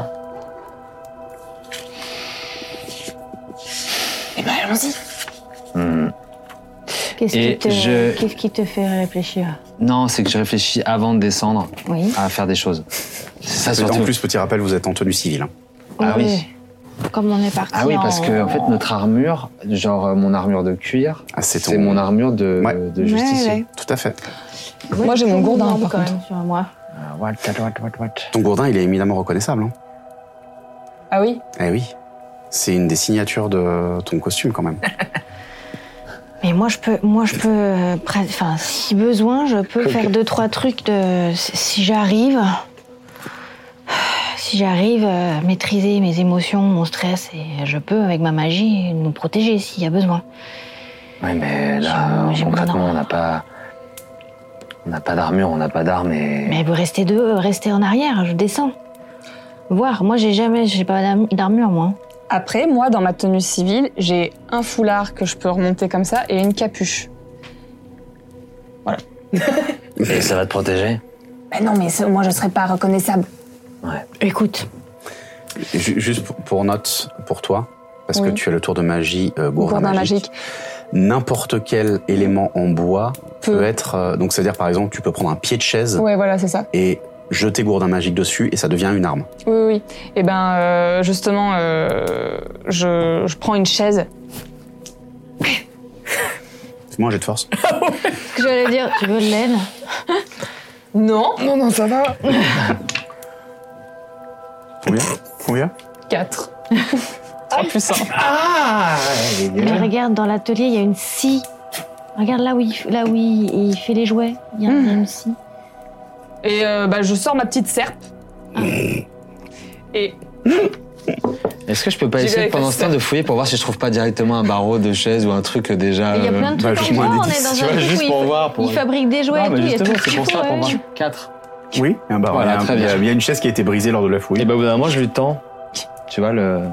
Speaker 6: Eh ben, allons-y.
Speaker 2: Hmm.
Speaker 11: Qu'est-ce
Speaker 2: Et
Speaker 11: qui, te-
Speaker 2: je-
Speaker 11: qu'est-ce qui te fait réfléchir
Speaker 2: Non, c'est que je réfléchis avant de descendre
Speaker 11: Oui.
Speaker 2: à faire des choses. C'est ça
Speaker 1: en
Speaker 2: surtout.
Speaker 1: plus, petit rappel, vous êtes en tenue civile. hein.
Speaker 2: Ah oui.
Speaker 11: Comme on est parti.
Speaker 2: Ah oui, parce que en fait, notre armure, genre euh, mon armure de cuir,
Speaker 1: Ah, c'est ton-
Speaker 2: c'est mon armure de,
Speaker 1: Ouais.
Speaker 2: de justicier.
Speaker 1: Tout à fait.
Speaker 6: Moi, j'ai mon gourdin, par
Speaker 11: quand
Speaker 6: contre.
Speaker 11: même sur moi.
Speaker 2: Ah, what, what, what, what.
Speaker 1: Ton gourdin, il est éminemment reconnaissable. hein.
Speaker 6: Ah oui
Speaker 1: Eh oui. C'est une des signatures de ton costume, quand même.
Speaker 4: Mais moi, je peux, moi, je peux, euh, pres- enfin, si besoin, je peux faire deux, trois trucs de, si j'arrive, si j'arrive à maîtriser mes émotions, mon stress, et je peux, avec ma magie, nous protéger s'il y a besoin.
Speaker 2: Oui, mais là,
Speaker 4: J'ai- j'ai
Speaker 2: concrètement,
Speaker 4: besoin
Speaker 2: on n'a pas. On n'a pas d'armure, on n'a pas d'armes et.
Speaker 4: Mais vous restez deux, euh, restez en arrière, je descends. Voir, moi, j'ai jamais, j'ai pas d'arm- d'armure, moi.
Speaker 6: Après, moi, dans ma tenue civile, j'ai un foulard que je peux remonter comme ça et une capuche.
Speaker 2: Et ça va te protéger
Speaker 6: Mais Bah non, mais ça, moi, je serais pas reconnaissable.
Speaker 4: Écoute,
Speaker 1: Ju- Juste pour- pour note, pour toi, parce que
Speaker 6: Oui.
Speaker 1: tu as le tour de magie euh, gourdin,
Speaker 6: Gourdin
Speaker 1: magique. N'importe quel élément en bois peut, être. euh, donc, c'est-à-dire, par exemple, tu peux prendre un pied de chaise
Speaker 6: Ouais, voilà, c'est ça.
Speaker 1: et jeter gourdin magique dessus et ça devient une arme.
Speaker 6: Oui, oui, oui. Et ben, euh, justement, euh, je, je prends une chaise.
Speaker 1: Fais-moi un jet de force.
Speaker 4: ce que j'allais dire, tu veux de l'aide
Speaker 6: Non. Non, non, ça va.
Speaker 1: Combien Combien
Speaker 6: 4. Pas plus simple.
Speaker 4: Ah Mais regarde, dans l'atelier, il y a une scie. Regarde là où il, là où il, il fait les jouets. Il y a
Speaker 2: Mmh.
Speaker 4: il y a une scie.
Speaker 6: Et euh, bah, je sors ma petite serpe. Et
Speaker 2: Est-ce que je peux pas
Speaker 6: J'y vais
Speaker 2: essayer
Speaker 6: avec
Speaker 2: pendant
Speaker 6: la
Speaker 2: ce temps de fouiller pour voir si je trouve pas directement un barreau de chaise ou un truc euh, déjà.
Speaker 4: Il y a
Speaker 2: euh,
Speaker 4: plein de trucs en
Speaker 2: vachement
Speaker 4: bois, on est
Speaker 2: indécis,
Speaker 4: dans
Speaker 2: tu
Speaker 4: un
Speaker 2: vois,
Speaker 4: truc où
Speaker 2: juste pour
Speaker 4: il-
Speaker 2: voir. Pour...
Speaker 4: il fabrique des jouets
Speaker 2: Non,
Speaker 4: et
Speaker 2: mais
Speaker 4: tout, il y a
Speaker 2: justement,
Speaker 4: tout ce
Speaker 2: c'est pour
Speaker 4: qu'il
Speaker 2: ça,
Speaker 4: faut,
Speaker 2: pour moi.
Speaker 4: ouais.
Speaker 2: 4.
Speaker 1: Oui, un bar.
Speaker 2: Voilà,
Speaker 1: il y a un-
Speaker 2: très
Speaker 1: il y a-
Speaker 2: bien.
Speaker 1: Il y a une chaise qui a été brisée lors de la fouille.
Speaker 2: Et bah, au bout d'un moment, je lui tends. Tu vois, le.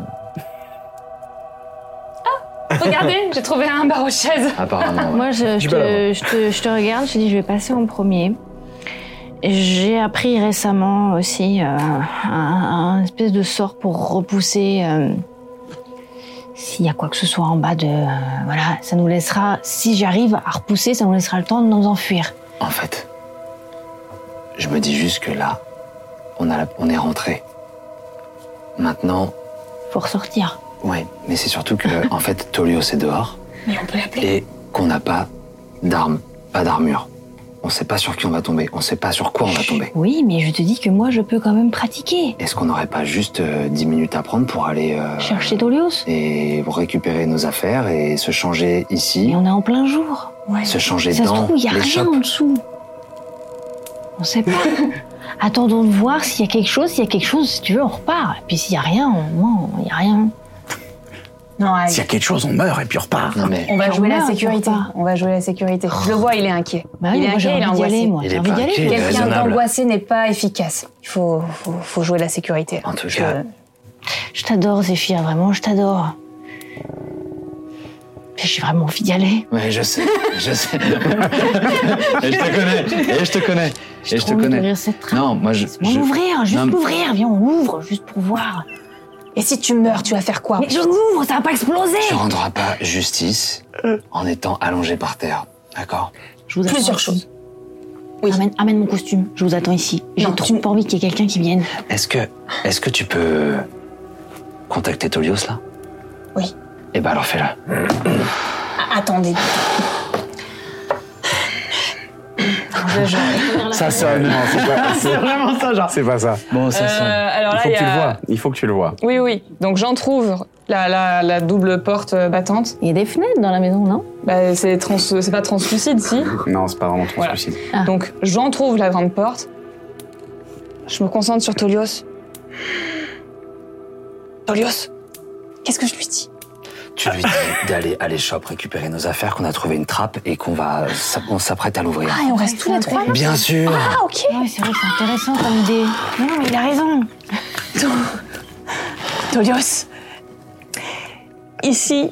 Speaker 4: Ah,
Speaker 13: Regardez, j'ai trouvé un bar aux chaises.
Speaker 2: Apparemment.
Speaker 4: Moi, je, je
Speaker 2: Tu peux
Speaker 4: te, je te- je te regarde, je te dis, je vais passer en premier. J'ai appris récemment aussi euh, un, un espèce de sort pour repousser euh, s'il y a quoi que ce soit en bas de. euh, voilà, ça nous laissera, si j'arrive à repousser, ça nous laissera le temps de nous enfuir.
Speaker 2: En fait, je me dis juste que là, on, a la- on est rentré. Maintenant,
Speaker 4: Faut ressortir.
Speaker 2: ouais, mais c'est surtout que, en fait, Tolios est dehors
Speaker 13: Mais on peut l'appeler.
Speaker 2: et qu'on n'a pas d'armes, pas d'armure. On sait pas sur qui on va tomber, on sait pas sur quoi on va tomber.
Speaker 4: Oui, mais je te dis que moi, je peux quand même pratiquer.
Speaker 2: Est-ce qu'on n'aurait pas juste euh, 10 minutes à prendre pour aller euh,
Speaker 4: Chercher Dolios.
Speaker 2: et récupérer nos affaires et se changer ici,
Speaker 4: Et on est en plein jour.
Speaker 2: se changer
Speaker 4: Ça se
Speaker 2: dans
Speaker 4: trouve, il n'y a
Speaker 2: les
Speaker 4: rien
Speaker 2: shops
Speaker 4: en dessous. On sait pas. Attendons de voir s'il y a quelque chose. S'il y a quelque chose, si tu veux, on repart. Et puis s'il n'y a rien, au moins, il n'y a rien.
Speaker 6: non, allez.
Speaker 1: S'il y a quelque chose, on meurt et puis on repart.
Speaker 2: Non mais
Speaker 6: on va
Speaker 4: Puis on
Speaker 6: jouer la
Speaker 4: meurt,
Speaker 6: sécurité.
Speaker 4: on repart.
Speaker 6: On va jouer la sécurité. Je le vois, il est inquiet.
Speaker 4: Oh. Bah oui,
Speaker 6: il est
Speaker 4: moi, j'ai
Speaker 6: inquiet, il est
Speaker 4: envie d'y aller,
Speaker 6: angoissé.
Speaker 4: moi.
Speaker 2: Il
Speaker 4: J'ai
Speaker 2: est
Speaker 4: envie d'y
Speaker 2: pas
Speaker 4: aller.
Speaker 2: inquiet, il est
Speaker 6: Quelqu'un
Speaker 2: raisonnable.
Speaker 6: d'angoissé n'est pas efficace. Il faut, faut, faut jouer la sécurité.
Speaker 2: En tout cas,
Speaker 4: Je t'adore, Zéphir, vraiment, je t'adore. J'ai vraiment envie d'y aller.
Speaker 2: Ouais, je sais, je sais. et je te connais, et je te connais, et je te
Speaker 4: Trop envie
Speaker 2: connais.
Speaker 4: d'ouvrir cette trappe.
Speaker 2: Non, moi je.
Speaker 4: On
Speaker 2: je-
Speaker 8: hein,
Speaker 4: l'ouvrir, juste
Speaker 2: Non, mais-
Speaker 4: l'ouvrir. Viens, on l'ouvre, juste pour voir.
Speaker 6: Et si tu meurs, tu vas faire quoi
Speaker 4: Mais je l'ouvre, ça va pas exploser.
Speaker 2: Tu rendras pas justice
Speaker 13: Euh.
Speaker 2: en étant allongé par terre, d'accord
Speaker 4: Je vous attends
Speaker 6: Plusieurs
Speaker 4: ici.
Speaker 6: choses.
Speaker 4: Amène, amène mon costume, je vous attends ici. J'ai
Speaker 6: Non,
Speaker 4: trop
Speaker 6: tu-
Speaker 4: envie qu'il y ait quelqu'un qui vienne.
Speaker 2: Est-ce que, est-ce que tu peux contacter Tolios là
Speaker 6: Oui.
Speaker 2: Eh ben alors fais-le.
Speaker 6: Ah, Attendez.
Speaker 1: Ça sonne. Non, c'est pas- c'est vraiment ça, genre. C'est pas ça.
Speaker 2: Bon, ça sonne.
Speaker 6: Euh, alors
Speaker 1: Il
Speaker 6: là,
Speaker 1: faut
Speaker 6: il
Speaker 1: que
Speaker 6: y
Speaker 1: tu le
Speaker 6: a...
Speaker 1: vois. Il faut que tu le vois.
Speaker 6: Oui, oui. Donc j'entrouvre la, la, la double porte euh, battante.
Speaker 11: Il y a des fenêtres dans la maison, non
Speaker 6: Bah, c'est trans... c'est pas translucide, si.
Speaker 1: Non, c'est pas vraiment
Speaker 6: Voilà.
Speaker 1: translucide.
Speaker 6: Donc j'entrouvre la grande porte. Je me concentre sur Tolios. Tolios, qu'est-ce que je lui dis
Speaker 2: Tu lui dis d'aller à l'échoppe récupérer nos affaires, qu'on a trouvé une trappe et qu'on va, on s'apprête à l'ouvrir.
Speaker 6: Ah, et on reste tous les trois là
Speaker 2: Bien sûr.
Speaker 6: Ah, ok.
Speaker 4: Ah ouais, c'est vrai que c'est intéressant comme idée. Non, non, mais il a raison.
Speaker 6: Tolios, ici.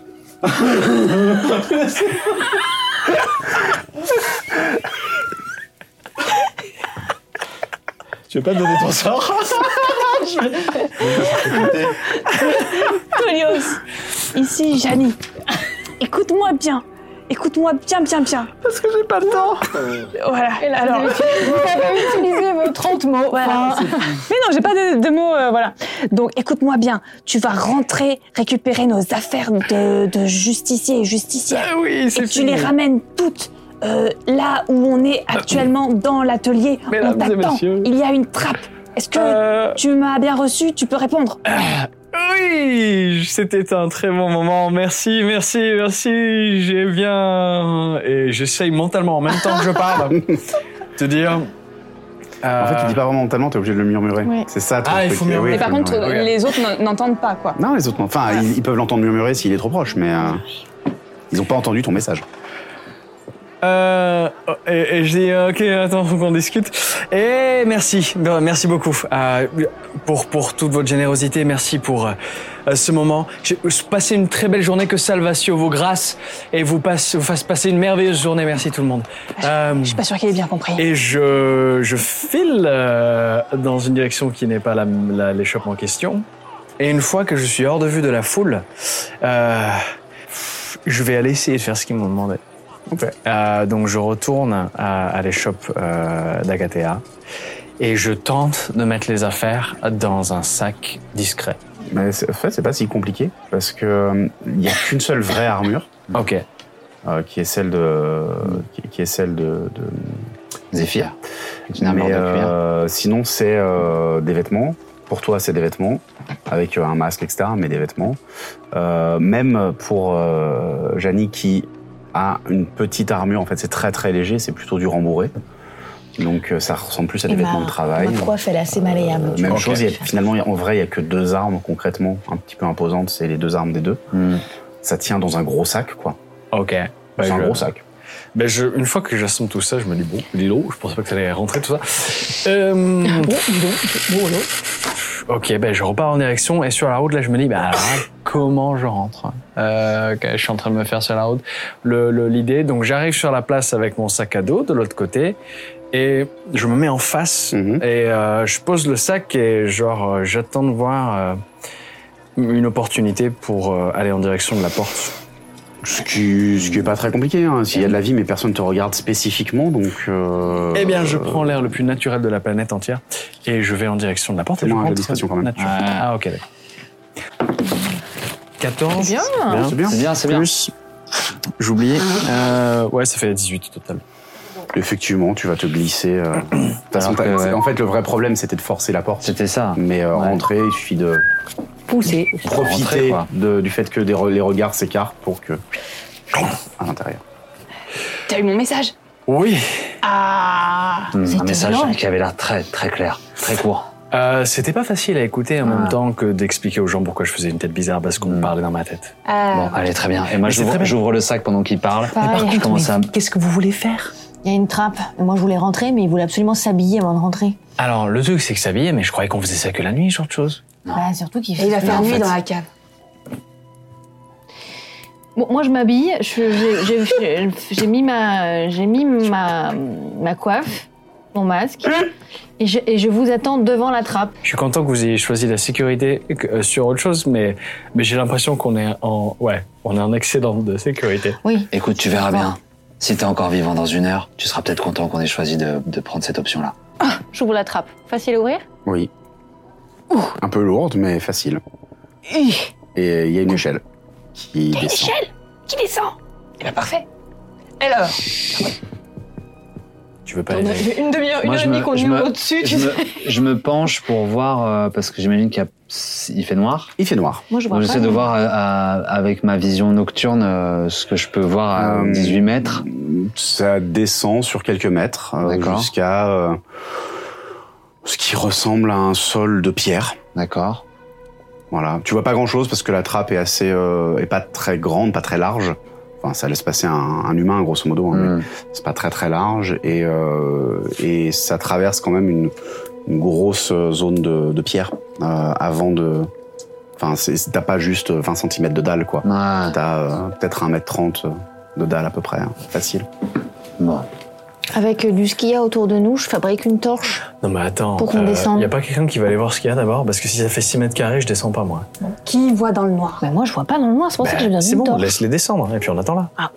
Speaker 2: Tu veux pas me donner ton sort
Speaker 13: Tolios. Ici, Janie. Écoute-moi bien. Écoute-moi bien, bien, bien.
Speaker 6: Voilà. Alors.
Speaker 11: Utilisez vos 30 mots.
Speaker 13: Voilà. Mais non, j'ai pas de, de mots, euh, voilà. Donc, écoute-moi bien. Tu vas rentrer, récupérer nos affaires de, de justiciers et justicières.
Speaker 5: oui,
Speaker 13: et tu les ramènes toutes euh, là où on est actuellement dans l'atelier. On
Speaker 5: Mesdames et Euh.
Speaker 13: t'attend.
Speaker 5: messieurs.
Speaker 6: Euh,
Speaker 13: Il y a une trappe. Est-ce que tu m'as bien reçu Tu peux répondre
Speaker 5: Oui, c'était un très bon moment. Merci, merci, merci. J'ai bien. Et j'essaye mentalement en même temps que je parle. te dire.
Speaker 1: En fait, tu dis pas vraiment mentalement, t'es obligé de le murmurer.
Speaker 6: Ouais.
Speaker 1: C'est ça. ton
Speaker 5: Ah, il
Speaker 1: truc. Eh
Speaker 5: faut
Speaker 1: Oui,
Speaker 5: murmurer.
Speaker 6: Mais par
Speaker 1: faut
Speaker 6: contre, euh,
Speaker 1: murmurer.
Speaker 6: les autres n'en- n'entendent pas, quoi.
Speaker 1: Non, les autres, non. enfin, ils, ils peuvent l'entendre murmurer s'il est trop proche, mais euh, ils n'ont pas entendu ton message.
Speaker 5: Euh, et, et je dis, euh, ok, attends, faut qu'on discute. Et merci, ben, merci beaucoup euh, pour, pour toute votre générosité, merci pour euh, ce moment. J'ai- je- Passez une très belle journée, que Salvatio vous grâce et vous, passe, vous fasse passer une merveilleuse journée, merci tout le monde. Euh,
Speaker 6: Je suis pas sûre qu'il ait bien compris.
Speaker 5: et je, je file euh, dans une direction qui n'est pas la- la- l'échoppe en question. Et une fois que je suis hors de vue de la foule, euh, je vais aller essayer de faire ce qu'ils m'ont demandé. Euh, donc je retourne à, à l'échoppe euh, d'Agathea et je tente de mettre les affaires dans un sac discret.
Speaker 1: Mais c'est- en fait, c'est pas si compliqué parce que euh, il n'y a qu'une seule vraie armure.
Speaker 5: Ok.
Speaker 1: euh, qui est celle de qui, qui est celle de, de...
Speaker 2: Zéphyr. Une armure
Speaker 1: Mais,
Speaker 2: de cuir.
Speaker 1: euh, sinon, c'est euh, des vêtements. Pour toi, c'est des vêtements avec euh, un masque, etc. Mais des vêtements. Euh, même pour euh, Jani qui a une petite armure. En fait, c'est très très léger. C'est plutôt du rembourré. Donc, euh, ça ressemble plus à des
Speaker 11: Et
Speaker 1: vêtements
Speaker 11: ma-
Speaker 1: de travail. Euh,
Speaker 11: Ma coiffe, elle est assez malléable. tu
Speaker 1: Même
Speaker 11: vois.
Speaker 1: chose, il y a- finalement, il y a- en vrai, il n'y a que deux armes concrètement, un petit peu imposantes, c'est les deux armes des deux. Ça tient dans un gros sac, quoi.
Speaker 5: Ok.
Speaker 1: Hmm. C'est un
Speaker 5: Bah, je-
Speaker 1: gros sac.
Speaker 5: Ben je, une fois que j'assomme tout ça, je me dis bon, Lilo, je pensais pas que ça allait rentrer tout ça. Euh, ok, ben je repars en direction et sur la route là, je me dis ben alors là, comment je rentre euh, ok, Je suis en train de me faire sur la route le- le- l'idée. Donc j'arrive sur la place avec mon sac à dos de l'autre côté et je me mets en face et euh, je pose le sac et genre euh, j'attends de voir. euh, une opportunité pour euh, aller en direction de la porte.
Speaker 1: Ce qui, ce qui est pas très compliqué, hein. s'il y a de la vie, mais personne te regarde spécifiquement, donc. euh,
Speaker 5: Eh bien, je prends l'air le plus naturel de la planète entière et je vais en direction de la porte. et je
Speaker 1: Fais-moi un jeu de
Speaker 5: rentre
Speaker 1: discrétion, quand même.
Speaker 5: naturel. Ah, ok. d'accord. 14.
Speaker 11: Bien.
Speaker 1: C'est bien.
Speaker 2: C'est bien, c'est bien.
Speaker 5: Plus, j'oubliais. Euh, ouais, ça fait 18 au total.
Speaker 1: Effectivement, tu vas te glisser. euh, de toute façon,
Speaker 2: Alors que,
Speaker 1: t'as-
Speaker 2: ouais.
Speaker 1: En fait, le vrai problème, c'était de forcer la porte.
Speaker 2: C'était ça.
Speaker 1: Mais euh, rentrer, il suffit de
Speaker 8: Poussé.
Speaker 1: profiter
Speaker 2: quoi.
Speaker 1: de- du fait que des re- les regards s'écartent pour que. à l'intérieur.
Speaker 6: T'as eu mon message
Speaker 5: Oui.
Speaker 6: Ah
Speaker 2: Hmm,
Speaker 6: C'est
Speaker 2: un message
Speaker 6: violent.
Speaker 2: qui avait l'air très très clair, très court. Ah.
Speaker 5: Euh, c'était pas facile à écouter en même temps que d'expliquer aux gens pourquoi je faisais une tête bizarre parce qu'on me parlait dans ma tête.
Speaker 2: Hmm. Bon, allez, très bien. Et moi,
Speaker 5: Mais c'est très
Speaker 2: j'ouvre
Speaker 5: bien.
Speaker 2: j'ouvre le sac pendant qu'il parle.
Speaker 4: Pareil. Mais Euh. par
Speaker 2: je
Speaker 4: contre,
Speaker 2: commence à.
Speaker 11: Qu'est-ce que vous voulez faire
Speaker 4: Il y a une trappe. Moi, je voulais rentrer, mais il voulait absolument s'habiller avant de rentrer.
Speaker 5: Alors, le truc, c'est que ça s'habillait, mais je croyais qu'on faisait ça que la nuit, genre de choses.
Speaker 4: Bah, surtout qu'il
Speaker 6: Et il a fait
Speaker 4: Non, en
Speaker 6: nuit
Speaker 4: fait.
Speaker 6: dans la cave.
Speaker 4: Bon, moi, je m'habille. je- j'ai- j'ai- J'ai j'ai mis ma, j'ai mis ma, ma coiffe, mon masque, et je, et je vous attends devant la trappe.
Speaker 5: Je suis content que vous ayez choisi la sécurité euh, sur autre chose, mais, mais j'ai l'impression qu'on est en. Ouais, on est en excédent de sécurité.
Speaker 4: Oui.
Speaker 2: Écoute, tu verras bien. Si t'es encore vivant dans une heure, tu seras peut-être content qu'on ait choisi de, de prendre cette option-là.
Speaker 9: J'ouvre la trappe. Facile à ouvrir
Speaker 1: Oui. Un peu lourde, mais facile. Et il y a une échelle qui
Speaker 13: Il y a une
Speaker 1: descend.
Speaker 13: échelle qui descend.
Speaker 6: Eh ben, parfait. Et là,
Speaker 5: Tu veux pas
Speaker 6: on a
Speaker 5: aller.
Speaker 6: fait une demi-heure, une
Speaker 2: Moi,
Speaker 6: heure et
Speaker 2: je me-
Speaker 6: demie qu'on
Speaker 2: je
Speaker 6: est
Speaker 2: me-
Speaker 6: au-dessus,
Speaker 2: Je
Speaker 6: tu
Speaker 2: me,
Speaker 6: sais.
Speaker 2: je me penche pour voir, euh, parce que j'imagine qu'il y a- il fait noir.
Speaker 1: Il fait noir.
Speaker 4: Moi, je vois
Speaker 2: Donc,
Speaker 4: pas.
Speaker 2: J'essaie de voir euh, à- avec ma vision nocturne euh, ce que je peux voir à
Speaker 1: Euh,
Speaker 2: 18 mètres.
Speaker 1: Ça descend sur quelques mètres euh,
Speaker 2: D'accord.
Speaker 1: jusqu'à euh, ce qui ressemble à un sol de pierre.
Speaker 2: D'accord.
Speaker 1: Voilà. Tu vois pas grand chose parce que la trappe est assez, euh, est pas très grande, pas très large. Enfin, ça laisse passer un, un humain, grosso modo. hein, mais
Speaker 2: Hmm.
Speaker 1: C'est pas très très large et euh, et ça traverse quand même une, une grosse zone de, de pierre euh, avant de. Enfin, c'est- t'as pas juste 20 cm de dalle quoi.
Speaker 2: Ah,
Speaker 1: T'as euh, peut-être 1m30 de dalle à peu près, hein. facile.
Speaker 2: bon.
Speaker 4: Avec euh, du skia autour de nous, je fabrique une torche.
Speaker 5: Non mais attends, euh,
Speaker 4: Pour qu'on descende.
Speaker 5: y a pas quelqu'un qui va aller voir ce qu'il y a d'abord Parce que si ça fait 6 mètres carrés, je descends pas moi.
Speaker 6: Qui voit dans le noir
Speaker 4: Bah, moi, je vois pas dans le noir. C'est pour ça que j'ai
Speaker 5: Bah,
Speaker 4: besoin
Speaker 5: c'est
Speaker 4: d'une
Speaker 5: bon,
Speaker 4: torche.
Speaker 5: laisse-les descendre hein, et puis on attend là.
Speaker 2: Ah.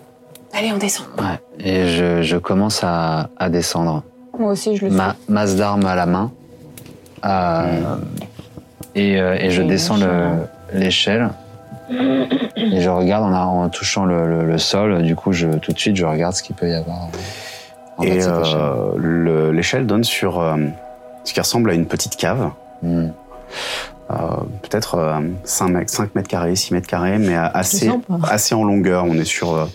Speaker 6: Allez, on descend.
Speaker 2: Ouais. Et je, je commence à, à descendre.
Speaker 6: Moi aussi, je le
Speaker 2: Ma masse d'armes à la main. Euh, et, euh, et je
Speaker 4: Ah. Et
Speaker 2: descends le- l'échelle. Et je regarde en, a- en touchant le, le- le sol. Du coup, je, tout de suite, je regarde ce qu'il peut y avoir. en bas de
Speaker 1: Et
Speaker 2: cette
Speaker 1: euh,
Speaker 2: échelle.
Speaker 1: le- l'échelle donne sur euh, ce qui ressemble à une petite cave.
Speaker 2: Hmm.
Speaker 1: euh, peut-être euh, 5, mè- 5 mètres carrés, 6 mètres carrés, mais euh, assez,
Speaker 11: sympa.
Speaker 1: assez en longueur. On est sur, euh,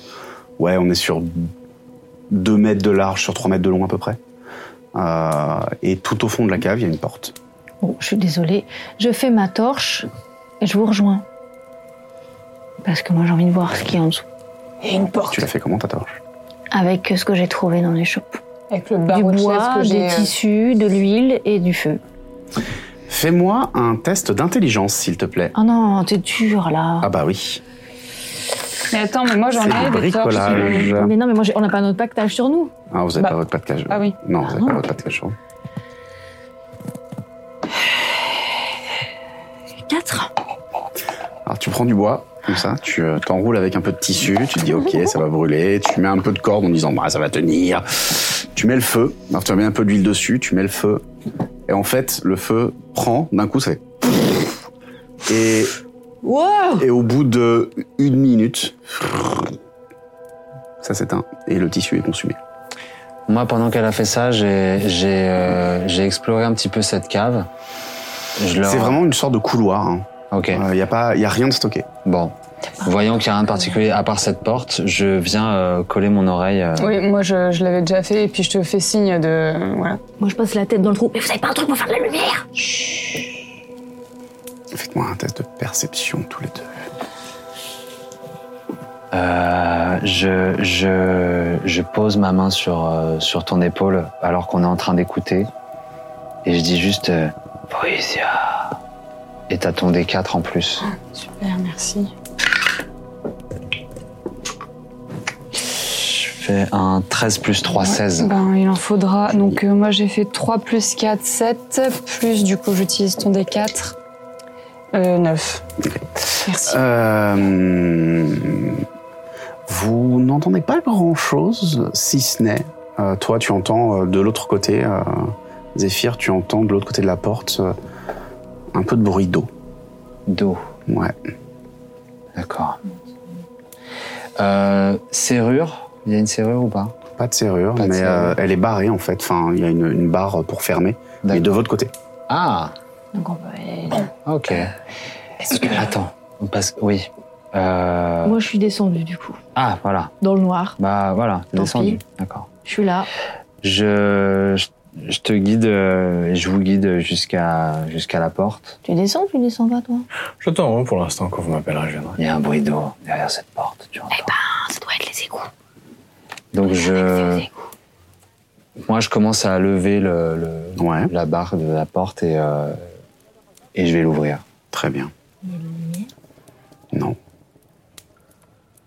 Speaker 1: ouais, on est sur 2 mètres de large, sur 3 mètres de long à peu près. Euh, et tout au fond de la cave, il y a une porte.
Speaker 4: Bon, je suis désolée. Je fais ma torche et je vous rejoins. Parce que moi, j'ai envie de voir ce qu'il y a en dessous.
Speaker 6: Il y a une porte.
Speaker 1: Tu l'as fait comment ta torche
Speaker 4: Avec euh, ce que j'ai trouvé dans les shops.
Speaker 6: Avec le
Speaker 4: Du
Speaker 6: barreau de chaise
Speaker 4: bois,
Speaker 6: que
Speaker 4: des
Speaker 6: j'ai. euh,
Speaker 4: tissus, de l'huile et du feu.
Speaker 1: Fais-moi un test d'intelligence, s'il te plaît.
Speaker 4: Oh non, t'es dur là.
Speaker 1: Ah bah oui.
Speaker 6: Mais attends, mais moi j'en
Speaker 1: C'est du
Speaker 6: ai des torches. euh,
Speaker 1: bricolage.
Speaker 11: Mais non, mais moi, j'ai- on n'a pas notre pactage sur nous.
Speaker 1: Ah, vous n'avez
Speaker 6: Bah.
Speaker 1: pas votre patte cachée.
Speaker 6: Ah oui.
Speaker 1: Non, vous n'avez
Speaker 11: Ah
Speaker 1: pas
Speaker 11: non.
Speaker 1: votre patte cachée.
Speaker 9: 4
Speaker 1: Alors tu prends du bois, comme ça, tu euh, t'enroules avec un peu de tissu, tu te dis ok, ça va brûler, tu mets un peu de corde en disant bah ça va tenir, tu mets le feu, alors tu mets un peu d'huile dessus, tu mets le feu, et en fait le feu prend, d'un coup ça fait... Et, et au bout de une minute, ça s'éteint et le tissu est consumé.
Speaker 2: Moi, pendant qu'elle a fait ça, j'ai j'ai, euh, j'ai exploré un petit peu cette cave. Je leur-
Speaker 1: C'est vraiment une sorte de couloir, il
Speaker 2: Ok.
Speaker 1: hein. n'y a pas, y a rien de stocké.
Speaker 2: Bon. Voyant qu'il n'y a rien de particulier à part cette porte, je viens euh, coller mon oreille. euh,
Speaker 6: Oui, moi je, je l'avais déjà fait et puis je te fais signe de. Voilà.
Speaker 11: Moi, je passe la tête dans le trou.
Speaker 9: Mais vous avez pas un truc pour faire de la lumière
Speaker 1: Faites-moi un test de perception tous les deux.
Speaker 2: Euh, je, je, je pose ma main sur, euh, sur ton épaule alors qu'on est en train d'écouter. Et je dis juste euh, Poésia. Et t'as ton D4 en plus.
Speaker 6: Super, merci.
Speaker 2: Je fais un 13 plus 3, 16.
Speaker 6: Ben, il en faudra. Donc euh, moi j'ai fait 3 plus 4, 7. Plus du coup j'utilise ton D4. Euh, 9. Merci.
Speaker 1: Euh, vous n'entendez pas grand-chose, si ce n'est, euh, toi tu entends euh, de l'autre côté, euh, Zéphyr, tu entends de l'autre côté de la porte euh, un peu de bruit d'eau.
Speaker 2: Dos.
Speaker 1: Ouais.
Speaker 2: D'accord. Euh, serrure. Il y a une serrure ou pas
Speaker 1: Pas de serrure,
Speaker 2: Pas de
Speaker 1: mais euh,
Speaker 2: serrure.
Speaker 1: elle est barrée en fait. Enfin, il y a une, une barre pour fermer, mais de
Speaker 2: D'accord.
Speaker 1: votre côté.
Speaker 2: Ah
Speaker 4: Donc on peut aller-
Speaker 2: Ok. Attends. on passe- Oui. Euh,
Speaker 11: Moi, je suis descendue, du coup.
Speaker 2: Ah, voilà.
Speaker 11: Dans le noir.
Speaker 2: Bah voilà, t'es
Speaker 11: Tant
Speaker 2: descendu.
Speaker 11: pis.
Speaker 2: D'accord.
Speaker 11: Je suis là.
Speaker 2: Je, je, je te guide, euh, je vous guide jusqu'à jusqu'à la porte.
Speaker 4: Tu descends ou tu descends pas, toi
Speaker 5: J'attends hein, pour l'instant quand vous m'appellerez, je viendrai.
Speaker 2: Il y a un bruit d'eau derrière cette porte, tu entends.
Speaker 9: Ah, Ça doit être les égouts.
Speaker 2: Donc je, moi je commence à lever le, le-
Speaker 1: Ouais.
Speaker 2: la barre de la porte et euh, et je vais l'ouvrir.
Speaker 1: Très bien. Non.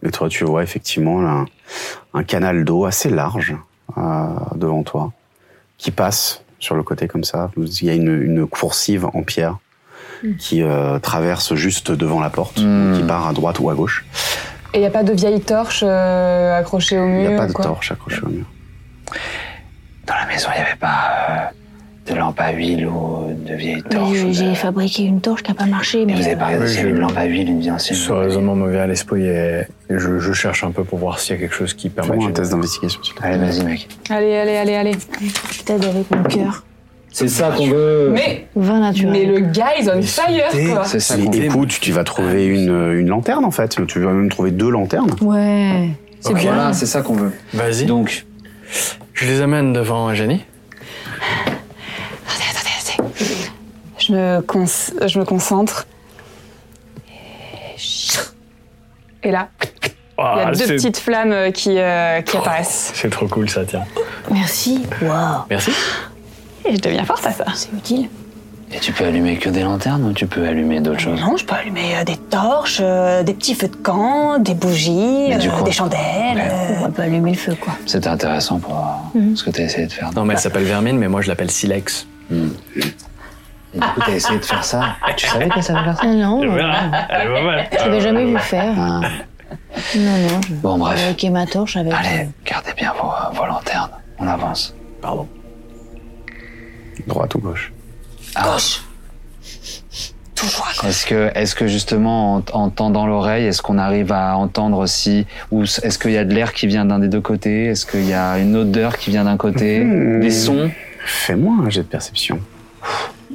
Speaker 1: Et toi, tu vois effectivement là, un, un canal d'eau assez large euh, devant toi qui passe sur le côté comme ça. Il y a une, une coursive en pierre
Speaker 6: Mm.
Speaker 1: qui euh, traverse juste devant la porte,
Speaker 2: Mm.
Speaker 1: qui part à droite ou à gauche.
Speaker 6: Et il n'y a pas de vieille torche euh, accrochée au
Speaker 1: Il
Speaker 6: mur
Speaker 1: n'y a pas de
Speaker 6: quoi
Speaker 1: torche accrochée au mur.
Speaker 2: Dans la maison, il n'y avait pas euh, de lampe à huile ou de vieille torche. ou
Speaker 4: Oui,
Speaker 2: de-
Speaker 4: J'ai fabriqué une torche qui n'a pas marché,
Speaker 2: Et
Speaker 4: mais
Speaker 2: vous avez pas regardé
Speaker 5: Oui,
Speaker 2: s'il y
Speaker 5: je-
Speaker 2: avait une lampe à huile, une bien
Speaker 5: Ce raisonnement me vient à l'esprit et je, je cherche un peu pour voir s'il y a quelque chose qui permet.
Speaker 1: Fais-moi un
Speaker 5: de-
Speaker 1: test d'investigation. s'il te plaît.
Speaker 2: Allez, vas-y, mec.
Speaker 6: Allez, allez, allez, allez.
Speaker 4: je t'aide avec mon cœur.
Speaker 5: C'est ça qu'on veut.
Speaker 6: Mais,
Speaker 4: 20 naturel.
Speaker 6: mais le gars, il est on fire, quoi.
Speaker 2: C'est ça
Speaker 1: Mais
Speaker 2: qu'on Ah, veut.
Speaker 1: écoute, tu vas trouver une, une lanterne en fait. Tu vas même trouver deux lanternes.
Speaker 11: Ouais. C'est
Speaker 5: Ok.
Speaker 11: bien.
Speaker 2: Voilà, c'est ça qu'on veut.
Speaker 5: Vas-y.
Speaker 2: Donc,
Speaker 5: Je les amène devant Jenny.
Speaker 6: Attendez, attendez, attendez. Je me, cons- je me concentre. Et chut. Et là, il y a
Speaker 5: Ah,
Speaker 6: deux
Speaker 5: c'est- Oh.
Speaker 6: petites flammes euh, qui, euh, qui apparaissent.
Speaker 5: C'est trop cool ça, tiens.
Speaker 4: Merci. Waouh.
Speaker 5: Merci.
Speaker 6: Et je deviens forte à ça.
Speaker 4: C'est utile.
Speaker 2: et tu peux allumer que des lanternes ou tu peux allumer
Speaker 1: Ah,
Speaker 2: d'autres choses
Speaker 8: Non, je peux allumer euh, des torches, euh, des petits feux de camp, des bougies,
Speaker 2: Mais du
Speaker 8: euh,
Speaker 2: coup-
Speaker 8: des chandelles. euh,
Speaker 4: On peut allumer le feu, quoi.
Speaker 2: C'était intéressant pour euh,
Speaker 1: Mhm.
Speaker 2: ce que tu as essayé de
Speaker 1: Ah,
Speaker 2: faire.
Speaker 5: Non, mais elle s'appelle Vermine, mais moi je l'appelle Silex.
Speaker 2: Et du coup,
Speaker 1: ah,
Speaker 2: tu as essayé de faire ça. Tu savais que ça allait faire ça
Speaker 4: Ah non, je
Speaker 5: Elle
Speaker 2: bah
Speaker 5: est pas mal.
Speaker 4: n'avais jamais vu faire.
Speaker 2: Ah.
Speaker 4: Non, non. je-
Speaker 2: Bon, bref.
Speaker 4: Avec ma torche, avec.
Speaker 2: Allez, gardez bien vos, euh, vos lanternes. On avance.
Speaker 5: Pardon.
Speaker 1: Droite ou gauche
Speaker 2: Gauche Toujours à gauche. Est-ce que, est que justement, en, en tendant l'oreille, est-ce qu'on arrive à entendre si. Ou s- est-ce qu'il y a de l'air qui vient d'un des deux côtés Est-ce qu'il y a une odeur qui vient d'un côté
Speaker 1: Mhm.
Speaker 2: Des sons
Speaker 1: Fais-moi un jet de perception.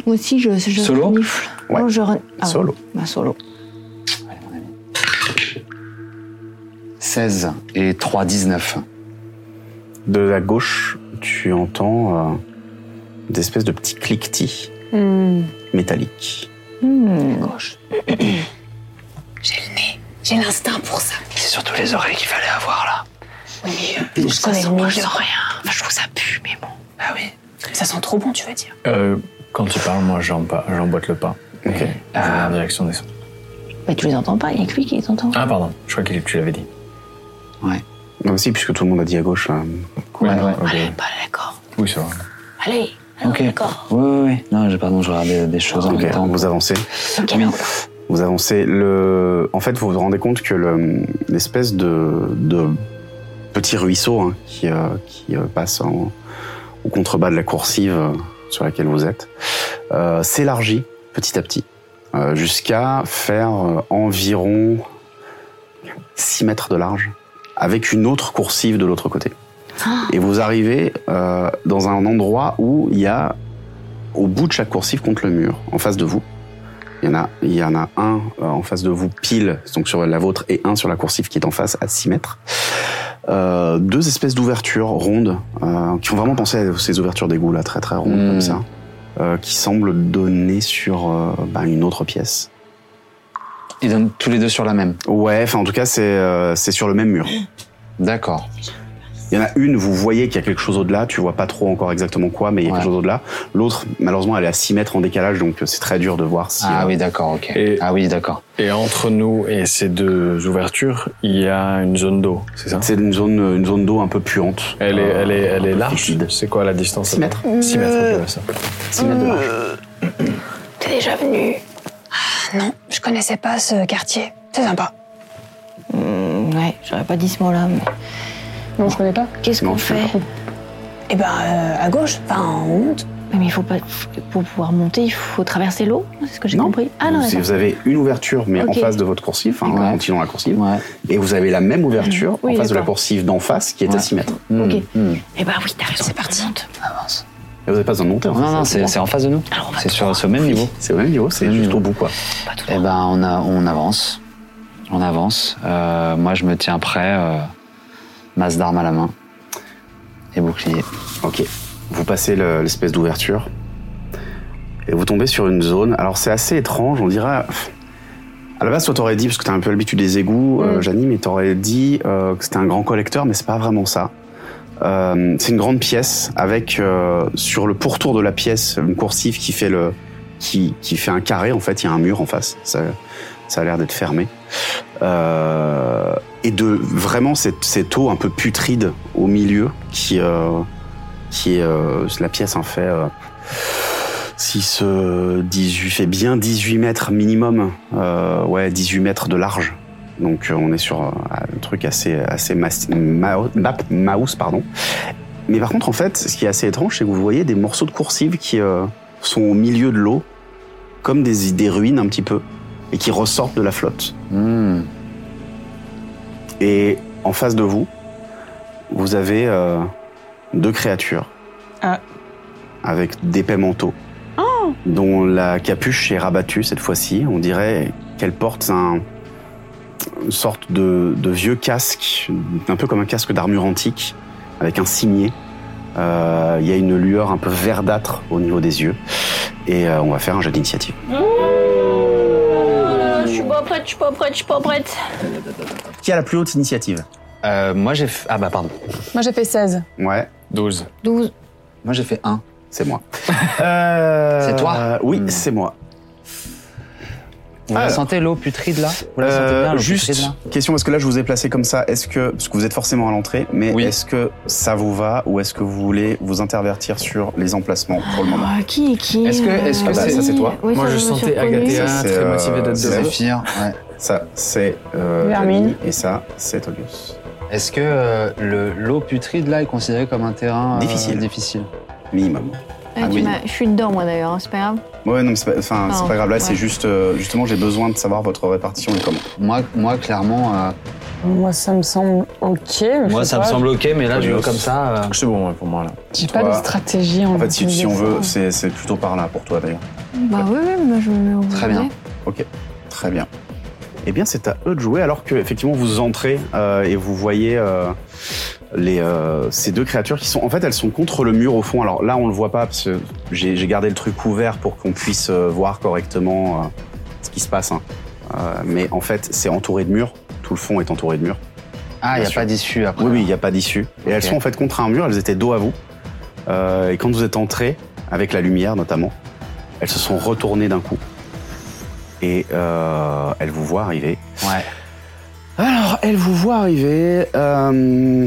Speaker 4: Moi aussi, je. je
Speaker 2: Solo
Speaker 4: renifle.
Speaker 1: Ouais.
Speaker 4: Oh, je re- Ah,
Speaker 1: Solo.
Speaker 4: bah, solo.
Speaker 14: 16 et 3, 19.
Speaker 1: De la gauche, tu entends euh, des espèces de petits cliquetis métalliques.
Speaker 6: Gauche.
Speaker 13: J'ai le nez, j'ai l'instinct pour ça.
Speaker 2: C'est surtout les oreilles qu'il fallait avoir là.
Speaker 13: Oui,
Speaker 2: Mais
Speaker 13: je
Speaker 2: ça
Speaker 13: connais
Speaker 2: sent-
Speaker 13: le milieu.
Speaker 2: moi, je sens
Speaker 13: rien. Enfin, je trouve ça pue, mais bon. Ah oui. Ça sent trop bon, tu veux dire.
Speaker 5: Euh, quand tu parles, moi, j'en- j'emboîte le pas. Ok.
Speaker 14: Ah.
Speaker 5: la direction des sons.
Speaker 4: Mais tu les entends pas, il n'y a que lui qui les entend.
Speaker 5: Ah, pardon, je crois que tu l'avais dit.
Speaker 14: Ouais.
Speaker 1: Non, mais si, puisque tout le monde a dit à gauche. Là.
Speaker 14: Ouais, ouais. Bah,
Speaker 4: D'accord.
Speaker 5: Oui, c'est vrai.
Speaker 4: Allez,
Speaker 14: Ok. Oui, oui, oui. Non, j'ai- pardon, je regardais des choses en
Speaker 1: Ok,
Speaker 14: même temps.
Speaker 1: euh, vous avancez.
Speaker 14: Oui.
Speaker 1: Vous avancez. Le... En fait, vous vous rendez compte que le- l'espèce de, de petit ruisseau hein, qui, euh, qui, euh, passe en- au contrebas de la coursive euh, sur laquelle vous êtes euh, s'élargit petit à petit euh, jusqu'à faire euh, environ 6 mètres de large avec une autre coursive de l'autre côté. Et vous arrivez euh, dans un endroit où il y a, au bout de chaque coursive contre le mur, en face de vous, il y en a, il y en a un euh, en face de vous pile, donc sur la vôtre, et un sur la coursive qui est en face à 6 mètres. Euh, deux espèces d'ouvertures rondes euh, qui ont vraiment pensé à ces ouvertures d'égout là, très très rondes comme ça, euh, qui semblent donner sur euh, bah, une autre pièce.
Speaker 14: Ils donnent tous les deux sur la même.
Speaker 1: Ouais, enfin en tout cas c'est euh, c'est sur le même mur.
Speaker 14: D'accord.
Speaker 1: Il y en a une, vous voyez qu'il y a quelque chose au-delà, tu vois pas trop encore exactement quoi, mais il y a quelque chose au-delà. L'autre, malheureusement, elle est à 6 mètres en décalage, donc euh, c'est très dur de voir si...
Speaker 14: Ah oui, d'accord, ok. ah oui, d'accord.
Speaker 5: Et entre nous et ces deux ouvertures, il y a une zone d'eau, c'est ça
Speaker 1: C'est une zone, euh, une zone d'eau un peu puante. Euh,
Speaker 5: Elle est, elle est, elle est large. C'est quoi la distance 6
Speaker 1: mètres.
Speaker 5: 6 mètres, ok, ouais, ça.
Speaker 13: T'es déjà venu Ah non, je connaissais pas ce quartier. C'est sympa.
Speaker 4: Hmm, ouais, j'aurais pas dit ce mot-là, mais.
Speaker 6: Non, je connais pas.
Speaker 4: Qu'est-ce qu'on fait
Speaker 13: Eh ben, euh, à gauche, enfin, on monte.
Speaker 4: Mais il faut pas. Pour pouvoir monter, il faut traverser l'eau, c'est ce que j'ai compris. Ah non,
Speaker 1: Si
Speaker 4: d'accord.
Speaker 1: vous avez une ouverture, mais
Speaker 4: Ok.
Speaker 1: en face de votre coursive, enfin, en continuant la coursive, et vous avez la même ouverture
Speaker 4: Oui,
Speaker 1: en face de la
Speaker 4: d'accord.
Speaker 1: coursive d'en face qui est à 6 mètres.
Speaker 4: Ok.
Speaker 14: Hmm.
Speaker 4: Eh ben oui, t'as raison. C'est parti. Avance.
Speaker 1: Et vous n'avez pas besoin de monter.
Speaker 14: Non, non, c'est c'est en face de nous. C'est sur ce même niveau.
Speaker 1: C'est au même niveau, c'est juste au bout, quoi.
Speaker 14: Eh ben, on, a- on avance. On avance. Euh, moi, je me tiens prêt, euh, masse d'armes à la main et bouclier.
Speaker 1: Ok. Vous passez le- l'espèce d'ouverture et vous tombez sur une zone. Alors c'est assez étrange, on dirait. À la base, toi t'aurais dit, parce que t'as un peu l'habitude des égouts, euh, Janie, mais t'aurais dit euh, que c'était un grand collecteur, mais c'est pas vraiment ça. Euh, c'est une grande pièce avec euh, sur le pourtour de la pièce une coursive qui fait le qui, qui fait un carré en fait. Il y a un mur en face. Ça, ça a l'air d'être fermé. Euh, et de vraiment cette, cette eau un peu putride au milieu qui euh, qui est euh, la pièce en fait euh, 6 euh, 18 fait bien 18 mètres minimum euh, ouais 18 mètres de large donc euh, on est sur euh, un truc assez assez massi- mao- map- mouse pardon mais par contre en fait ce qui est assez étrange c'est que vous voyez des morceaux de coursives qui euh, sont au milieu de l'eau comme des, des ruines un petit peu et qui ressortent de la flotte
Speaker 14: Hmm.
Speaker 1: et en face de vous vous avez euh, deux créatures
Speaker 3: Ah.
Speaker 1: avec d'épais manteaux, dont la capuche est rabattue cette fois-ci. On dirait qu'elle porte un, une sorte de, de vieux casque, un peu comme un casque d'armure antique, avec un cimier. Euh, Il y a une lueur un peu verdâtre au niveau des yeux. Et euh, on va faire un jeu d'initiative.
Speaker 9: Oh Je suis pas prête, je suis pas prête, je suis pas prête.
Speaker 1: Qui a la plus haute initiative
Speaker 2: Euh,
Speaker 14: Moi, j'ai. Ah bah, pardon.
Speaker 6: Moi, j'ai fait 16.
Speaker 1: Ouais.
Speaker 5: 12.
Speaker 6: 12.
Speaker 14: Moi, j'ai fait 1.
Speaker 1: C'est moi.
Speaker 14: C'est toi
Speaker 1: Euh, Oui, c'est moi.
Speaker 14: Vous la
Speaker 1: Alors.
Speaker 14: sentez l'eau putride là Vous la sentez
Speaker 1: Ah. Euh,
Speaker 14: bien l'eau
Speaker 1: juste
Speaker 14: putride là
Speaker 1: question parce que là je vous ai placé comme ça. Est-ce que parce que vous êtes forcément à l'entrée, mais est-ce que ça vous va ou est-ce que vous voulez vous intervertir sur les emplacements pour
Speaker 4: Oh,
Speaker 1: le moment
Speaker 4: Ah, qui est qui
Speaker 1: Est-ce que- est-ce que Ah bah, c'est- ça, c'est toi. Oui,
Speaker 5: Moi,
Speaker 1: ça,
Speaker 5: je
Speaker 1: je me suis
Speaker 5: sentais
Speaker 1: reconnue.
Speaker 5: Agathea
Speaker 1: Ça, c'est,
Speaker 5: très
Speaker 1: euh,
Speaker 5: motivée d'être
Speaker 1: c'est
Speaker 5: debout.
Speaker 1: Zéphyr,
Speaker 14: ouais.
Speaker 1: Ça c'est euh,
Speaker 14: Vermine.
Speaker 1: Annie, et ça c'est Tolius.
Speaker 14: Est-ce que euh, le- l'eau putride là est considérée comme un terrain euh,
Speaker 1: Difficile.
Speaker 14: difficile
Speaker 1: Minimum. Ah, oui.
Speaker 4: Je suis dedans, moi d'ailleurs, hein, c'est pas grave.
Speaker 1: Ouais non mais c'est pas, enfin, c'est
Speaker 4: Pardon,
Speaker 1: pas grave là
Speaker 4: ouais.
Speaker 1: c'est juste euh, justement j'ai besoin de savoir votre répartition et comment.
Speaker 14: Moi, moi clairement, euh,
Speaker 13: Moi, ça me semble ok. mais
Speaker 2: Moi,
Speaker 13: je sais
Speaker 2: ça me
Speaker 13: pas.
Speaker 2: semble ok, mais là, je
Speaker 5: Adios.
Speaker 2: comme ça. euh,
Speaker 5: C'est bon ouais, pour moi là.
Speaker 13: J'ai pas de stratégie en
Speaker 5: fait, si- si on veut,
Speaker 1: C'est c'est plutôt par là pour toi d'ailleurs.
Speaker 15: Bah oui, oui, moi je me mets au
Speaker 1: Très bien. Ok, très bien. Eh bien, c'est à eux de jouer alors que effectivement vous entrez euh, et vous voyez euh, les, euh, ces deux créatures qui sont en fait elles sont contre le mur au fond. Alors là, on le voit pas parce que j'ai j'ai gardé le truc ouvert pour qu'on puisse euh, voir correctement euh, ce qui se passe. hein. Euh, mais en fait, c'est entouré de murs. Tout le fond est entouré de murs.
Speaker 2: Ah, il n'y
Speaker 1: Bien
Speaker 2: a
Speaker 1: sûr.
Speaker 2: pas d'issue après.
Speaker 1: Oui, oui, il n'y a pas d'issue. Et elles
Speaker 2: Ok.
Speaker 1: sont en fait contre un mur, elles étaient dos à vous. Euh, et quand vous êtes entrés, avec la lumière notamment, elles se sont retournées d'un coup. Et euh, elles vous voient arriver.
Speaker 2: Ouais.
Speaker 1: Alors, elles vous voient arriver. euh,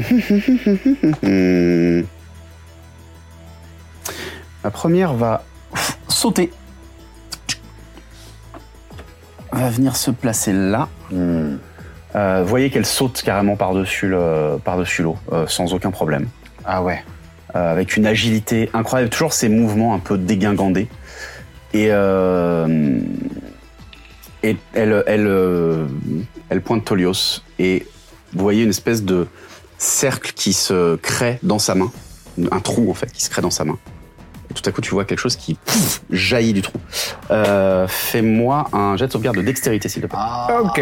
Speaker 1: La première va sauter. Va venir se placer là. Euh, vous voyez qu'elle saute carrément par-dessus le- par-dessus l'eau, euh, sans aucun problème.
Speaker 2: Ah ouais.
Speaker 1: Euh, avec une agilité incroyable, toujours ces mouvements un peu dégingandés. Et, euh, et elle, elle, euh, elle pointe Tolios et vous voyez une espèce de cercle qui se crée dans sa main, un trou en fait qui se crée dans sa main. Et tout à coup, tu vois quelque chose qui pff, jaillit du trou. Euh, Fais-moi un jet de sauvegarde de dextérité, s'il te plaît.
Speaker 5: Ok.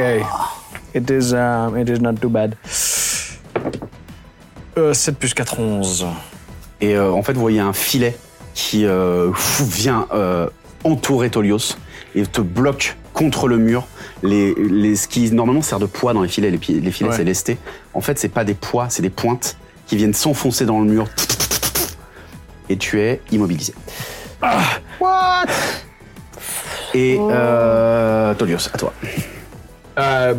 Speaker 5: It is, um, it is not too bad. Euh, 7 plus 4, 11.
Speaker 1: Et euh, en fait, vous voyez un filet qui euh, fou, vient euh, entourer Tolios et te bloque contre le mur. Les, les- ce qui normalement sert de poids dans les filets, les, pi- les filets
Speaker 5: Ouais.
Speaker 1: c'est lesté. En fait, c'est pas des poids, c'est des pointes qui viennent s'enfoncer dans le mur. Et tu es immobilisé.
Speaker 5: Ah.
Speaker 16: What
Speaker 1: Et
Speaker 5: Oh.
Speaker 1: euh, Tolios, à toi.
Speaker 5: Euh,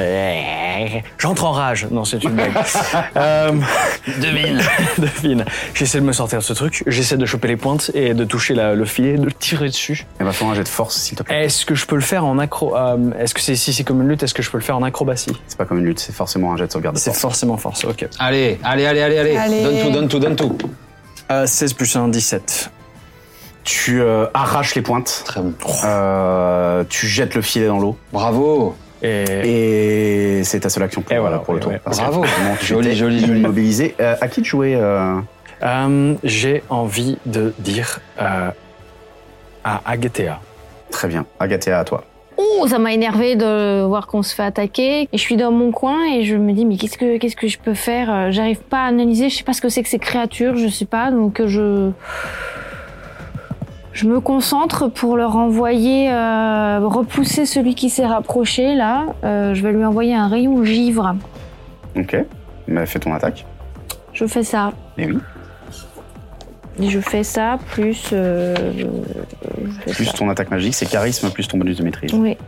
Speaker 5: bah, J'entre en rage. Non, c'est une blague. euh, devine. devine. J'essaie de me sortir de ce truc. J'essaie de choper les pointes et de toucher la- le filet, de le tirer dessus.
Speaker 1: Et va faire un jet de force, s'il te
Speaker 5: plaît. Est-ce que je peux le faire en acro. euh, est-ce que c'est, si c'est comme une lutte, est-ce que je peux le faire en acrobatie
Speaker 1: C'est pas comme une lutte, c'est forcément un jet de sauvegarde.
Speaker 5: C'est forcément force, ok.
Speaker 2: Allez, allez, allez, allez, allez.
Speaker 5: Allez.
Speaker 2: Donne tout, donne tout, donne tout.
Speaker 5: Euh, 16 plus 1, 17.
Speaker 1: Tu euh, arraches les pointes. Euh,
Speaker 2: Très bon.
Speaker 1: tu jettes le filet dans l'eau.
Speaker 2: Bravo.
Speaker 1: Et, c'est ta seule action pour, voilà, pour le tour. Parce que
Speaker 5: Bravo.
Speaker 1: vraiment, tu
Speaker 5: Joli,
Speaker 1: étais
Speaker 5: joli, joli.
Speaker 1: immobilisé. Euh, à qui de jouer euh,
Speaker 5: Euh, j'ai envie de dire euh, à Agathea.
Speaker 1: Très bien. Agathea, à toi.
Speaker 4: Oh, ça m'a énervé de voir qu'on se fait attaquer. Et je suis dans mon coin et je me dis mais qu'est-ce que qu'est-ce que je peux faire Euh, J'arrive pas à analyser. Je sais pas ce que c'est que ces créatures. Je sais pas. Donc euh, je je me concentre pour leur envoyer euh, repousser celui qui s'est rapproché là. Euh, je vais lui envoyer un rayon givre.
Speaker 1: Ok. Mais fais ton attaque.
Speaker 4: Je fais ça.
Speaker 1: Et oui.
Speaker 4: Et je fais ça plus. euh, je fais
Speaker 1: Plus
Speaker 4: ça.
Speaker 1: ton attaque magique, c'est charisme plus ton bonus de maîtrise.
Speaker 4: Oui.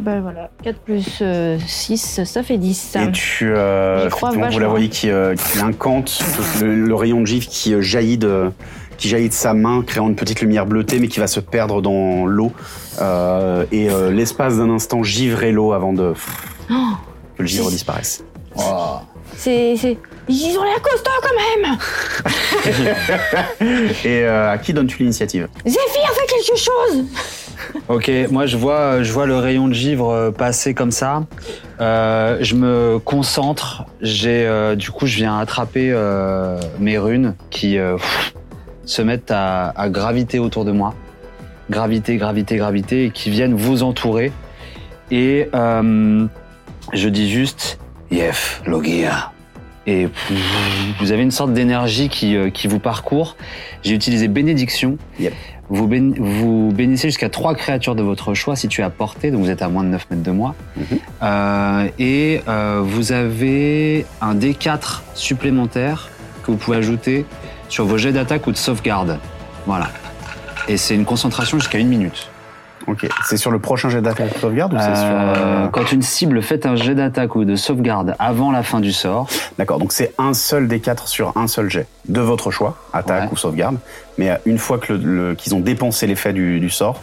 Speaker 4: Ben voilà, 4 plus 6, ça fait 10.
Speaker 1: Et tu, euh,
Speaker 4: J'y crois
Speaker 1: effectivement, vous la
Speaker 4: vachement.
Speaker 1: voyez qui, euh, qui incante le, le rayon de gif qui euh, jaillit de, qui jaillit de sa main, créant une petite lumière bleutée, mais qui va se perdre dans l'eau. Euh, et euh, l'espace d'un instant givrer l'eau avant de
Speaker 4: Oh,
Speaker 1: que le givre disparaisse.
Speaker 4: c'est, c'est- Ils ont l'air costauds quand même
Speaker 1: et euh, à qui donnes-tu l'initiative
Speaker 4: Zéphyr, fais quelque chose
Speaker 2: Ok, moi je vois, euh, je vois le rayon de givre euh, passer comme ça. Euh, je me concentre. J'ai, euh, du coup, je viens attraper euh, mes runes qui euh, pff, se mettent à, à graviter autour de moi, gravité, gravité, gravité, et qui viennent vous entourer. Et euh, je dis juste Yef, Logia. Et pff, vous avez une sorte d'énergie qui, euh, qui vous parcourt. J'ai utilisé bénédiction. Vous, bén- vous bénissez jusqu'à trois créatures de votre choix si tu es à portée, donc vous êtes à moins de 9 mètres de moi. Euh, et euh, vous avez un D4 supplémentaire que vous pouvez ajouter sur vos jets d'attaque ou de sauvegarde. Voilà. Et c'est une concentration jusqu'à une minute.
Speaker 1: Ok, c'est sur le prochain jet d'attaque de sauvegarde ou c'est sur.
Speaker 2: Euh, Quand une cible fait un jet d'attaque ou de sauvegarde avant la fin du sort.
Speaker 1: D'accord, donc c'est un seul des quatre sur un seul jet, de votre choix, attaque ou sauvegarde. Mais euh, une fois que le- le- qu'ils ont dépensé l'effet du, du sort,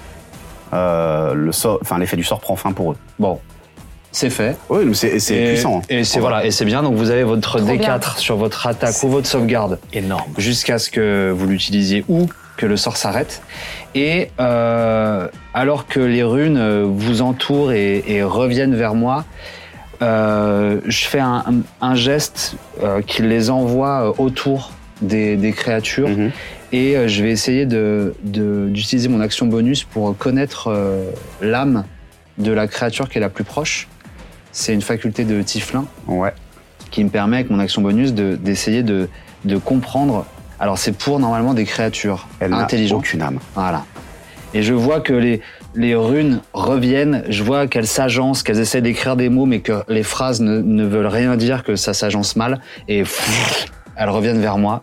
Speaker 1: euh, le sort, enfin l'effet du sort prend fin pour eux.
Speaker 2: Bon, c'est fait.
Speaker 1: Oui, mais c'est c'est
Speaker 2: Et-
Speaker 1: puissant. hein.
Speaker 2: Et c'est voilà, et c'est bien. Donc vous avez votre
Speaker 1: Trop
Speaker 2: D4
Speaker 1: bien.
Speaker 2: sur votre attaque ou votre sauvegarde.
Speaker 5: Énorme.
Speaker 2: Jusqu'à ce que vous l'utilisiez ou que le sort s'arrête. Et euh, alors que les runes euh, vous entourent et, et reviennent vers moi, euh, je fais un, un- un geste euh, qui les envoie euh, autour des, des créatures.
Speaker 1: Mhm.
Speaker 2: Et euh, je vais essayer de- de- d'utiliser mon action bonus pour connaître euh, l'âme de la créature qui est la plus proche. C'est une faculté de Tiflin qui me permet avec mon action bonus de- d'essayer de, de comprendre. Alors c'est pour normalement des créatures
Speaker 1: Elle n'a
Speaker 2: intelligentes.
Speaker 1: aucune âme.
Speaker 2: Voilà. Et je vois que les, les runes reviennent, je vois qu'elles s'agencent, qu'elles essaient d'écrire des mots, mais que les phrases ne, ne veulent rien dire, que ça s'agence mal, et pff, elles reviennent vers moi.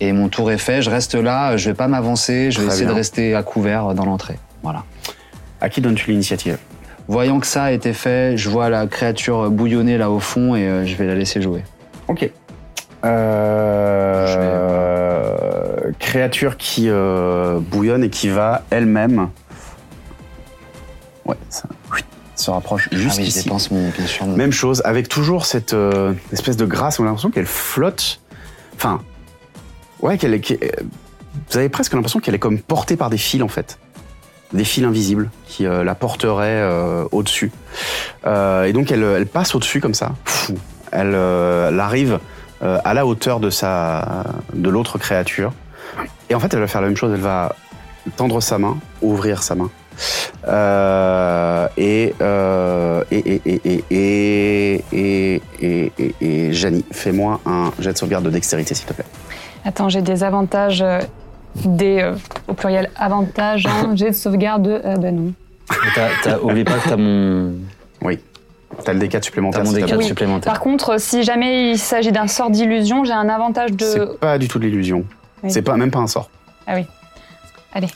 Speaker 2: Et mon tour est fait, je reste là, je vais pas m'avancer, je vais
Speaker 1: Très
Speaker 2: essayer
Speaker 1: bien.
Speaker 2: de rester à couvert dans l'entrée. Voilà.
Speaker 1: À qui donnes-tu l'initiative
Speaker 2: Voyant que ça a été fait, je vois la créature bouillonner là au fond et euh, je vais la laisser jouer.
Speaker 1: Ok. Euh, créature qui euh, bouillonne et qui va elle-même. Ouais, ça oui, se rapproche juste
Speaker 2: Ah oui, je
Speaker 1: ici.
Speaker 2: dépense mon, bien sûr, mon-
Speaker 1: Même chose, avec toujours cette euh, espèce de grâce, on a l'impression qu'elle flotte. Enfin, ouais, qu'elle est. qu'elle- vous avez presque l'impression qu'elle est comme portée par des fils en fait. Des fils invisibles qui euh, la porteraient euh, au-dessus. Euh, et donc elle, elle passe au-dessus comme ça. Pfff. Elle, euh, elle arrive euh, à la hauteur de, sa, de l'autre créature. Et en fait, elle va faire la même chose. Elle va tendre sa main, ouvrir sa main. Euh, et, euh, et, et, et, et, et, et, et, et, et, Janie, fais-moi un jet de sauvegarde de dextérité, s'il te plaît.
Speaker 13: Attends, j'ai des avantages. euh, des. euh, au pluriel, avantages. hein. j'ai de sauvegarde de. Ah bah non.
Speaker 2: T'as- t'as- Oublie pas que t'as mon.
Speaker 1: Oui. T'as le D4 supplémentaire.
Speaker 2: T'as mon
Speaker 1: si
Speaker 2: D4
Speaker 1: besoin.
Speaker 2: supplémentaire.
Speaker 13: Par contre, euh, si jamais il s'agit d'un sort d'illusion, j'ai un avantage de.
Speaker 1: C'est pas du tout de l'illusion.
Speaker 13: Oui.
Speaker 1: C'est pas, même pas un sort.
Speaker 13: Ah oui. Allez,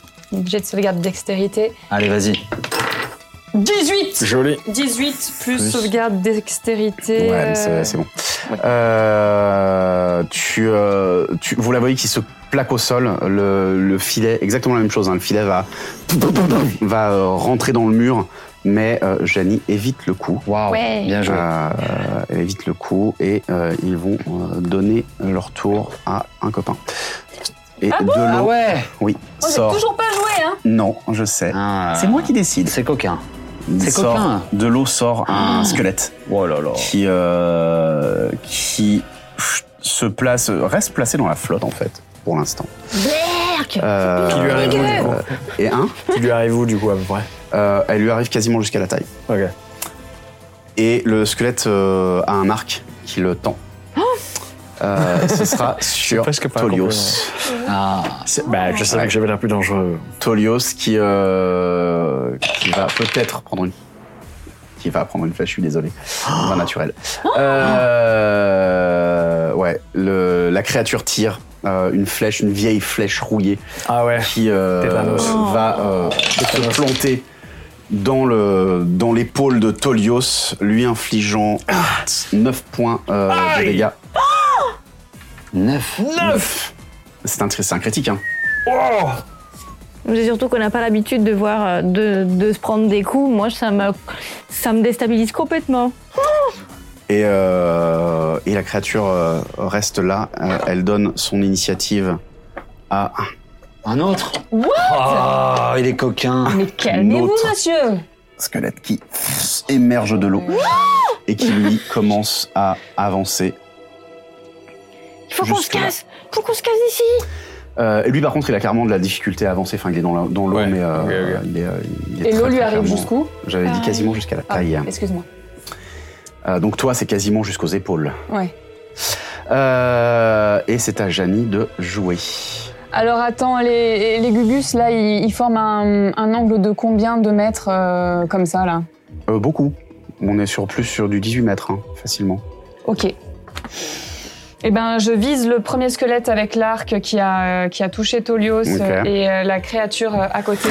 Speaker 13: j'ai de sauvegarde de dextérité.
Speaker 2: Allez, vas-y.
Speaker 13: 18
Speaker 1: Joli.
Speaker 13: 18 plus,
Speaker 1: Plus.
Speaker 13: sauvegarde dextérité.
Speaker 1: Ouais, mais c'est,
Speaker 13: euh,
Speaker 1: c'est bon. Euh, tu, euh, tu- vous la voyez qui se plaque au sol, le, le filet, exactement la même chose, hein, le filet va, va euh, rentrer dans le mur, mais euh, Janie évite le coup.
Speaker 2: Waouh,
Speaker 13: Ouais. bien joué.
Speaker 1: Euh, elle évite le coup et euh, ils vont euh, donner leur tour à un copain. Et
Speaker 13: Ah bon
Speaker 1: de l'eau-
Speaker 13: Ah ouais
Speaker 1: Oui,
Speaker 13: Oh, j'ai
Speaker 1: sort.
Speaker 13: toujours pas joué, hein
Speaker 1: Non, je sais. C'est moi qui décide.
Speaker 2: C'est coquin.
Speaker 13: Ah. C'est
Speaker 1: Sort-
Speaker 13: coquin.
Speaker 1: De l'eau sort
Speaker 5: Ah.
Speaker 1: un squelette.
Speaker 5: Oh
Speaker 1: Qui, euh, qui pff, se place, reste placé dans la flotte, en fait, pour l'instant.
Speaker 6: Berk
Speaker 1: Euh,
Speaker 5: Qui lui arrive où, du coup
Speaker 1: euh, Et un
Speaker 5: Qui lui arrive où, du coup, à peu près
Speaker 1: Euh, Elle lui arrive quasiment jusqu'à la taille. Et le squelette euh, a un arc qui le tend. Euh, ce sera sur Tolios.
Speaker 2: Ah.
Speaker 5: C'est- bah, je savais que j'avais l'air plus dangereux.
Speaker 1: Tolios qui, euh, qui va peut-être prendre une qui va prendre une flèche, je suis désolé. Pas naturel. Euh, ouais, le- la créature tire euh, une flèche, une vieille flèche rouillée
Speaker 5: Ah Eh,
Speaker 1: qui euh,
Speaker 5: Tétanos.
Speaker 1: va euh, se planter dans le dans l'épaule de Tolios, lui infligeant 9 points euh, de
Speaker 5: Aïe.
Speaker 1: dégâts.
Speaker 2: 9
Speaker 1: 9 C'est un, c'est un critique, hein.
Speaker 4: Mais C'est surtout qu'on n'a pas l'habitude de voir euh, de, de se prendre des coups. Moi, ça me, ça me déstabilise complètement.
Speaker 1: Et, euh, et la créature euh, reste là. Euh, elle donne son initiative à
Speaker 2: un autre
Speaker 1: What
Speaker 2: il est coquin.
Speaker 1: Mais
Speaker 13: Ah, Calmez-vous, monsieur
Speaker 1: Squelette qui émerge de l'eau et qui lui commence à avancer.
Speaker 4: Il faut qu'on se
Speaker 1: Jusque-là.
Speaker 4: casse Il faut qu'on se casse d'ici
Speaker 1: Euh, et lui, par contre, il a clairement de la difficulté à avancer. Enfin, il est dans la- dans l'eau, mais euh, il est, euh, il est
Speaker 13: Et
Speaker 1: très,
Speaker 13: l'eau lui
Speaker 1: très
Speaker 13: arrive
Speaker 1: clairement-
Speaker 13: jusqu'où
Speaker 1: J'avais dit
Speaker 13: Ah.
Speaker 1: quasiment jusqu'à la
Speaker 13: Ah,
Speaker 1: taille.
Speaker 13: excuse-moi.
Speaker 1: Euh, donc toi, c'est quasiment jusqu'aux épaules.
Speaker 13: Ouais.
Speaker 1: Euh, et c'est à Janie de jouer.
Speaker 13: Alors attends, les, les Gugus, là, ils, ils forment un, un angle de combien de mètres euh, comme ça, là
Speaker 1: Euh, beaucoup. On est sur plus sur du 18 mètres, hein, facilement.
Speaker 13: Ok. Eh ben, je vise le premier squelette avec l'arc qui a, euh, qui a touché Tolios
Speaker 1: Ok.
Speaker 13: euh, et euh, la créature euh, à côté.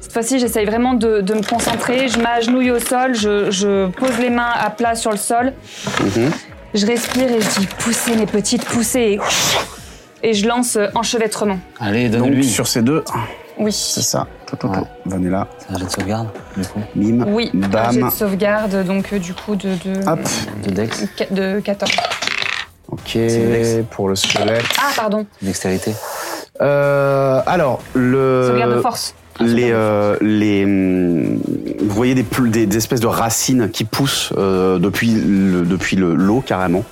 Speaker 13: Cette fois-ci, j'essaye vraiment de, de me concentrer. Je m'agenouille au sol, je, je pose les mains à plat sur le sol.
Speaker 1: Mhm.
Speaker 13: Je respire et je dis poussez mes petites, poussez. Et, et je lance euh, enchevêtrement.
Speaker 2: Allez,
Speaker 1: donne-lui. sur ces deux. hein,
Speaker 13: Oui.
Speaker 1: C'est ça. Tout, tout, tout. Venez-la.
Speaker 2: C'est un jet de sauvegarde, du coup.
Speaker 1: Mime.
Speaker 13: Oui, Ah, un jet de
Speaker 1: Bam.
Speaker 13: sauvegarde, donc euh, du coup de, de,
Speaker 1: Hop.
Speaker 2: De Dex.
Speaker 13: de 14.
Speaker 1: Ok. Pour le squelette.
Speaker 13: Ah, pardon.
Speaker 2: Dextérité.
Speaker 1: Euh, alors, le.
Speaker 13: Sauvegarde de force. Ah,
Speaker 1: Les, euh, les, hum, vous voyez des, pl- des, des espèces de racines qui poussent euh, depuis le, depuis le- l'eau carrément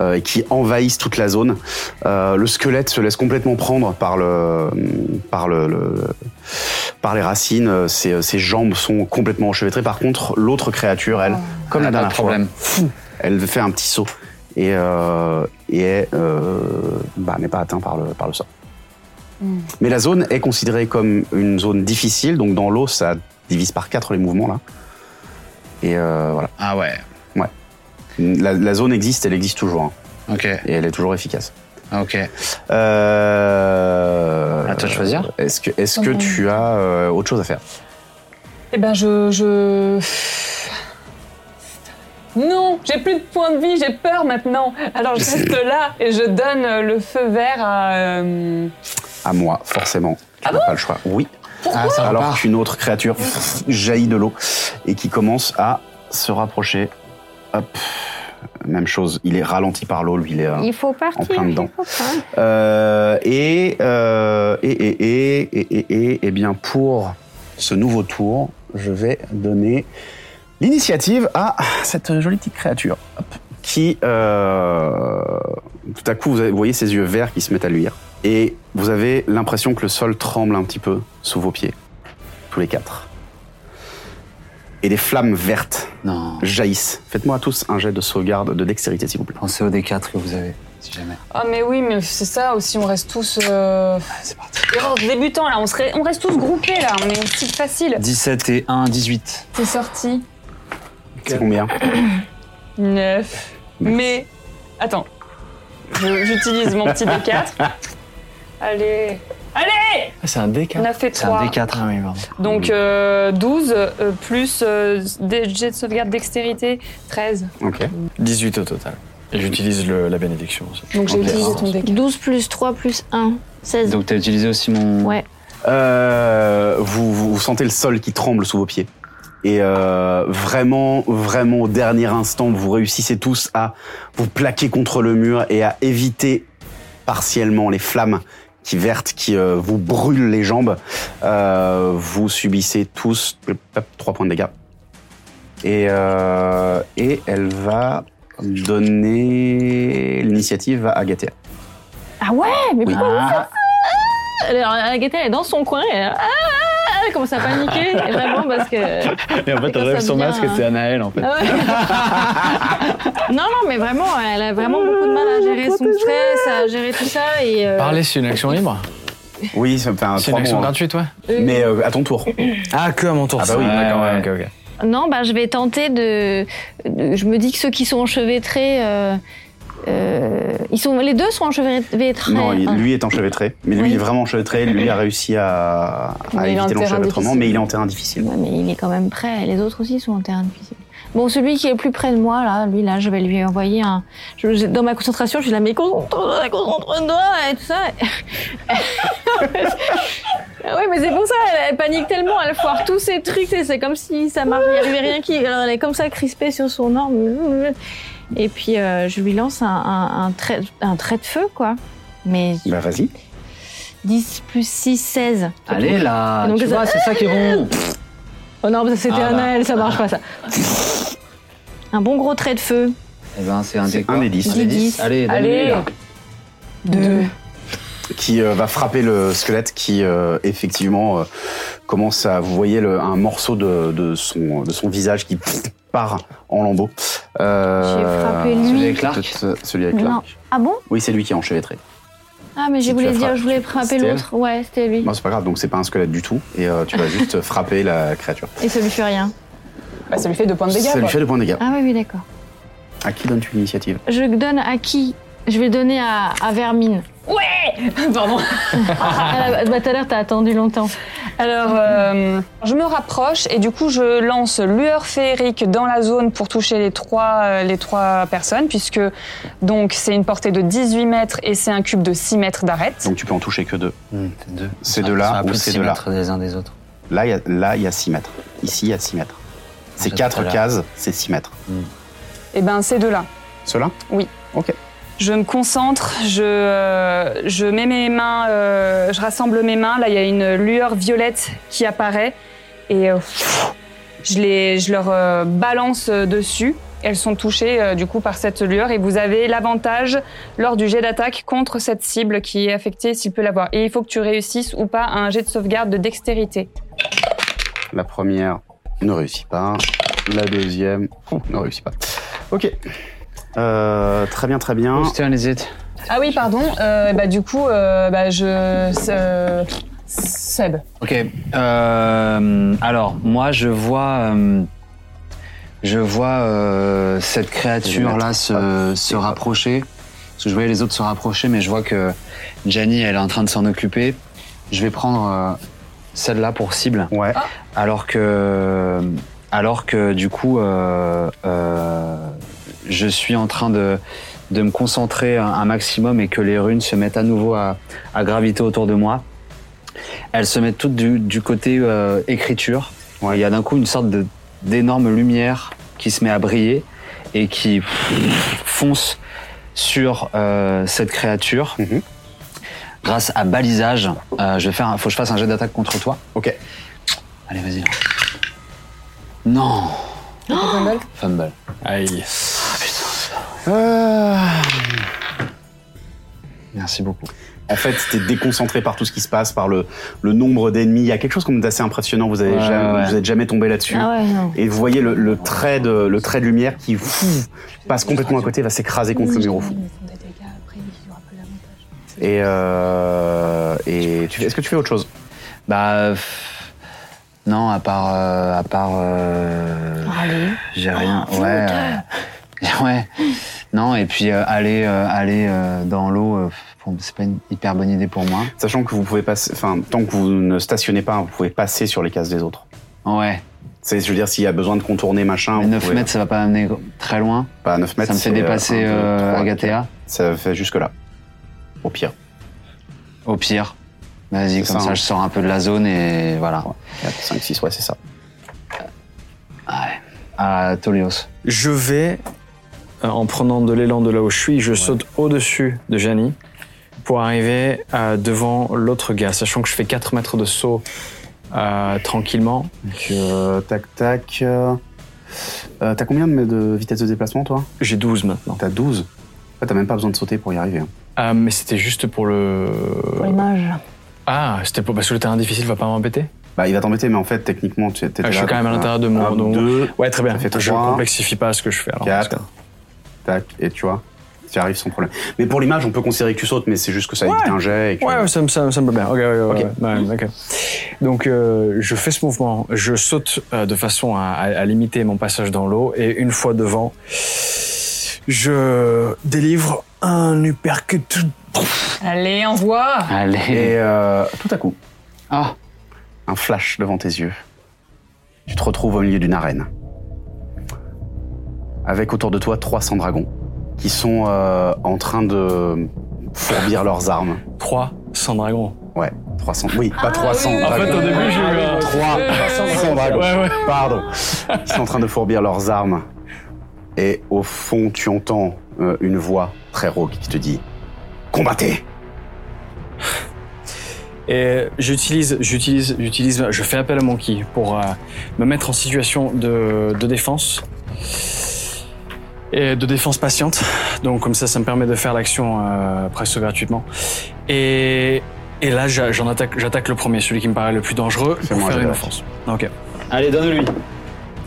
Speaker 1: euh, et qui envahissent toute la zone. Euh, le squelette se laisse complètement prendre par le hmm, par le, le- par les racines. Euh, Ses, ses jambes sont complètement enchevêtrées. Par contre, l'autre créature, elle,
Speaker 13: Oh.
Speaker 1: comme la
Speaker 2: Elle a pas
Speaker 1: dernière
Speaker 2: de problème.
Speaker 1: fois, elle fait un petit saut et euh, et elle, euh, bah, n'est pas atteinte par le par le sort. Mais la zone est considérée comme une zone difficile, donc dans l'eau, ça divise par 4 les mouvements là. Et euh, voilà.
Speaker 2: Ah ouais.
Speaker 1: Ouais. La, la zone existe, elle existe toujours. hein.
Speaker 2: Ok.
Speaker 1: Et elle est toujours efficace.
Speaker 2: Ok.
Speaker 1: Euh...
Speaker 2: À toi de choisir.
Speaker 1: Est-ce que, est-ce que
Speaker 13: Mhm.
Speaker 1: tu as euh, autre chose à faire
Speaker 13: Eh ben, je. je... Non, j'ai plus de points de vie, j'ai peur maintenant. Alors je reste là et je donne euh, le feu vert à. euh,
Speaker 1: À moi, forcément. Tu n'as pas le choix. Oui.
Speaker 13: Pourquoi Ah, ça
Speaker 1: Alors
Speaker 13: repart.
Speaker 1: qu'une autre créature jaillit de l'eau et qui commence à se rapprocher. Hop. Même chose, il est ralenti par l'eau, lui, il est. euh,
Speaker 4: Il faut
Speaker 1: en
Speaker 4: partir.
Speaker 1: plein dedans.
Speaker 4: il faut partir.
Speaker 1: Euh, et, euh, et, et, et, et, et, et, et bien pour ce nouveau tour, je vais donner l'initiative à cette jolie petite créature hop, qui, euh, tout à coup, vous avez- vous voyez ses yeux verts qui se mettent à luire. Et vous avez l'impression que le sol tremble un petit peu sous vos pieds, tous les quatre. Et des flammes vertes jaillissent. Faites-moi tous un jet de sauvegarde de dextérité, s'il vous plaît.
Speaker 2: Pensez au D4 que vous avez, si jamais.
Speaker 13: Ah, mais oui, mais c'est ça aussi, on reste tous. Euh...
Speaker 2: C'est parti.
Speaker 13: débutants là, on, serait... on reste tous groupés là, on est aussi facile.
Speaker 2: 17 et 1, 18.
Speaker 13: C'est sorti.
Speaker 1: C'est combien
Speaker 13: 9. Mais. Attends. Je- J'utilise mon petit D4. Allez. Allez
Speaker 5: Ah, C'est un D4.
Speaker 13: On a fait
Speaker 5: C'est
Speaker 13: trois.
Speaker 5: un D4.
Speaker 2: hein,
Speaker 5: Ah oui, pardon.
Speaker 13: Donc euh, 12 euh, plus euh, des jets de sauvegarde dextérité 13.
Speaker 1: Ok.
Speaker 5: 18 au total. Et j'utilise le- la bénédiction aussi.
Speaker 13: Donc j'ai
Speaker 2: Ok.
Speaker 13: utilisé ton deck.
Speaker 4: 12 plus 3 plus 1. 16.
Speaker 2: Donc t'as utilisé aussi mon.
Speaker 4: ouais.
Speaker 1: Euh, vous, vous- vous sentez le sol qui tremble sous vos pieds. Et euh, vraiment, vraiment, au dernier instant, vous réussissez tous à vous plaquer contre le mur et à éviter partiellement les flammes qui vertes qui euh, vous brûlent les jambes. Euh, vous subissez tous hop, trois points de dégâts. Et, euh, et elle va donner l'initiative à Agathea.
Speaker 4: Ah ouais, mais pourquoi
Speaker 1: Oui.
Speaker 4: vous faites ça Alors, Agatha, elle est dans son coin et elle, ah, elle commence à paniquer, et vraiment, parce que...
Speaker 5: Et
Speaker 13: Ah,
Speaker 5: en fait,
Speaker 4: Quand
Speaker 5: t'enlèves
Speaker 4: ça
Speaker 5: son
Speaker 4: vient,
Speaker 5: masque et
Speaker 4: hein.
Speaker 5: c'est Anaël en fait.
Speaker 4: Ah ouais. non, non, mais vraiment, elle a vraiment beaucoup de mal à gérer son stress, à gérer tout ça, et... euh,
Speaker 5: Parler, c'est une action libre
Speaker 1: Oui, ça fait un
Speaker 5: C'est une
Speaker 1: trois
Speaker 5: action
Speaker 1: mots, hein.
Speaker 5: gratuite, ouais.
Speaker 1: Mais euh, à ton tour.
Speaker 5: Ah, que à mon tour.
Speaker 1: Ah bah oui,
Speaker 5: ça.
Speaker 1: d'accord,
Speaker 5: Ouais,
Speaker 1: ouais.
Speaker 5: ouais, ok, ok.
Speaker 4: Non, bah, je vais tenter de... de- Je me dis que ceux qui sont enchevêtrés... euh, euh, ils sont, les deux sont enchevêtrés.
Speaker 1: Non, il-
Speaker 4: hein.
Speaker 1: lui est enchevêtré. Mais lui,
Speaker 4: Oui.
Speaker 1: il est vraiment enchevêtré. Lui a réussi à,
Speaker 4: Mais il
Speaker 1: à
Speaker 4: est en
Speaker 1: éviter
Speaker 4: terrain
Speaker 1: l'enchevêtrement,
Speaker 4: difficile.
Speaker 1: mais il est en terrain difficile.
Speaker 4: Ouais, mais il est quand même prêt. Les autres aussi sont en terrain difficile. Bon, celui qui est le plus près de moi, là, lui, là, je vais lui envoyer un. je- je- dans ma concentration, je suis là, mais concentre-toi, concentre-toi, et tout ça. Ah oui, mais c'est pour ça, elle, elle panique tellement, elle foire tous ses trucs, et c'est comme si ça marche, il n'y arrivait rien qui. Alors, elle est comme ça, crispée sur son arme. Et puis, euh, je lui lance un, un, un trait, un trait de feu, quoi. Mais
Speaker 1: Bah, vas-y.
Speaker 4: 10 plus 6, 16.
Speaker 2: Allez là,
Speaker 4: Et
Speaker 2: Ah,
Speaker 4: donc,
Speaker 2: tu
Speaker 4: ça-
Speaker 2: vois, c'est ça qui est bon.
Speaker 4: Oh non, parce que c'était
Speaker 2: Ah
Speaker 4: un
Speaker 2: bah.
Speaker 4: L, ça marche pas ça. Un bon gros trait de feu.
Speaker 2: Eh ben, c'est un des
Speaker 1: un des dix.
Speaker 4: Des dix.
Speaker 2: Allez, donne
Speaker 4: Allez.
Speaker 2: là.
Speaker 4: Deux.
Speaker 1: Qui euh, va frapper le squelette qui, euh, effectivement, euh, commence à. Vous voyez le- un morceau de, de son, de son visage qui pff, part en lambeaux. Euh,
Speaker 4: J'ai frappé lui. Celui avec
Speaker 2: l'arc
Speaker 1: peut-être, euh, Celui avec
Speaker 4: Non.
Speaker 1: l'arc.
Speaker 4: Ah bon
Speaker 1: Oui, c'est lui qui est enchevêtré.
Speaker 4: Ah mais
Speaker 1: Si
Speaker 4: je
Speaker 1: tu
Speaker 4: voulais
Speaker 1: la
Speaker 4: dire,
Speaker 1: frappes,
Speaker 4: je voulais
Speaker 1: tu-
Speaker 4: frapper
Speaker 1: c'était elle Bah.
Speaker 4: l'autre. Ouais, c'était lui.
Speaker 1: Non, c'est pas grave, donc c'est pas un squelette du tout. Et euh, tu vas juste frapper la créature.
Speaker 4: Et ça lui fait rien.
Speaker 13: Bah, ça lui fait 2 points de dégâts.
Speaker 1: Ça lui
Speaker 13: quoi.
Speaker 1: fait deux points de dégâts.
Speaker 4: Ah oui, oui, d'accord.
Speaker 1: À qui donnes-tu l'initiative
Speaker 4: Je donne à qui Je vais le donner à, à Vermine.
Speaker 13: Ouais Pardon.
Speaker 4: Ah, elle a- bah, Tout à l'heure, t'as attendu longtemps.
Speaker 13: Alors, euh, je me rapproche et du coup, je lance lueur féerique dans la zone pour toucher les trois, euh, les trois personnes, puisque donc c'est une portée de 18 mètres et c'est un cube de 6 mètres d'arête.
Speaker 1: Donc tu peux en toucher que deux.
Speaker 2: Hmm, Ah, C'est deux.
Speaker 1: Ces
Speaker 2: Ils sont-
Speaker 1: deux-là
Speaker 2: ils sont à
Speaker 1: ou
Speaker 2: plus
Speaker 1: ces
Speaker 2: six
Speaker 1: deux-là
Speaker 2: mètres les uns des autres.
Speaker 1: Là, il y a- là, il y a 6 mètres. Ici, il y a 6 mètres. C'est
Speaker 2: J'attends
Speaker 1: 4
Speaker 2: Ah, là.
Speaker 1: cases, c'est 6 mètres.
Speaker 13: Eh Et ben, ces deux-là.
Speaker 1: Ceux-là
Speaker 13: Oui.
Speaker 1: Ok.
Speaker 13: Je me concentre, je, euh, je mets mes mains, euh, je rassemble mes mains. Là, il y a une lueur violette qui apparaît et euh, pff, je, les, je leur euh, balance euh, dessus. Elles sont touchées euh, du coup par cette lueur et vous avez l'avantage lors du jet d'attaque contre cette cible qui est affectée s'il peut l'avoir. Et il faut que tu réussisses ou pas un jet de sauvegarde de dextérité.
Speaker 1: La première ne réussit pas. La deuxième ouh, ne réussit pas. Ok. Euh, très bien, très
Speaker 5: Oh.
Speaker 1: bien.
Speaker 17: Ah oui, pardon. euh, bah, du coup, euh, bah, je. euh, Seb.
Speaker 2: Ok. euh, alors, moi, je vois. euh, je vois euh, cette créature-là se, se rapprocher. Parce que je voyais les autres se rapprocher, mais je vois que Jenny, elle est en train de s'en occuper. Je vais prendre euh, celle-là pour cible.
Speaker 1: Ouais.
Speaker 2: Alors que. Alors que, du coup, euh, euh, je suis en train de de me concentrer un, un maximum et que les runes se mettent à nouveau à, à graviter autour de moi elles se mettent toutes du, du côté euh, écriture. Il y a d'un coup une sorte de- d'énorme lumière qui se met à briller et qui fonce sur euh, cette créature. Grâce à balisage, euh, je vais faire, un- faut que je fasse un jet d'attaque contre toi.
Speaker 1: Ok.
Speaker 2: Allez, vas-y. Non, fumble.
Speaker 5: Aïe.
Speaker 1: Euh,
Speaker 2: Merci beaucoup.
Speaker 1: En fait, t'es déconcentré par tout ce qui se passe, par le, le nombre d'ennemis. Il y a quelque chose comme d'assez impressionnant. Vous n'êtes
Speaker 2: Ouais,
Speaker 1: jamais,
Speaker 2: ouais.
Speaker 1: vous êtes jamais tombé là-dessus.
Speaker 4: Ah ouais, non.
Speaker 1: Et vous voyez le, le trait de le trait de lumière qui pff, passe complètement à côté, va s'écraser contre le mur au fond. Et, euh, et tu fais- est-ce que tu fais autre chose
Speaker 2: Bah euh, pff, non, à part euh, à part. euh,
Speaker 4: Ah,
Speaker 2: J'ai rien. ouais. euh, ouais. Non et puis euh, aller euh, aller euh, dans l'eau, euh, pff, bon, c'est pas une hyper bonne idée pour moi.
Speaker 1: Sachant que vous pouvez passer, enfin, tant que vous ne stationnez pas, vous pouvez passer sur les cases des autres.
Speaker 2: Ouais.
Speaker 1: C'est, je veux dire, s'il y a besoin de contourner machin.
Speaker 2: Mais 9 mètres, ça va pas m'amener très loin.
Speaker 1: Pas 9 mètres.
Speaker 2: Ça me
Speaker 1: c'est,
Speaker 2: fait
Speaker 1: euh,
Speaker 2: dépasser,
Speaker 1: un, deux,
Speaker 2: euh,
Speaker 1: trois,
Speaker 2: Agathea.
Speaker 1: quatre. Ça fait jusque là. Au pire.
Speaker 2: Au pire. Vas-y,
Speaker 1: C'est ça,
Speaker 2: comme ça,
Speaker 1: hein.
Speaker 2: je sors un peu de la zone et voilà.
Speaker 1: 4, 5, 6, ouais, c'est ça.
Speaker 2: Ouais. À Tolios.
Speaker 5: Je vais, euh, en prenant de l'élan de là où je suis, je saute au-dessus de Jani pour arriver euh, devant l'autre gars, sachant que je fais 4 mètres de saut euh, tranquillement.
Speaker 1: Donc, euh, tac, tac. euh, euh, t'as combien de, de vitesse de déplacement, toi
Speaker 5: J'ai 12 maintenant.
Speaker 1: T'as 12 Ouais, T'as même pas besoin de sauter pour y arriver. hein.
Speaker 5: Ah, mais c'était juste pour le.
Speaker 4: Pour les mages.
Speaker 5: Ah, c'était pour. Parce que le terrain difficile va pas m'embêter
Speaker 1: Bah, il va t'embêter, mais en fait, techniquement, tu t'étais
Speaker 5: Ah, Je suis
Speaker 1: là,
Speaker 5: quand même à
Speaker 1: donc,
Speaker 5: l'intérieur de
Speaker 1: un,
Speaker 5: mon. donc-
Speaker 1: deux,
Speaker 5: ouais, très bien.
Speaker 1: ça fait
Speaker 5: je
Speaker 1: trois.
Speaker 5: complexifie pas ce que je fais alors.
Speaker 1: 4. Tac, et tu vois, tu y arrives sans problème. Mais pour l'image, on peut considérer que tu sautes, mais c'est juste que ça évite un jet. Et que...
Speaker 5: Ouais, ouais, ça me, ça me semble bien. Ok, ouais, ouais, ouais, ouais, ok. Donc, euh, je fais ce mouvement, je saute euh, de façon à, à- à limiter mon passage dans l'eau, et une fois devant, je délivre un uppercut.
Speaker 13: Allez, envoie
Speaker 1: Et euh, tout à coup,
Speaker 5: Ah.
Speaker 1: un flash devant tes yeux. Tu te retrouves au milieu d'une arène. Avec autour de toi 300 dragons qui sont euh, en train de fourbir leurs armes.
Speaker 5: 300 dragons.
Speaker 1: Ouais, 300. Oui, pas 300
Speaker 5: Ah
Speaker 1: dragons.
Speaker 5: oui, oui, En fait, au début, j'ai eu un-
Speaker 1: 300 dragons. Pardon. Ils sont en train de fourbir leurs armes. Et au fond, tu entends euh, une voix très rauque qui te dit Combattez
Speaker 5: Et j'utilise, j'utilise, j'utilise, je fais appel à mon ki pour euh, me mettre en situation de, de défense. Et de défense patiente. Donc, comme ça, ça me permet de faire l'action euh, presque gratuitement. Et, et là, j'a- j'en attaque, j'attaque le premier, celui qui me paraît le plus dangereux, pour
Speaker 2: Fais-moi un
Speaker 5: faire
Speaker 2: jet
Speaker 5: une
Speaker 2: d'attaque.
Speaker 5: offense. Ok.
Speaker 2: Allez, donne-lui.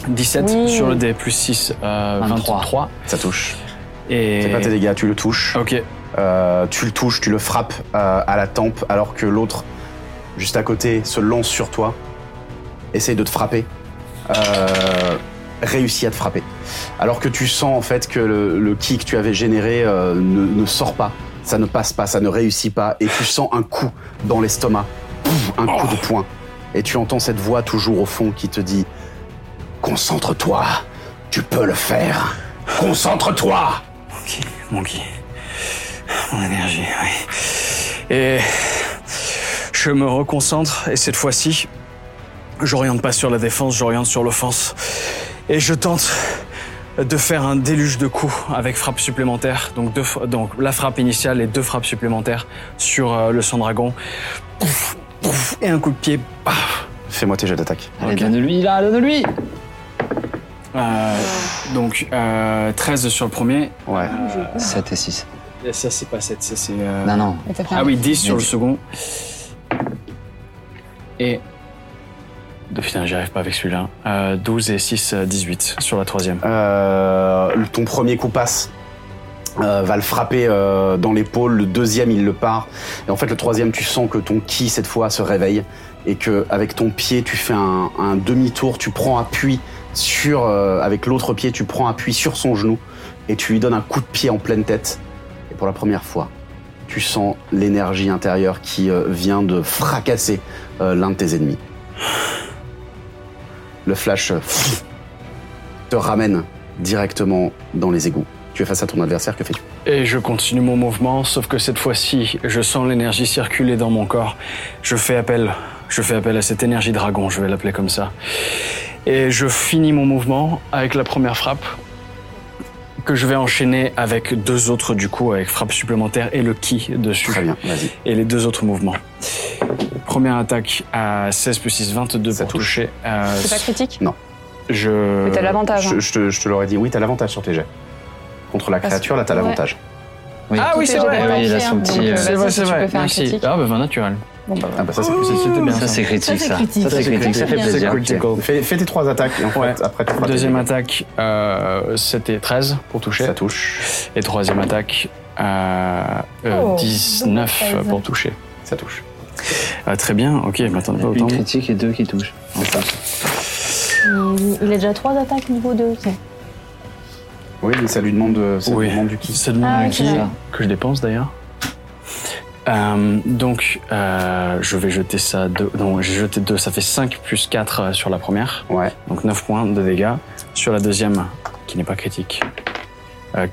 Speaker 5: 17
Speaker 2: Oui.
Speaker 5: sur le dé, plus 6, euh, 23.
Speaker 2: 23.
Speaker 1: Ça touche.
Speaker 5: Et...
Speaker 1: C'est pas tes dégâts, tu le touches.
Speaker 5: Ok.
Speaker 1: Euh, tu le touches, tu le frappes euh, à la tempe, alors que l'autre, juste à côté, se lance sur toi, essaye de te frapper, euh, réussit à te frapper. Alors que tu sens en fait que le, le ki que tu avais généré euh, ne, ne sort pas, ça ne passe pas, ça ne réussit pas, et tu sens un coup dans l'estomac, Pouf, un coup de poing. Et tu entends cette voix toujours au fond qui te dit Concentre-toi, tu peux le faire, concentre-toi
Speaker 5: Mon ki. Mon énergie, oui. Et je me reconcentre et cette fois-ci, j'oriente pas sur la défense, j'oriente sur l'offense. Et je tente de faire un déluge de coups avec frappe supplémentaire. Donc, deux, f- donc la frappe initiale et deux frappes supplémentaires sur euh, le sang dragon. Pouf, pouf, et un coup de pied. paf.
Speaker 1: Fais-moi tes jets d'attaque.
Speaker 5: Allez, donne-lui, là, donne-lui Donc, euh, 13 sur le premier.
Speaker 1: Ouais.
Speaker 2: 7 et 6.
Speaker 5: Ça, c'est pas 7, ça, c'est... euh,
Speaker 2: Non, non.
Speaker 3: Mais t'as fait un-
Speaker 5: Ah oui, 10 sur le second. Et... De putain, j'y arrive pas avec celui-là. Euh, 12 et 6, euh, 18 sur la troisième.
Speaker 1: Euh, ton premier coup passe. euh, va le frapper euh, dans l'épaule, le deuxième il le part, et en fait le troisième tu sens que ton ki cette fois se réveille et que avec ton pied tu fais un, un demi-tour, tu prends appui sur, euh, avec l'autre pied tu prends appui sur son genou et tu lui donnes un coup de pied en pleine tête et pour la première fois tu sens l'énergie intérieure qui euh, vient de fracasser euh, l'un de tes ennemis. Le flash euh, te ramène directement dans les égouts. Tu es face à ton adversaire, que fais-tu
Speaker 5: Et je continue mon mouvement, sauf que cette fois-ci, je sens l'énergie circuler dans mon corps. Je fais appel, je fais appel à cette énergie dragon, je vais l'appeler comme ça. Et je finis mon mouvement avec la première frappe, que je vais enchaîner avec deux autres du coup, avec frappe supplémentaire et le ki dessus. Très bien,
Speaker 1: vas-y.
Speaker 5: Et les deux autres mouvements. Première attaque à 16 plus 6, 22 pour toucher. Euh,
Speaker 3: C'est pas critique
Speaker 1: Non.
Speaker 5: Je...
Speaker 3: Mais t'as l'avantage,
Speaker 1: Euh, Je,
Speaker 3: hein.
Speaker 1: je te, je te l'aurais dit, oui, t'as l'avantage sur tes jets. Contre la
Speaker 3: Parce-
Speaker 1: créature, là, t'as
Speaker 3: Ouais.
Speaker 1: l'avantage.
Speaker 5: Ah oui,
Speaker 3: Tout
Speaker 5: c'est
Speaker 3: est
Speaker 5: vrai.
Speaker 3: général, Oui, il a son hein. petit, Donc, euh,
Speaker 5: C'est vrai,
Speaker 3: vas-y, si
Speaker 5: c'est
Speaker 3: tu
Speaker 5: vrai.
Speaker 3: peux faire un
Speaker 5: Merci.
Speaker 3: critique.
Speaker 5: Ah bah, ben, naturel.
Speaker 3: Bon, bah,
Speaker 1: Ah bah ça, c'est
Speaker 5: C'était bien,
Speaker 2: critique,
Speaker 5: ça. ça. Ça, c'est critique, ça fait plaisir.
Speaker 1: Ok. Fais, fais tes trois attaques, et en fait, après, tu feras tes
Speaker 5: Deuxième
Speaker 1: dégâts.
Speaker 5: attaque, euh, c'était 13 pour toucher. Ça
Speaker 1: touche.
Speaker 5: Et troisième attaque, euh, euh,
Speaker 2: Oh,
Speaker 5: 19
Speaker 2: donc,
Speaker 5: pour toucher. Ah,
Speaker 1: Ça touche.
Speaker 5: très bien, ok, je m'attendais pas autant.
Speaker 2: Une critique et deux qui touchent.
Speaker 11: Il, il a déjà trois attaques niveau 2. ok.
Speaker 1: Oui, mais ça lui demande, euh, ça lui demande du ki.
Speaker 5: Ça demande
Speaker 11: Ah,
Speaker 5: un
Speaker 11: ok.
Speaker 5: ki, que je dépense d'ailleurs. Euh, donc, euh, je vais jeter ça. Deux. Non, j'ai jeté 2, ça fait 5 plus 4 sur la première.
Speaker 1: Ouais.
Speaker 5: Donc 9 points de dégâts. Sur la deuxième, qui n'est pas critique,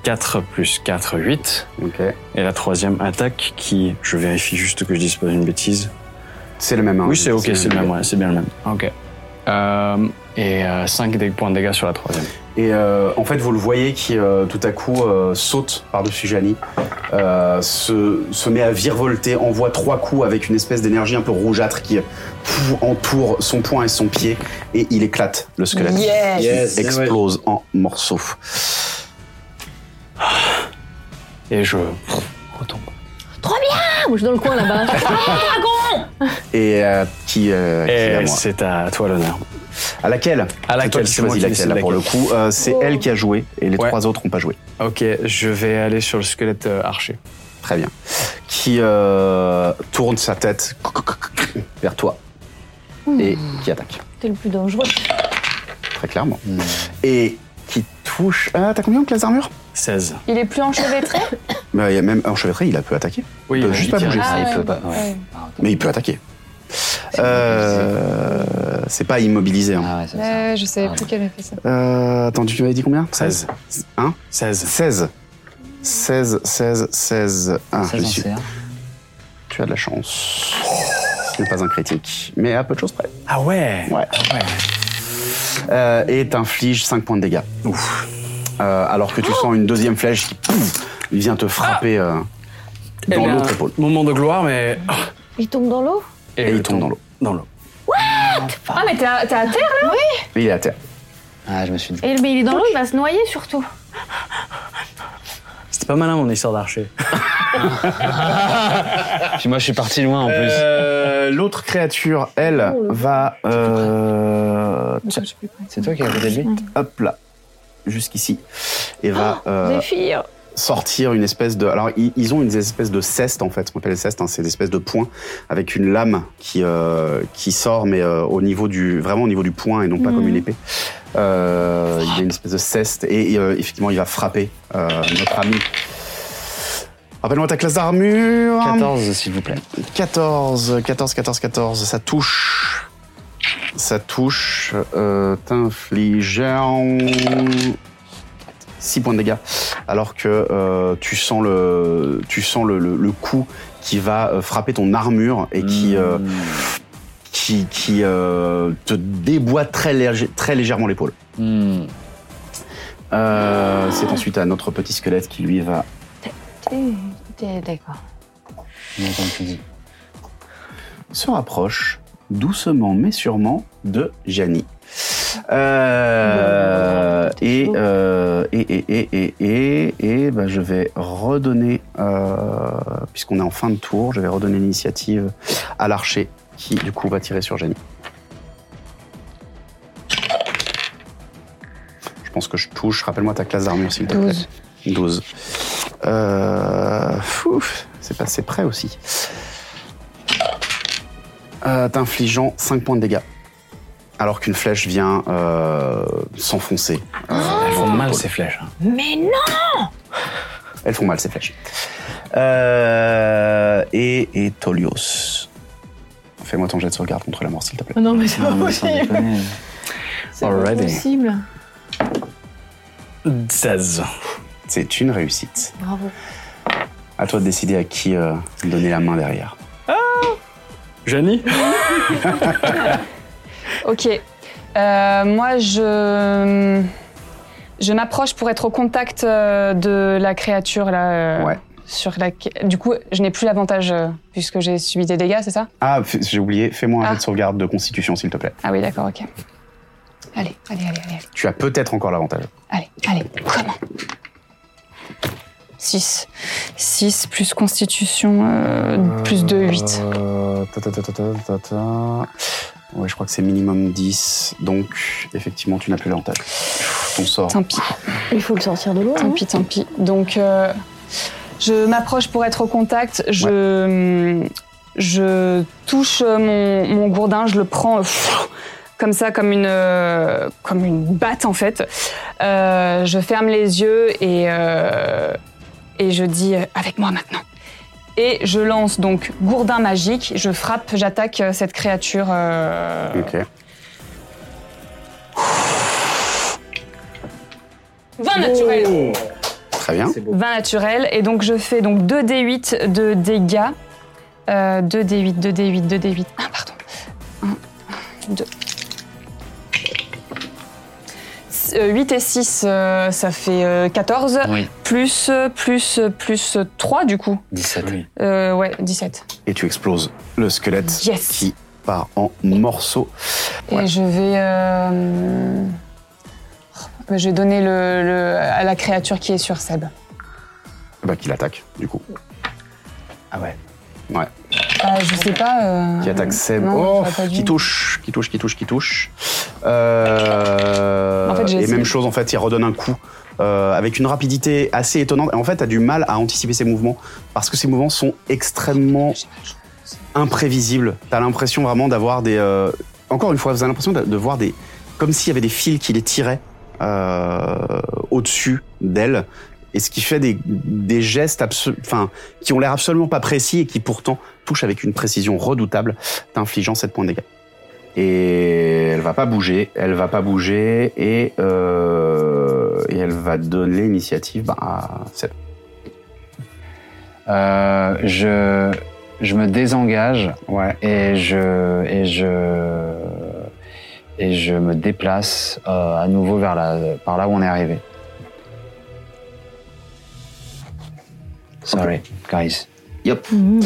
Speaker 5: 4 plus 4, 8.
Speaker 1: Ok.
Speaker 5: Et la troisième attaque, qui, je vérifie juste que je dise pas une bêtise.
Speaker 1: C'est le même. hein,
Speaker 5: oui, c'est ok,
Speaker 1: le
Speaker 5: c'est le même, ouais, c'est bien le même. Ok. Euh, et 5 points de dégâts sur la troisième.
Speaker 1: Et euh, en fait, vous le voyez qui euh, tout à coup euh, saute par-dessus Jani, euh, se, se met à virevolter, envoie trois coups avec une espèce d'énergie un peu rougeâtre qui pff, entoure son poing et son pied, et il éclate le squelette.
Speaker 3: Yes.
Speaker 1: Il
Speaker 3: Yes.
Speaker 1: explose en morceaux.
Speaker 5: Et je.
Speaker 11: Trop bien Moi, je suis dans le coin là-bas. dragon
Speaker 1: Et euh, qui, euh, qui est à moi.
Speaker 5: c'est à toi l'honneur.
Speaker 1: À laquelle
Speaker 5: À
Speaker 1: C'est toi
Speaker 5: laquelle,
Speaker 1: qui
Speaker 5: c'est moi
Speaker 1: choisis
Speaker 5: qui
Speaker 1: laquelle, là,
Speaker 5: décide
Speaker 1: pour le
Speaker 5: laquelle.
Speaker 1: coup. Euh, c'est elle qui a joué, et les trois autres n'ont pas joué.
Speaker 5: Ok, je vais aller sur le squelette euh, archer.
Speaker 1: Très bien. Qui euh, tourne sa tête vers toi et qui attaque.
Speaker 11: T'es le plus dangereux.
Speaker 1: Très clairement. Et qui touche. Ah, t'as combien en classe d'armure
Speaker 5: 16.
Speaker 3: Il est plus enchevêtré
Speaker 1: Bah, il y a même enchevêtré, il a peut attaquer.
Speaker 5: Oui,
Speaker 1: il peut
Speaker 5: ouais,
Speaker 1: juste
Speaker 5: il
Speaker 1: pas
Speaker 5: tire.
Speaker 1: bouger.
Speaker 5: Ah, il peut
Speaker 3: pas, ouais. Ouais.
Speaker 1: Mais il peut attaquer. Euh, C'est pas immobilisé.
Speaker 2: Ah.
Speaker 1: hein.
Speaker 5: Euh,
Speaker 3: Ouais, je savais plus qu'elle a fait ça.
Speaker 1: Euh, attends, tu m'avais dit combien Hein 13. 1
Speaker 5: 16.
Speaker 1: 16. 16, 16, 16. Ah,
Speaker 2: 16
Speaker 1: je
Speaker 2: en
Speaker 1: suis-
Speaker 2: CR.
Speaker 1: Tu as de la chance. Ce n'est pas un critique, mais à peu de choses près.
Speaker 5: Ah ouais
Speaker 1: Ouais. Euh, et t'infliges 5 points de dégâts. Euh, alors que tu sens une deuxième flèche qui pouf, vient te frapper euh,
Speaker 5: Eh
Speaker 1: dans
Speaker 5: bien,
Speaker 1: l'autre épaule.
Speaker 5: Moment de gloire, mais.
Speaker 11: Il tombe dans l'eau
Speaker 1: Et, il tombe dans l'eau.
Speaker 5: Dans l'eau.
Speaker 3: Ah, mais t'es à, t'es à terre là Oui
Speaker 1: Il est à terre.
Speaker 2: Ah, je me suis dit.
Speaker 18: Et, mais il est dans l'eau, il va se noyer surtout.
Speaker 5: C'était pas malin mon histoire d'archer.
Speaker 2: Puis moi, je suis parti loin en plus.
Speaker 1: Euh, L'autre créature, elle, va. euh,
Speaker 2: C'est toi qui as côté de lui
Speaker 1: Hop là, jusqu'ici. Et va euh,
Speaker 18: Zéphyr
Speaker 1: sortir une espèce de. Alors, i- ils ont une espèce de ceste, en fait, ce qu'on appelle les cestes, hein, c'est des espèces de points avec une lame qui, euh, qui sort, mais euh, au niveau du, vraiment au niveau du poing et non pas
Speaker 2: Mhm.
Speaker 1: comme une épée. Euh, il y a une espèce de ceste et, et, euh, effectivement, il va frapper euh, notre ami. Rappelle-moi ta classe d'armure.
Speaker 2: 14, s'il vous plaît.
Speaker 1: 14, 14, 14, 14, ça touche. Ça touche. Euh, T'inflige 6 points de dégâts. Alors que euh, tu sens le, tu sens le, le- le coup qui va euh, frapper ton armure et qui, euh, qui, qui, euh, te déboîte très, légé- très légèrement l'épaule. Euh, c'est ensuite à notre petit squelette qui lui va.
Speaker 19: D'accord.
Speaker 1: Se rapproche doucement mais sûrement de Janie. Euh, et, euh, et, et, et, et, et, et, bah, je vais redonner, euh, puisqu'on est en fin de tour, je vais redonner l'initiative à l'archer qui, du coup, va tirer sur Jenny. Je pense que je touche. Rappelle-moi ta classe d'armure, s'il te plaît.
Speaker 19: 12.
Speaker 1: 12. Euh, fou, c'est passé près aussi. Euh, T'infligeant 5 points de dégâts. Alors qu'une flèche vient euh, s'enfoncer.
Speaker 5: Oh.
Speaker 20: Elles font mal ces flèches.
Speaker 5: hein.
Speaker 4: Mais non
Speaker 1: Elles font mal ces flèches. Euh, et, et Tolios. Fais-moi ton jet de sauvegarde contre la mort, s'il te plaît.
Speaker 5: Oh non, mais c'est pas possible. C'est pas
Speaker 1: Already.
Speaker 5: possible.
Speaker 1: 16. C'est une réussite.
Speaker 5: Bravo.
Speaker 1: À toi de décider à qui euh, donner la main derrière. Janie
Speaker 13: Ok. Euh, moi, je. Je m'approche pour être au contact euh, de la créature là. euh, Sur la... Du coup, je n'ai plus l'avantage euh, puisque j'ai subi des dégâts, c'est ça
Speaker 1: Ah, f- j'ai oublié. Fais-moi un jet de sauvegarde de constitution, s'il te plaît.
Speaker 13: Ah oui, d'accord, ok. Allez, allez, allez, allez,
Speaker 1: Tu as peut-être encore l'avantage.
Speaker 13: allez, allez, allez, comment 6. 6 plus constitution, euh, plus 2, 8.
Speaker 1: Euh, ta, ta, ta, ta, ta, ta, ta. Ouais, je crois que c'est minimum 10. Donc, effectivement, tu n'as plus l'avantage. Ton sort.
Speaker 13: Tant pis. Il faut le sortir de
Speaker 6: Ah
Speaker 13: l'eau.
Speaker 6: Hein
Speaker 13: Tant pis, tant pis. Donc, euh, je m'approche pour être au contact. Je, je touche euh, mon, mon gourdin, je le prends euh, pfff, comme ça, comme une, euh, comme une batte en fait. Euh, je ferme les yeux et, euh, et je dis euh, avec moi maintenant. Et je lance donc gourdin magique, je frappe, j'attaque euh, cette créature. euh,
Speaker 1: Ok.
Speaker 13: 20 naturel
Speaker 1: Très bien.
Speaker 13: 20 naturel. Et donc je fais donc 2d8 de dégâts. Euh, 2d8, 2d8, 2d8. Ah, pardon. 1, 2. 8 et 6, euh, ça fait euh, 14.
Speaker 1: Oui.
Speaker 13: Plus, euh, plus, euh, plus 3 du coup.
Speaker 1: 17.
Speaker 13: Euh, ouais, 17.
Speaker 1: Et tu exploses le squelette
Speaker 13: Yes.
Speaker 1: qui part en morceaux.
Speaker 13: Et je vais. euh, oh, Je vais donner le, le- à la créature qui est sur Seb.
Speaker 1: Bah, qui l'attaque, du coup. Ah ouais. Ouais.
Speaker 13: Ah, je sais pas. euh,
Speaker 1: Qui attaque Seb.
Speaker 13: non,
Speaker 1: Oh,
Speaker 13: j'aurais pas dû.
Speaker 1: qui touche, qui touche, qui touche, qui touche. Euh,
Speaker 13: En fait, j'ai
Speaker 1: et
Speaker 13: essayé.
Speaker 1: même chose, en fait, il redonne un coup euh, avec une rapidité assez étonnante. Et en fait, tu as du mal à anticiper ses mouvements parce que ses mouvements sont extrêmement imprévisibles. Tu as l'impression vraiment d'avoir des. euh, encore une fois, vous avez l'impression de, de voir des. Comme s'il y avait des fils qui les tiraient euh, au-dessus d'elle. Et ce qui fait des, des gestes abso- enfin, qui ont l'air absolument pas précis et qui pourtant touchent avec une précision redoutable, t'infligeant 7 points de dégâts. Et elle va pas bouger, elle va pas bouger, et, euh, et elle va donner l'initiative bah, à Seb.
Speaker 2: Euh, je, je me désengage et je et je et je me déplace euh, à nouveau vers la par là où on est arrivé. Sorry, guys.
Speaker 1: Yep.
Speaker 4: Mm.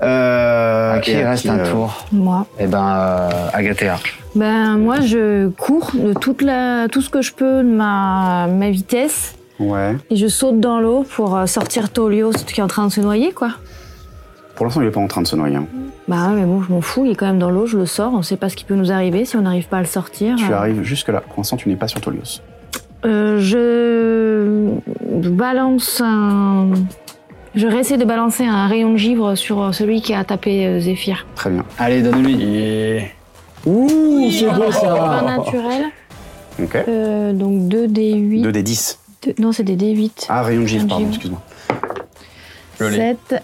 Speaker 2: à qui
Speaker 1: et à
Speaker 2: reste
Speaker 1: qui,
Speaker 2: un
Speaker 1: euh,
Speaker 2: tour
Speaker 4: Moi.
Speaker 2: Eh ben, euh, Agathea.
Speaker 4: Ben moi je cours de toute la, tout ce que je peux de ma, ma vitesse
Speaker 1: euh, Ouais.
Speaker 4: et je saute dans l'eau pour euh, sortir Tolios qui est en train de se noyer quoi.
Speaker 1: Pour l'instant, il est pas en train de se noyer. hein.
Speaker 4: Bah ouais, mais bon je m'en fous, il est quand même dans l'eau, je le sors, on sait pas ce qui peut nous arriver si on n'arrive pas à le sortir.
Speaker 1: Tu
Speaker 4: euh,
Speaker 1: arrives jusque-là. Pour l'instant, tu n'es pas sur Tolios.
Speaker 4: Euh, je balance un. Je réessaie de balancer un rayon de givre sur euh, celui qui a tapé euh, Zéphyr.
Speaker 1: Très bien.
Speaker 2: Allez, donne-lui.
Speaker 4: Ouh,
Speaker 2: c'est beau, ça.
Speaker 4: naturel.
Speaker 1: Ok.
Speaker 4: Euh, donc 2 D8.
Speaker 1: 2 des 10.
Speaker 4: Deux- Non, c'est des D8.
Speaker 1: Ah, rayon de givre,
Speaker 4: Rayon de
Speaker 1: pardon,
Speaker 4: givre.
Speaker 1: excuse-moi.
Speaker 4: 7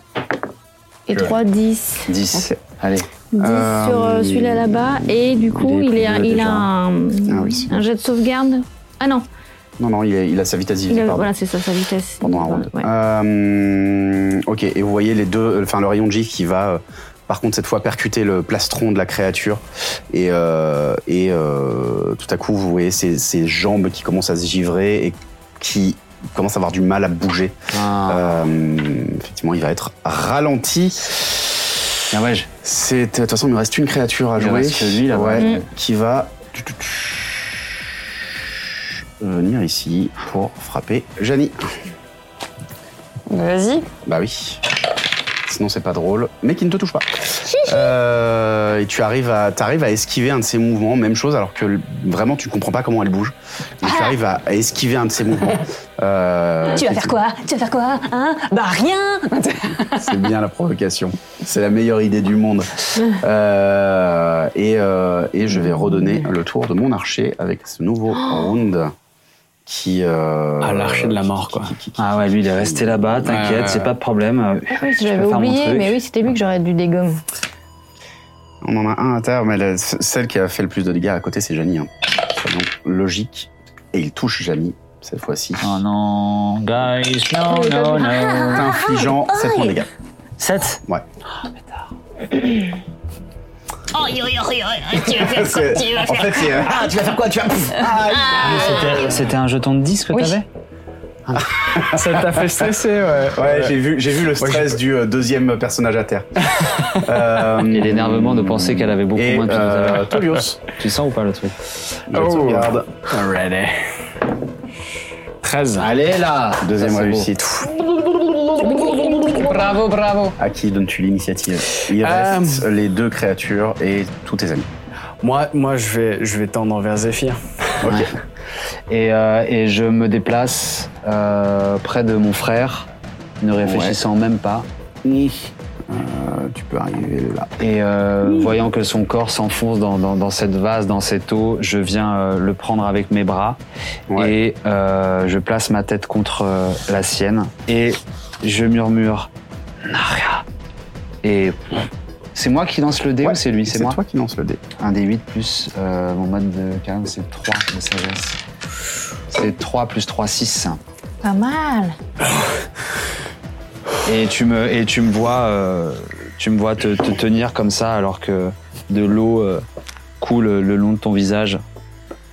Speaker 4: et
Speaker 1: Je
Speaker 4: 3, 10.
Speaker 1: 10. Allez.
Speaker 4: 10 sur euh, celui-là là-bas. Et du coup, il, est, il a un,
Speaker 1: Ah oui, c'est-
Speaker 4: un jet de sauvegarde. Ah non,
Speaker 1: Non, non, il, est- il a sa vitesse
Speaker 4: il
Speaker 1: divisée,
Speaker 4: a-
Speaker 1: pardon.
Speaker 4: voilà, c'est ça, sa vitesse.
Speaker 1: pendant un round. Ah, Euh, ok, et vous voyez les deux, enfin le rayon de gif qui va, euh, par contre cette fois percuter le plastron de la créature, et euh, et euh, tout à coup vous voyez ses, ses jambes qui commencent à se givrer et qui commence à avoir du mal à bouger.
Speaker 2: Ah.
Speaker 1: Euh, effectivement, il va être ralenti. C'est de toute façon, il me reste une créature à
Speaker 2: Il
Speaker 1: jouer.
Speaker 2: reste que lui, là,
Speaker 1: Ouais,
Speaker 2: ouais. Mm.
Speaker 1: Qui va euh, venir ici pour frapper Janie.
Speaker 21: Vas-y.
Speaker 1: Bah oui. Sinon, c'est pas drôle, mais qui ne te touche pas. Euh, et tu arrives à, t'arrives à esquiver un de ses mouvements, même chose, alors que l- vraiment tu ne comprends pas comment elle bouge. Mais tu arrives à, à esquiver un de ses mouvements. Euh,
Speaker 6: Ah. tu vas faire quoi Tu vas faire quoi Hein Bah rien
Speaker 1: C'est bien la provocation. C'est la meilleure idée du monde. Euh, et, euh, et je vais redonner le tour de mon archer avec ce nouveau round qui. euh,
Speaker 2: Ah, l'archer de la mort,
Speaker 1: quoi.
Speaker 2: Ah ouais, lui, il est resté
Speaker 5: bah,
Speaker 2: là-bas,
Speaker 1: Ouais.
Speaker 2: t'inquiète, c'est pas de problème.
Speaker 5: Euh,
Speaker 4: Ah oui, je
Speaker 2: vais
Speaker 4: l'avais
Speaker 2: faire mon
Speaker 4: oublié,
Speaker 2: truc.
Speaker 4: mais oui, c'était lui que j'aurais dû dégommer.
Speaker 1: On en a un à terre, mais la- ce- celle qui a fait le plus de dégâts à côté, c'est Janie. hein. C'est donc logique. Et il touche Janie cette fois-ci.
Speaker 2: Oh non, guys,
Speaker 5: Oh,
Speaker 2: non, non,
Speaker 5: Ah,
Speaker 2: non.
Speaker 1: T'infligeant
Speaker 22: Ah,
Speaker 1: 7 points de dégâts.
Speaker 2: 7
Speaker 1: Ouais.
Speaker 22: Oh, yo, yo, yo, yo, tu vas faire quoi Tu vas faire quoi
Speaker 1: Ah, tu vas faire quoi Tu vas.
Speaker 2: Mais c'était- C'était un jeton de 10 que t'avais
Speaker 5: Ah. Ça t'a fait stresser, ouais.
Speaker 2: Ah.
Speaker 1: Ouais, j'ai vu, j'ai vu le stress du euh, deuxième personnage à terre. Euh,
Speaker 2: Et l'énervement de penser qu'elle avait beaucoup
Speaker 1: et,
Speaker 2: moins de
Speaker 1: euh, Tolios.
Speaker 2: Tu sens ou pas le truc
Speaker 1: Je te
Speaker 13: Oh.
Speaker 1: regarde.
Speaker 5: Alrighty. 13.
Speaker 2: Allez là
Speaker 1: Deuxième
Speaker 2: Ça, c'est
Speaker 1: réussite.
Speaker 13: Bravo, bravo.
Speaker 1: À qui donnes-tu l'initiative
Speaker 5: Euh,
Speaker 1: Il reste les deux créatures et tous tes amis.
Speaker 5: Moi, moi je, vais, je vais tendre vers Zephyr.
Speaker 2: Ouais. Et, euh, et je me déplace euh, près de mon frère, ne réfléchissant même pas.
Speaker 1: Euh, tu peux arriver là.
Speaker 2: Et euh, voyant que son corps s'enfonce dans, dans- dans cette vase, dans cette eau, je viens euh, le prendre avec mes bras et euh, je place ma tête contre euh, la sienne et je murmure Naria. Et c'est moi qui lance le dé ou c'est lui C'est moi
Speaker 1: toi qui lance le dé.
Speaker 2: Un dé 8 plus euh, mon mode de carême, c'est 3 de sagesse. C'est 3 plus 3, 6.
Speaker 4: Pas mal.
Speaker 2: Et tu me, et tu me vois, euh, tu me vois te, te tenir comme ça alors que de l'eau euh, coule le long de ton visage.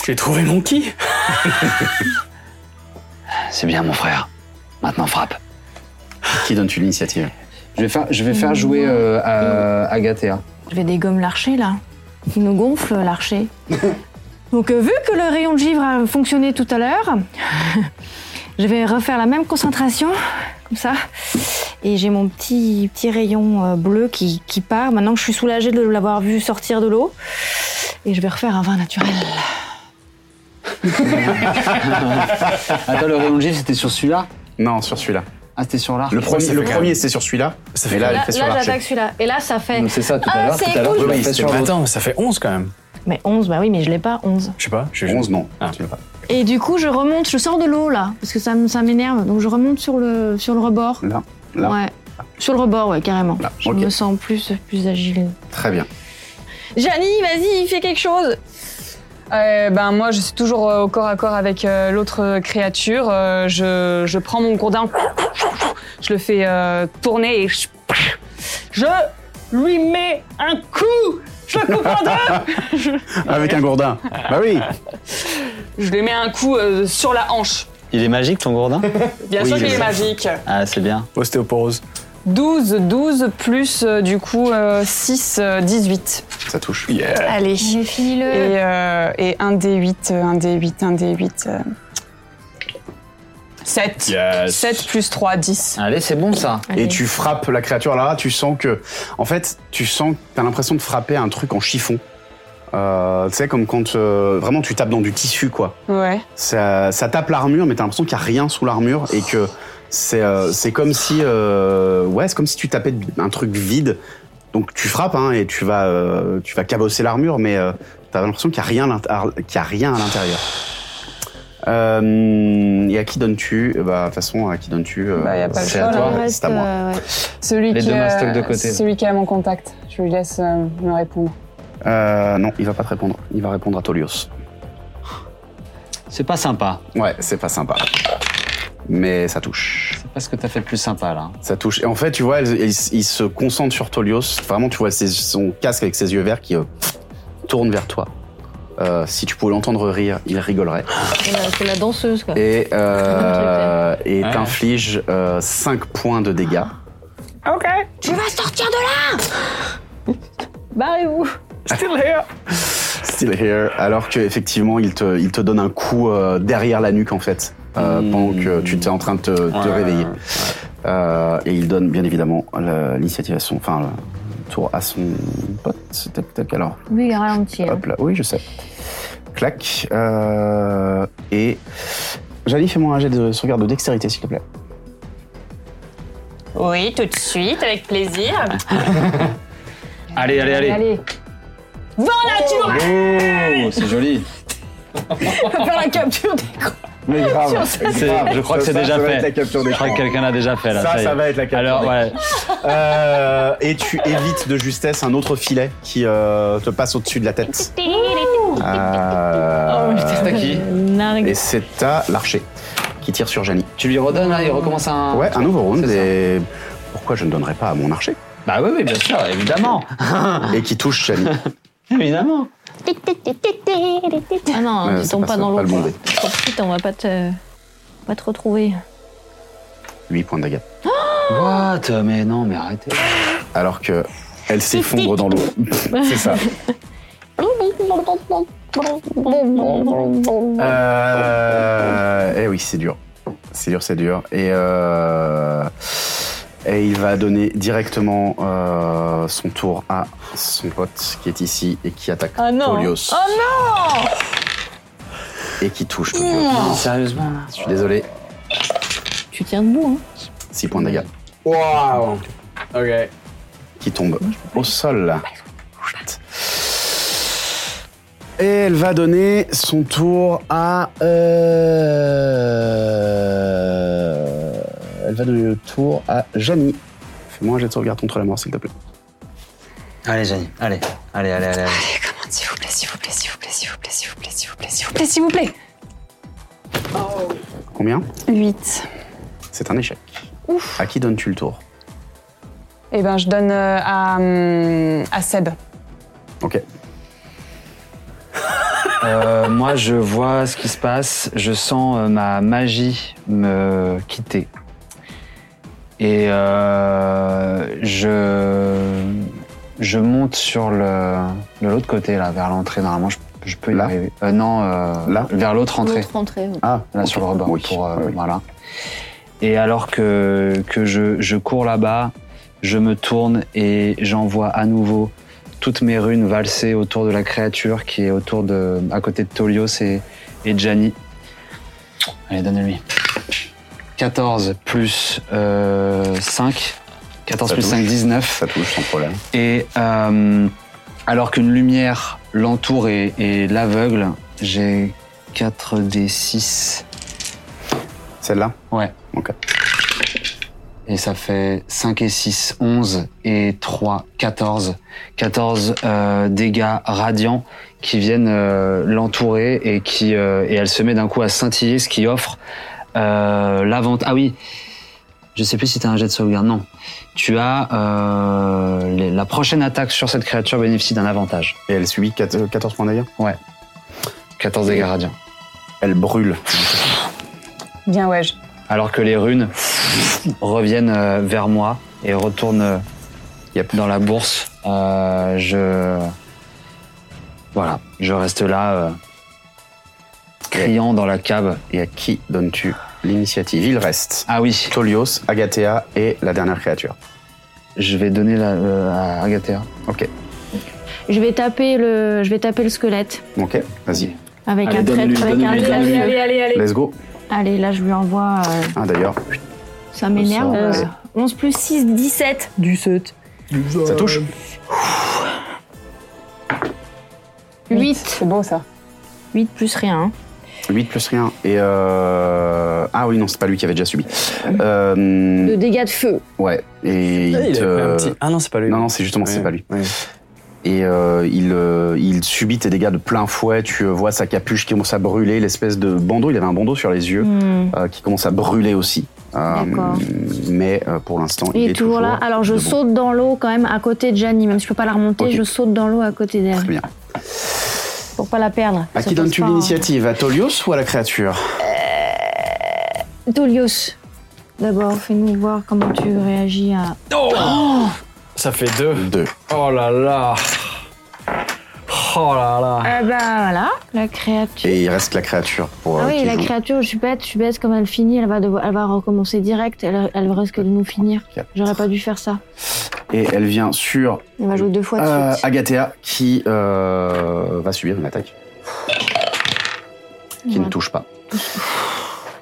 Speaker 5: J'ai trouvé mon qui
Speaker 2: C'est bien mon frère. Maintenant frappe.
Speaker 1: Qui donnes-tu l'initiative
Speaker 2: Je vais faire, je vais faire jouer euh, à- Agathea.
Speaker 4: Je vais dégommer l'archer, là. Il nous gonfle, l'archer. Donc, euh, vu que le rayon de givre a fonctionné tout à l'heure, je vais refaire la même concentration, comme ça. Et j'ai mon petit, petit rayon euh, bleu qui, qui part, maintenant que je suis soulagée de l'avoir vu sortir de l'eau. Et je vais refaire un vin naturel.
Speaker 2: Attends, le rayon de givre, c'était sur celui-là
Speaker 1: Non, sur celui-là.
Speaker 2: Ah, c'était sur l'arc.
Speaker 1: Le premier, le premier c'était sur celui-là. Mais là,
Speaker 4: Là,
Speaker 1: elle fait Mm. sur
Speaker 4: là,
Speaker 1: l'archer.
Speaker 4: j'attaque celui-là. Et là, ça fait.
Speaker 2: Donc c'est ça, tout à
Speaker 4: Ah,
Speaker 2: l'heure,
Speaker 4: c'est
Speaker 2: tout à l'heure,
Speaker 4: cool.
Speaker 2: je l'ai
Speaker 5: Oui,
Speaker 2: fait
Speaker 5: c'était-
Speaker 2: sur
Speaker 5: mais
Speaker 2: l'autre.
Speaker 5: attends, ça fait 11 quand même. Ah.
Speaker 4: Mais 11, bah oui, mais je l'ai pas, 11.
Speaker 5: Je sais pas. j'ai-
Speaker 1: 11, non. tu l'as pas.
Speaker 4: Et du coup, je remonte, je sors de l'eau là, parce que ça, me- ça m'énerve. Donc je remonte sur le, sur le rebord.
Speaker 1: Là, là.
Speaker 4: Ouais. Sur le rebord, ouais, carrément. Je
Speaker 1: ok.
Speaker 4: me sens plus, plus agile.
Speaker 1: Très bien.
Speaker 23: Janie, vas-y, fais quelque chose.
Speaker 13: Euh, ben moi, je suis toujours euh, au corps à corps avec euh, l'autre créature. Euh, je, je prends mon gourdin, je le fais euh, tourner et je, je lui mets un coup. Je le coupe en deux. Je,
Speaker 1: Avec un gourdin. Bah oui.
Speaker 13: je lui mets un coup euh, sur la hanche.
Speaker 2: Il est magique ton gourdin
Speaker 13: Bien sûr qu'il est magique.
Speaker 2: Ah, c'est bien.
Speaker 5: Ostéoporose.
Speaker 13: 12, 12 plus euh, du coup 6, 18.
Speaker 1: Ça touche.
Speaker 13: Allez.
Speaker 4: J'ai fini le.
Speaker 13: Et, euh, et 1 d 8, 1 d 8, 1 d 8. 7.
Speaker 5: Yes.
Speaker 13: 7 plus 3, 10.
Speaker 2: Allez, c'est bon ça.
Speaker 1: Et tu frappes la créature là, tu sens que. En fait, tu sens. T'as l'impression de frapper un truc en chiffon. Euh, tu sais, comme quand euh, vraiment tu tapes dans du tissu, quoi.
Speaker 13: Ouais.
Speaker 1: Ça, ça tape l'armure, mais t'as l'impression qu'il n'y a rien sous l'armure et que c'est euh, c'est comme si. euh, ouais, c'est comme si tu tapais un truc vide. Donc tu frappes hein, et tu vas, euh, tu vas cabosser l'armure, mais euh, t'as l'impression qu'il n'y a, rien à l'intérieur- qu'il y a rien à l'intérieur. Euh, et à qui donnes-tu Bah, de toute façon, à qui donnes-tu euh,
Speaker 13: Bah, y a pas le
Speaker 1: C'est
Speaker 13: choix,
Speaker 1: à
Speaker 13: là.
Speaker 1: toi,
Speaker 13: Le
Speaker 1: c'est à moi.
Speaker 13: Celui
Speaker 1: Les
Speaker 13: qui
Speaker 1: deux
Speaker 13: a-
Speaker 1: mastocs de côté.
Speaker 13: Celui qui a mon contact. Je lui laisse euh, me répondre.
Speaker 1: Euh, non, il va pas te répondre. Il va répondre à Tolios.
Speaker 2: C'est pas sympa.
Speaker 1: Ouais, c'est pas sympa. Mais ça touche.
Speaker 2: C'est pas ce que t'as fait de plus sympa là.
Speaker 1: Ça touche. Et en fait, tu vois, elle- il, il se concentre sur Tolios. Vraiment, tu vois ses- son casque avec ses yeux verts qui euh, tourne vers toi. Euh, si tu pouvais l'entendre rire, il rigolerait.
Speaker 4: C'est la, c'est la danseuse, quoi.
Speaker 1: Et
Speaker 24: Ah,
Speaker 1: euh, et t'inflige 5 points de dégâts.
Speaker 13: Ah. Ok.
Speaker 24: Tu vas sortir de là
Speaker 25: Barrez-vous.
Speaker 13: Still here.
Speaker 1: Still here. Alors qu'effectivement, il te, il te donne un coup euh, derrière la nuque, en fait, euh,
Speaker 24: Hmm.
Speaker 1: pendant que tu t'es en train de te, te
Speaker 2: Ouais.
Speaker 1: réveiller. Euh, et il donne, bien évidemment, la- l'initiative à son... Enfin, le tour à son pote. Tac, tac, alors...
Speaker 4: Lui, il est ralenti. hein.
Speaker 1: Hop là, oui, je sais. Clac. Euh, et... Jali, fais-moi un jet de sauvegarde de dextérité, s'il te plaît.
Speaker 26: Oui, tout de suite, avec plaisir.
Speaker 2: Allez, allez, allez.
Speaker 26: Bon, là, tu l'auras
Speaker 2: Oh, c'est joli.
Speaker 25: On peut faire la capture des gros.
Speaker 2: Mais
Speaker 25: grave, Sur ça,
Speaker 2: c'est-
Speaker 25: grave.
Speaker 2: je crois que
Speaker 25: Ça,
Speaker 2: c'est
Speaker 25: ça
Speaker 2: déjà
Speaker 25: va
Speaker 2: fait.
Speaker 25: être la capture
Speaker 2: je crois que quelqu'un l'a déjà fait là.
Speaker 1: Ça,
Speaker 2: y
Speaker 1: ça
Speaker 2: est.
Speaker 1: va être la capture
Speaker 2: Alors, ouais.
Speaker 1: Euh, et tu évites de justesse un autre filet qui euh, te passe au-dessus de la tête. Euh,
Speaker 2: Ah.
Speaker 1: Et c'est à l'archer qui tire sur Jani.
Speaker 2: Tu lui redonnes là, il recommence un.
Speaker 1: Ouais, un nouveau round. Et pourquoi je ne donnerais pas à mon archer
Speaker 2: Bah oui, oui, bien sûr, évidemment.
Speaker 1: Et qui touche Jani.
Speaker 2: évidemment.
Speaker 4: Ah non,
Speaker 1: Euh,
Speaker 4: tu
Speaker 1: c'est
Speaker 4: tombes
Speaker 1: pas
Speaker 4: pas,
Speaker 1: ça,
Speaker 4: dans
Speaker 1: pas
Speaker 4: l'eau.
Speaker 1: le
Speaker 4: quoi.
Speaker 1: bon dé.
Speaker 4: Trop petite, Oh, on va pas te, on va te retrouver.
Speaker 1: 8 points de dégâts.
Speaker 2: What Mais non, mais arrêtez.
Speaker 1: Alors que elle s'effondre dans l'eau. c'est ça. Euh, eh oui, c'est dur. C'est dur, c'est dur. Et, euh, et il va donner directement euh, son tour à son pote qui est ici et qui attaque
Speaker 25: Oh non
Speaker 1: Tolios
Speaker 25: Oh non
Speaker 1: et qui touche Tolios.
Speaker 2: Non, sérieusement.
Speaker 1: Je suis désolé,
Speaker 4: Tu tiens debout, hein.
Speaker 1: 6 points de dégâts.
Speaker 5: Waouh Ok.
Speaker 1: Qui tombe au sol. Et elle va donner son tour à. euh, Elle va donner le tour à Janie. Fais-moi un jet de sauvegarde contre la mort, s'il te plaît.
Speaker 2: Allez, Jenny, allez, allez, allez, allez. allez.
Speaker 27: Commande, s'il vous plaît, s'il vous plaît, s'il vous plaît, s'il vous plaît, s'il vous plaît, s'il vous plaît, s'il vous plaît, s'il vous plaît.
Speaker 1: Combien
Speaker 27: 8.
Speaker 1: C'est un échec. À qui donnes-tu le tour
Speaker 13: Eh ben, je donne euh, à, hum, à Seb.
Speaker 1: Ok.
Speaker 2: Euh, moi, je vois ce qui se passe. Je sens euh, ma magie me quitter. Et euh, je, je monte sur le, de l'autre côté, là, vers l'entrée. Normalement, je, je peux y
Speaker 1: Là
Speaker 2: arriver. Euh, non, euh, vers l'autre entrée.
Speaker 4: L'autre entrée, ouais.
Speaker 1: Ah,
Speaker 2: là, sur le rebord. pour, euh, Voilà. Et alors que, que je, je cours là-bas, je me tourne et j'envoie à nouveau toutes mes runes valser autour de la créature qui est autour de, à côté de Tolios et, et Gianni. Allez, donne-lui. 14 plus 5. 14
Speaker 1: Ça
Speaker 2: plus
Speaker 1: touche.
Speaker 2: 5, 19.
Speaker 1: Ça touche sans problème.
Speaker 2: Et euh, alors qu'une lumière l'entoure et, et l'aveugle, j'ai 4 des 6.
Speaker 1: Celle-là
Speaker 2: Ouais.
Speaker 1: Ok.
Speaker 2: Et ça fait 5 et 6, 11 et 3, 14. 14 euh, dégâts radiants qui viennent euh, l'entourer et qui euh, et elle se met d'un coup à scintiller, ce qui offre euh, l'avantage. Ah oui, je sais plus si tu as un jet de sauvegarde. Non. Tu as. euh, les- la prochaine attaque sur cette créature bénéficie d'un avantage.
Speaker 1: Et elle subit 14 points d'ailleurs
Speaker 2: Ouais. 14 dégâts radiants.
Speaker 1: Elle brûle.
Speaker 13: Bien, ouais. je-
Speaker 2: Alors que les runes reviennent euh, vers moi et retournent euh, dans la bourse. Euh, je. Voilà. Je reste là, euh, criant dans la cave.
Speaker 1: Et à qui donnes-tu l'initiative Il reste.
Speaker 2: Ah oui.
Speaker 1: Tolios, Agathea et la dernière créature.
Speaker 2: Je vais donner la, euh, à Agathea.
Speaker 1: Ok.
Speaker 4: Je vais taper le, je vais taper le squelette
Speaker 1: Ok, vas-y.
Speaker 4: avec
Speaker 1: Allez,
Speaker 4: un trait,
Speaker 1: donne-lui,
Speaker 4: avec un
Speaker 1: donne-lui,
Speaker 4: trait.
Speaker 1: donne-lui.
Speaker 4: allez,
Speaker 1: Let's go.
Speaker 4: Allez, là, je lui envoie. euh,
Speaker 1: Ah d'ailleurs,
Speaker 4: ça m'énerve.
Speaker 1: Ça,
Speaker 4: euh,
Speaker 1: c'est-
Speaker 4: 11 plus 6, 17. 17.
Speaker 1: ça touche
Speaker 4: 8. C'est
Speaker 13: beau, ça.
Speaker 4: 8 plus rien.
Speaker 1: 8 plus rien. Et euh... Ah oui, non, c'est pas lui qui avait déjà subi. Euh,
Speaker 4: De dégâts de feu.
Speaker 1: Ouais. Et
Speaker 5: Ah,
Speaker 1: il,
Speaker 5: il
Speaker 1: te-
Speaker 5: avait pris un petit- Ah non, c'est pas lui.
Speaker 1: Non, non, c'est justement, c'est
Speaker 5: Ouais.
Speaker 1: pas lui. Et euh, il, euh, il subit tes dégâts de plein fouet. Tu euh, vois sa capuche qui commence à brûler, l'espèce de bandeau. Il avait un bandeau sur les yeux
Speaker 4: Hmm.
Speaker 1: euh, qui commence à brûler aussi. Euh,
Speaker 4: D'accord.
Speaker 1: mais euh, pour l'instant,
Speaker 4: Il est toujours là. Alors, je
Speaker 1: debout.
Speaker 4: saute dans l'eau quand même à côté de Janie. Même si je peux pas la remonter,
Speaker 1: Ok.
Speaker 4: je saute dans l'eau à côté d'elle.
Speaker 1: Très bien.
Speaker 4: pour pas la perdre.
Speaker 1: À qui
Speaker 4: Surtout
Speaker 1: donnes-tu
Speaker 4: pas,
Speaker 1: l'initiative À Tolios ou à la créature
Speaker 4: euh, Tolios, d'abord, fais-nous voir comment tu réagis à.
Speaker 5: Oh Ça fait deux.
Speaker 1: Deux.
Speaker 5: Oh là là. Oh là là.
Speaker 4: Ah bah voilà, la créature.
Speaker 1: Et il reste la créature pour.
Speaker 4: Ah
Speaker 1: euh,
Speaker 4: oui,
Speaker 1: qui
Speaker 4: la
Speaker 1: joue.
Speaker 4: créature, je suis bête, je suis bête, comme elle finit, elle va, devoir- elle va recommencer direct, elle, elle risque de nous finir. J'aurais pas dû faire ça.
Speaker 1: Et elle vient sur
Speaker 4: Elle va jouer deux fois de
Speaker 1: euh,
Speaker 4: suite.
Speaker 1: Agathea qui euh, va subir une attaque. Qui ne touche pas.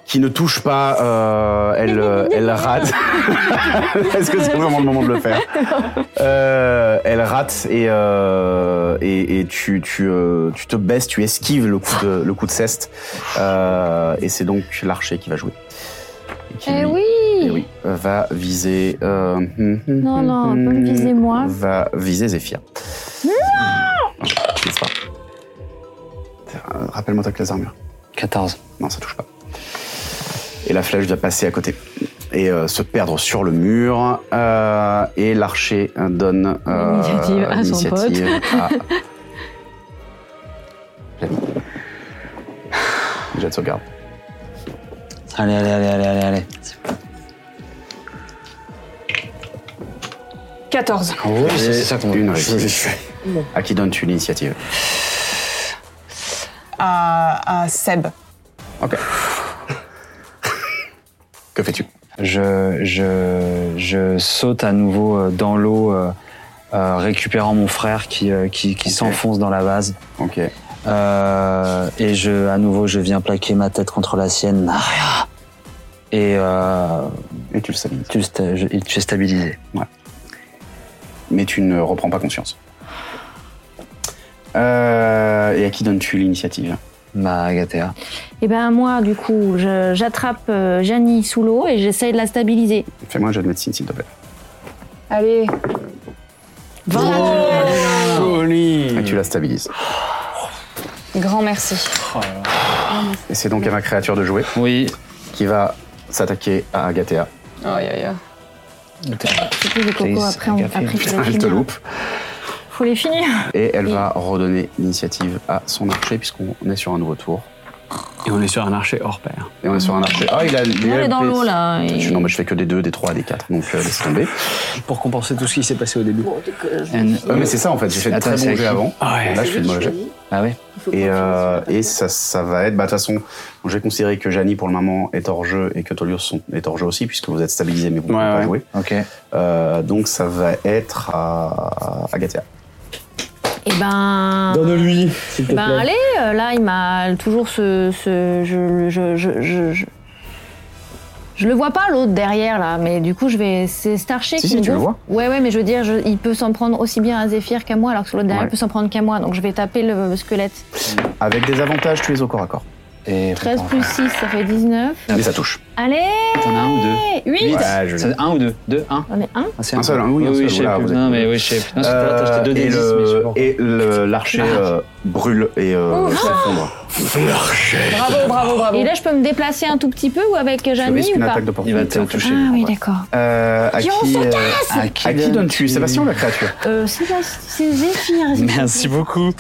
Speaker 1: Qui ne touche pas, euh, elle, euh, elle rate. Est-ce que c'est vraiment le moment de le faire Euh, Elle rate et, euh, et, et tu, tu, euh, tu te baisses, tu esquives le coup de, le coup de ceste. Euh, et c'est donc l'archer qui va jouer. Et qui,
Speaker 4: Eh
Speaker 1: lui,
Speaker 4: oui
Speaker 1: eh oui, va viser. euh, hum, hum,
Speaker 4: Non,
Speaker 1: hum,
Speaker 4: non,
Speaker 1: hum,
Speaker 4: pas me viser, moi.
Speaker 1: Va viser Zephyr. Non N'est-ce pas Euh, Rappelle-moi ta classe d'armure.
Speaker 2: 14.
Speaker 1: Non, ça touche pas. Et la flèche doit passer à côté et euh, se perdre sur le mur. euh, et l'archer donne euh,
Speaker 28: L'initiative à son
Speaker 1: l'initiative
Speaker 28: pote.
Speaker 1: à- Jet de sauvegarde.
Speaker 2: Allez, allez, allez, allez, allez, allez.
Speaker 6: 14.
Speaker 1: Et
Speaker 2: c'est ça qu'on
Speaker 1: une
Speaker 2: je-
Speaker 1: réussite. À qui donnes-tu l'initiative
Speaker 6: À, à Seb.
Speaker 1: Ok. Que fais-tu
Speaker 2: je, je, je saute à nouveau euh, dans l'eau, euh, euh, récupérant mon frère qui, euh, qui, qui s'enfonce dans la vase.
Speaker 1: Ok.
Speaker 2: Euh, et je, à nouveau, je viens plaquer ma tête contre la sienne. Maria Et, euh,
Speaker 1: et tu le stabilises.
Speaker 2: Tu, le sta- je- et tu es stabilisé.
Speaker 1: Ouais. Mais tu ne reprends pas conscience. Euh, et à qui donnes-tu l'initiative
Speaker 2: Bah, Agathea.
Speaker 4: Et ben moi, du coup, je- j'attrape euh, Janie sous l'eau et j'essaye de la stabiliser.
Speaker 1: Fais-moi un jeu de médecine, s'il te plaît.
Speaker 4: Allez.
Speaker 1: Oh. Et tu la stabilises.
Speaker 6: Grand merci.
Speaker 1: Oh Et c'est donc à ma créature de jouer.
Speaker 2: Oui.
Speaker 1: Qui va s'attaquer à Agathea.
Speaker 6: Aïe, aïe, aïe.
Speaker 4: C'est plus les cocos, après, on, après il
Speaker 5: Ah,
Speaker 4: faut les
Speaker 1: Elle te
Speaker 4: finir.
Speaker 1: loupe.
Speaker 4: Faut les finir.
Speaker 1: Et elle va redonner l'initiative à son archer, puisqu'on est sur un nouveau tour.
Speaker 5: Et on est sur un archer hors pair.
Speaker 1: Et on est sur un archer. Ah, il a. il
Speaker 5: On
Speaker 1: a
Speaker 5: est dans
Speaker 1: le-
Speaker 5: l'eau, là, et-
Speaker 1: Non, mais je fais que des 2, des 3, des 4. Donc euh, laisse tomber.
Speaker 5: Pour compenser tout ce qui s'est passé au début.
Speaker 1: Euh, mais c'est ça en fait, j'ai fait de
Speaker 5: Attends,
Speaker 1: très
Speaker 5: c'est
Speaker 1: bons
Speaker 5: avec
Speaker 1: jets
Speaker 5: qui
Speaker 1: avant.
Speaker 5: Ah ouais.
Speaker 1: Et Là, je fais de mauvais jets.
Speaker 2: Ah ouais.
Speaker 1: Et, euh, et ça, ça va être. Bah, de toute façon, je vais considérer que Jani pour le moment est hors jeu et que Tolios sont- est hors jeu aussi, puisque vous êtes stabilisés mais vous ne pouvez pas jouer.
Speaker 2: Ok.
Speaker 1: Euh, donc ça va être à, à Gatia.
Speaker 4: Et ben.
Speaker 5: Donne-lui,
Speaker 4: Eh
Speaker 5: s'il
Speaker 4: Ben allez, euh, là il m'a toujours ce, ce- je, je, je, je, je- je le vois pas l'autre derrière là, mais du coup je vais c'est Starcher
Speaker 1: Si,
Speaker 4: qui
Speaker 1: si,
Speaker 4: me
Speaker 1: tu le
Speaker 4: gonfle. Ouais ouais, mais je veux dire je- il peut s'en prendre aussi bien à Zephyr qu'à moi, alors que l'autre derrière
Speaker 1: Ouais.
Speaker 4: peut s'en prendre qu'à moi, donc je vais taper le squelette.
Speaker 1: Avec des avantages, tu es au corps à corps.
Speaker 2: Et
Speaker 4: 13 plus 6, ça fait 19.
Speaker 1: Mais ça touche.
Speaker 4: Allez.
Speaker 2: T'en as un ou deux
Speaker 4: 8
Speaker 1: Ouais, je-
Speaker 2: C'est un ou deux Deux, un
Speaker 4: On est un
Speaker 2: Ah, c'est
Speaker 1: Un seul, hein, oui, un
Speaker 2: oui,
Speaker 1: seul.
Speaker 2: je sais
Speaker 1: Oula,
Speaker 2: plus.
Speaker 1: vous êtes-
Speaker 2: Non, mais oui, je sais plus. Non, c'est pas
Speaker 1: Euh,
Speaker 2: attends, je t'ai
Speaker 1: et
Speaker 2: donné 10, mais je sais pas. Ah,
Speaker 1: le- et le- l'archer euh, brûle et euh,
Speaker 4: ah,
Speaker 1: s'effondre. L'archer
Speaker 4: Bravo, bravo, bravo. Et là je peux me déplacer un tout petit peu ou avec
Speaker 1: Ah Tu
Speaker 4: Janie
Speaker 1: risques
Speaker 4: ou
Speaker 1: une
Speaker 4: pas
Speaker 1: attaque d'opportunité. en fait.
Speaker 4: Ah oui, d'accord.
Speaker 1: Euh, à,
Speaker 4: Et
Speaker 1: qui,
Speaker 4: on se
Speaker 1: euh,
Speaker 4: casse
Speaker 1: à qui, à qui donnes-tu Sébastien ou la créature
Speaker 4: Euh, c'est pas- c'est Zephyr.
Speaker 2: Merci beaucoup.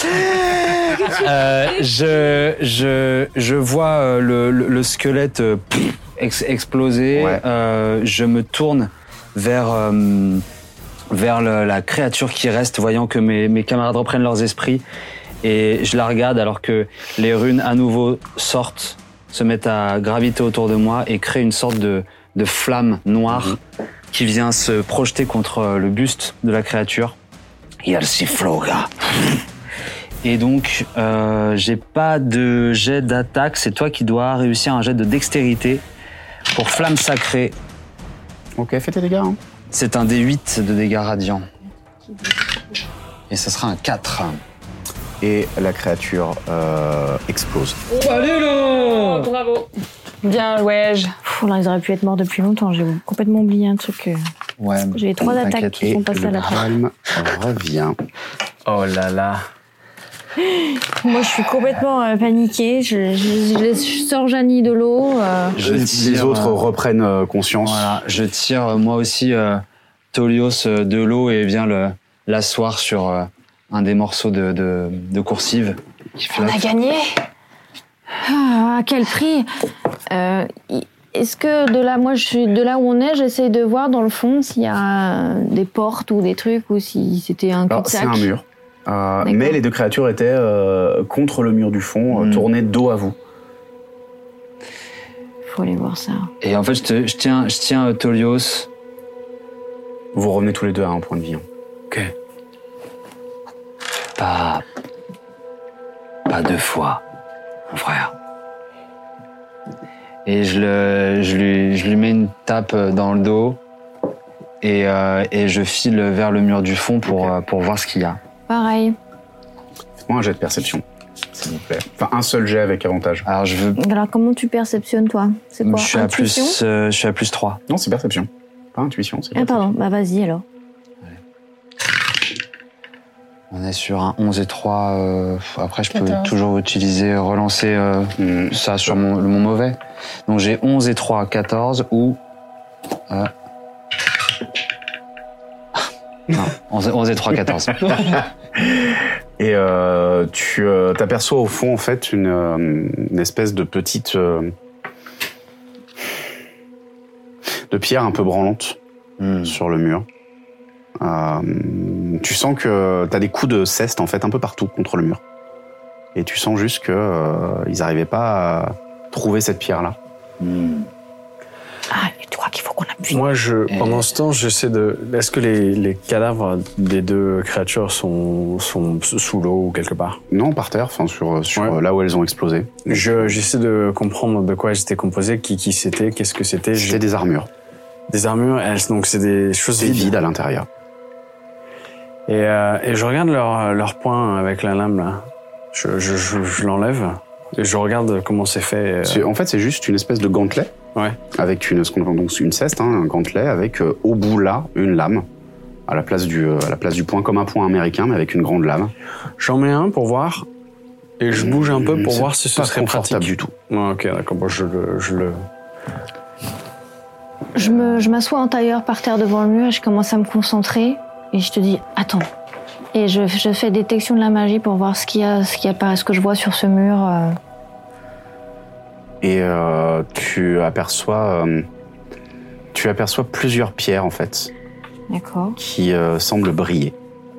Speaker 2: Euh, je, je, je vois euh, le, le- le squelette euh, pff, ex- exploser. Euh, je me tourne vers, euh, vers le- la créature qui reste, voyant que mes, mes camarades reprennent leurs esprits. Et je la regarde alors que les runes à nouveau sortent, se mettent à graviter autour de moi et créent une sorte de, de flamme noire qui vient se projeter contre euh, le buste de la créature. Il y a le siffloga. Et donc, euh, j'ai pas de jet d'attaque. C'est toi qui dois réussir un jet de dextérité pour flamme sacrée.
Speaker 1: Ok, fais tes dégâts. hein.
Speaker 2: C'est un D8 de dégâts radiants. Et ça sera un 4.
Speaker 1: Et la créature euh, explose.
Speaker 2: Allez là
Speaker 6: Bravo. Bien, ouais. je-
Speaker 4: Pff, là, ils auraient pu être morts depuis longtemps. J'ai complètement oublié un truc. euh.
Speaker 2: Ouais.
Speaker 4: J'ai trois attaques qui sont passées à la trappe.
Speaker 1: calme revient.
Speaker 5: Oh là là.
Speaker 4: Moi, je suis complètement euh, paniquée. Je, je- je laisse- je sors Janie de l'eau. euh.
Speaker 2: Je
Speaker 1: les
Speaker 2: tire,
Speaker 1: autres
Speaker 2: euh,
Speaker 1: reprennent euh, conscience.
Speaker 2: Voilà, je tire euh, moi aussi euh, Tolios euh, de l'eau et viens le- l'asseoir sur euh, un des morceaux de, de, de coursive.
Speaker 29: On a gagné
Speaker 30: Ah, à quel prix
Speaker 4: Euh, y- Est-ce que de là, moi, je suis de là où on est, j'essaye de voir dans le fond s'il y a des portes ou des trucs ou si c'était un
Speaker 1: Alors,
Speaker 4: cul-de-sac.
Speaker 1: c'est un mur. Euh, mais les deux créatures étaient euh, contre le mur du fond, euh,
Speaker 2: Mm.
Speaker 1: tournées dos à vous.
Speaker 4: Faut aller voir ça.
Speaker 2: Et en fait, je, te- je tiens, je tiens euh, Tolios.
Speaker 1: Vous revenez tous les deux à un point de vie. hein.
Speaker 2: Ok. Pas. Pas deux fois, mon frère. Et je, le, je, lui, je lui mets une tape euh, dans le dos et, euh, et je file vers le mur du fond pour, euh, pour voir ce qu'il y a.
Speaker 30: Pareil.
Speaker 1: Faites-moi un jet de perception, s'il vous plaît. Enfin, un seul jet avec avantage.
Speaker 2: Alors, je veux.
Speaker 4: Alors, comment tu perceptionnes, toi C'est quoi
Speaker 2: je, suis à
Speaker 4: Intuition
Speaker 2: plus, euh, je suis à plus 3.
Speaker 1: Non, c'est perception. Pas intuition, c'est
Speaker 4: Ah, pardon, bah vas-y alors.
Speaker 2: On est sur un 11 et 3. euh, après, je
Speaker 4: 14.
Speaker 2: peux toujours utiliser, relancer euh,
Speaker 1: Mm.
Speaker 2: ça sur mon, mon mauvais. Donc j'ai 11 et 3, 14 ou. euh, non, 11, 11 et 3, 14.
Speaker 1: Et euh, tu euh, t'aperçois au fond, en fait, une, euh, une espèce de petite. euh, de pierre un peu branlante
Speaker 2: Hmm.
Speaker 1: sur le mur. Euh, tu sens que t'as des coups de ceste, en fait, un peu partout contre le mur. Et tu sens juste que euh, ils n'arrivaient pas à trouver cette pierre-là.
Speaker 5: Ah, et toi qu'il faut qu'on appuie. Moi, je, pendant ce temps, j'essaie de. Est-ce que les, les cadavres des deux créatures sont, sont sous l'eau ou quelque part
Speaker 1: Non, par terre, enfin, sur, sur euh, là où elles ont explosé.
Speaker 5: Je, j'essaie de comprendre de quoi elles étaient composées, qui, qui c'était, qu'est-ce que c'était.
Speaker 1: C'était des armures.
Speaker 5: Des armures, elles- donc c'est des choses
Speaker 1: C'est
Speaker 5: vides.
Speaker 1: vide à l'intérieur.
Speaker 5: Et, euh, et je regarde leur, leur point avec la lame, là. Je, je, je, je l'enlève et je regarde comment c'est fait. euh,
Speaker 1: C'est- En fait, c'est juste une espèce de gantelet.
Speaker 5: Ouais.
Speaker 1: Avec une, ce qu'on appelle donc une ceste, hein, un gantelet, avec euh, au bout là, une lame. À la, place du, euh, à la place du point, comme un point américain, mais avec une grande lame.
Speaker 5: J'en mets un pour voir. Et je bouge un peu pour
Speaker 1: C'est
Speaker 5: voir si ce
Speaker 1: pas
Speaker 5: serait
Speaker 1: confortable
Speaker 5: pratique.
Speaker 1: du tout.
Speaker 5: Ouais, ok, d'accord. Bon, je le. Je le...
Speaker 4: Je me- je m'assois en tailleur par terre devant le mur et je commence à me concentrer et je te dis attends. Et je, je fais détection de la magie pour voir ce qu'il y a, ce qu'il y a pas, ce que je vois sur ce mur. euh.
Speaker 1: Et euh, tu aperçois. euh, tu aperçois plusieurs pierres, en fait,
Speaker 4: D'accord.
Speaker 1: qui euh, semblent briller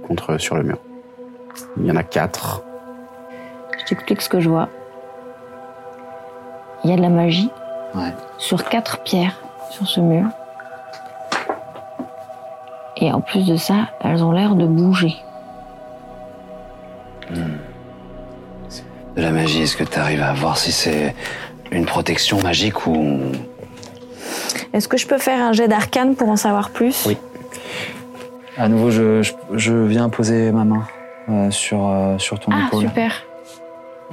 Speaker 1: contre, sur le mur. Il y en a quatre.
Speaker 4: Je t'explique ce que je vois. Il y a de la magie
Speaker 2: Ouais.
Speaker 4: sur quatre pierres sur ce mur. Et en plus de ça, elles ont l'air de bouger.
Speaker 2: De la magie, est-ce que tu arrives à voir si c'est une protection magique ou.
Speaker 8: Est-ce que je peux faire un jet d'arcane pour en savoir plus
Speaker 2: Oui. À nouveau, je, je, je viens poser ma main euh, sur, euh, sur ton
Speaker 30: Ah,
Speaker 2: épaule.
Speaker 30: super.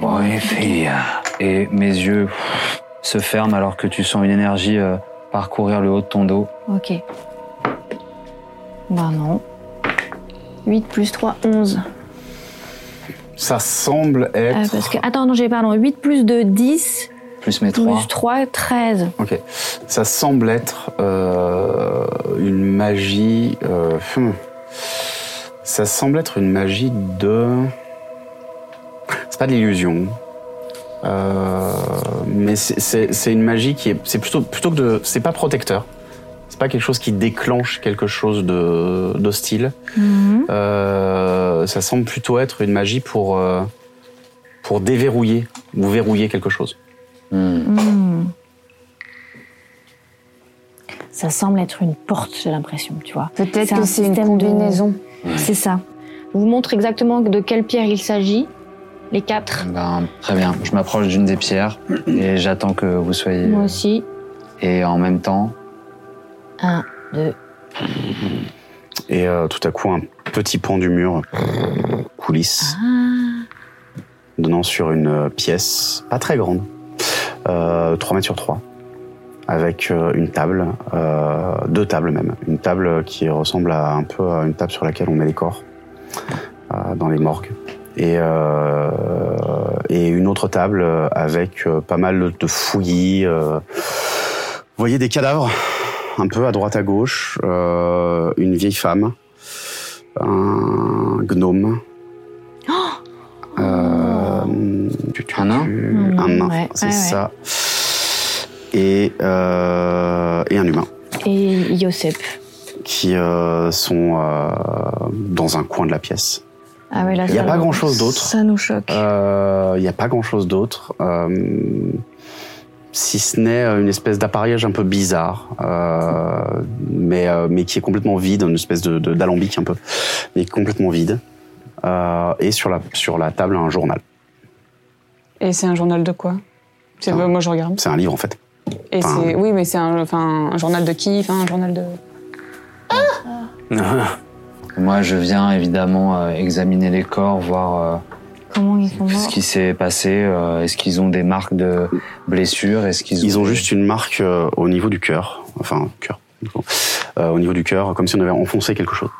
Speaker 2: Oui, fille. Et mes yeux se ferment alors que tu sens une énergie euh, parcourir le haut de ton dos.
Speaker 4: Ok. Bah non. 8 plus 3, 11.
Speaker 1: Ça semble
Speaker 4: Euh,
Speaker 1: être.
Speaker 4: parce que, attends, non, j'ai pardon. 8 plus 2, 10.
Speaker 2: Plus mes trois.
Speaker 4: Plus 3, 13.
Speaker 1: Ok. Ça semble être euh, une magie. euh, hmm. Ça semble être une magie de. C'est pas de l'illusion. Euh, mais c'est- c'est c'est une magie qui est. C'est plutôt, plutôt que de. C'est pas protecteur. C'est pas quelque chose qui déclenche quelque chose de- d'hostile. Euh, ça semble plutôt être une magie pour. euh, pour déverrouiller ou verrouiller quelque chose.
Speaker 4: Hmm. Ça semble être une porte, j'ai l'impression, tu vois.
Speaker 13: Peut-être
Speaker 4: un
Speaker 13: que c'est une
Speaker 4: système de-
Speaker 13: combinaison.
Speaker 4: C'est ça. Je vous montre exactement de quelle pierre il s'agit. Les quatre.
Speaker 2: Ben, très bien. Je m'approche d'une des pierres et j'attends que vous soyez.
Speaker 4: Moi aussi.
Speaker 2: Et en même temps,
Speaker 4: 1, 2,
Speaker 1: Et euh, tout à coup, un petit pan du mur coulisse, donnant sur une euh, pièce pas très grande, euh, 3 mètres sur 3, avec euh, une table, euh, deux tables même, une table qui ressemble à, un peu à une table sur laquelle on met les corps euh, dans les morgues. Et, euh, et une autre table euh, avec euh, pas mal de fouillis. euh. Vous voyez des cadavres un peu à droite à gauche, euh, une vieille femme, un gnome, euh,
Speaker 2: nain.
Speaker 1: Mmh, un nain,
Speaker 4: Mm, ouais,
Speaker 1: c'est
Speaker 4: ouais,
Speaker 1: ça. Et, euh, et un humain
Speaker 4: Et Yosep.
Speaker 1: qui euh, sont euh, dans un coin de la pièce.
Speaker 4: Ah ouais, là,
Speaker 1: Il n'y a
Speaker 4: ça-
Speaker 1: pas grand chose d'autre.
Speaker 4: Ça nous choque.
Speaker 1: Euh, Il n'y a pas grand chose d'autre. euh, si ce n'est euh, une espèce d'appareillage un peu bizarre, euh, mais, euh, mais qui est complètement vide, une espèce de- de- d'alambic un peu, mais complètement vide. Euh, et sur la, sur la table, un journal.
Speaker 13: Et c'est un journal de quoi C'est- bah, Moi, je regarde.
Speaker 1: C'est un livre en fait.
Speaker 13: Et
Speaker 1: Enfin,
Speaker 13: c'est, oui, mais c'est un, enfin, un journal de qui Enfin, un journal de.
Speaker 2: Moi, je viens évidemment euh, examiner les corps, voir
Speaker 4: Comment ils sont
Speaker 2: euh, ce
Speaker 4: morts
Speaker 2: qui s'est passé. euh, Est-ce qu'ils ont des marques de blessures Est-ce qu'ils ont...
Speaker 1: Ils ont juste une marque euh, au niveau du cœur, enfin cœur, du coup. Euh, au niveau du cœur, comme si on avait enfoncé quelque chose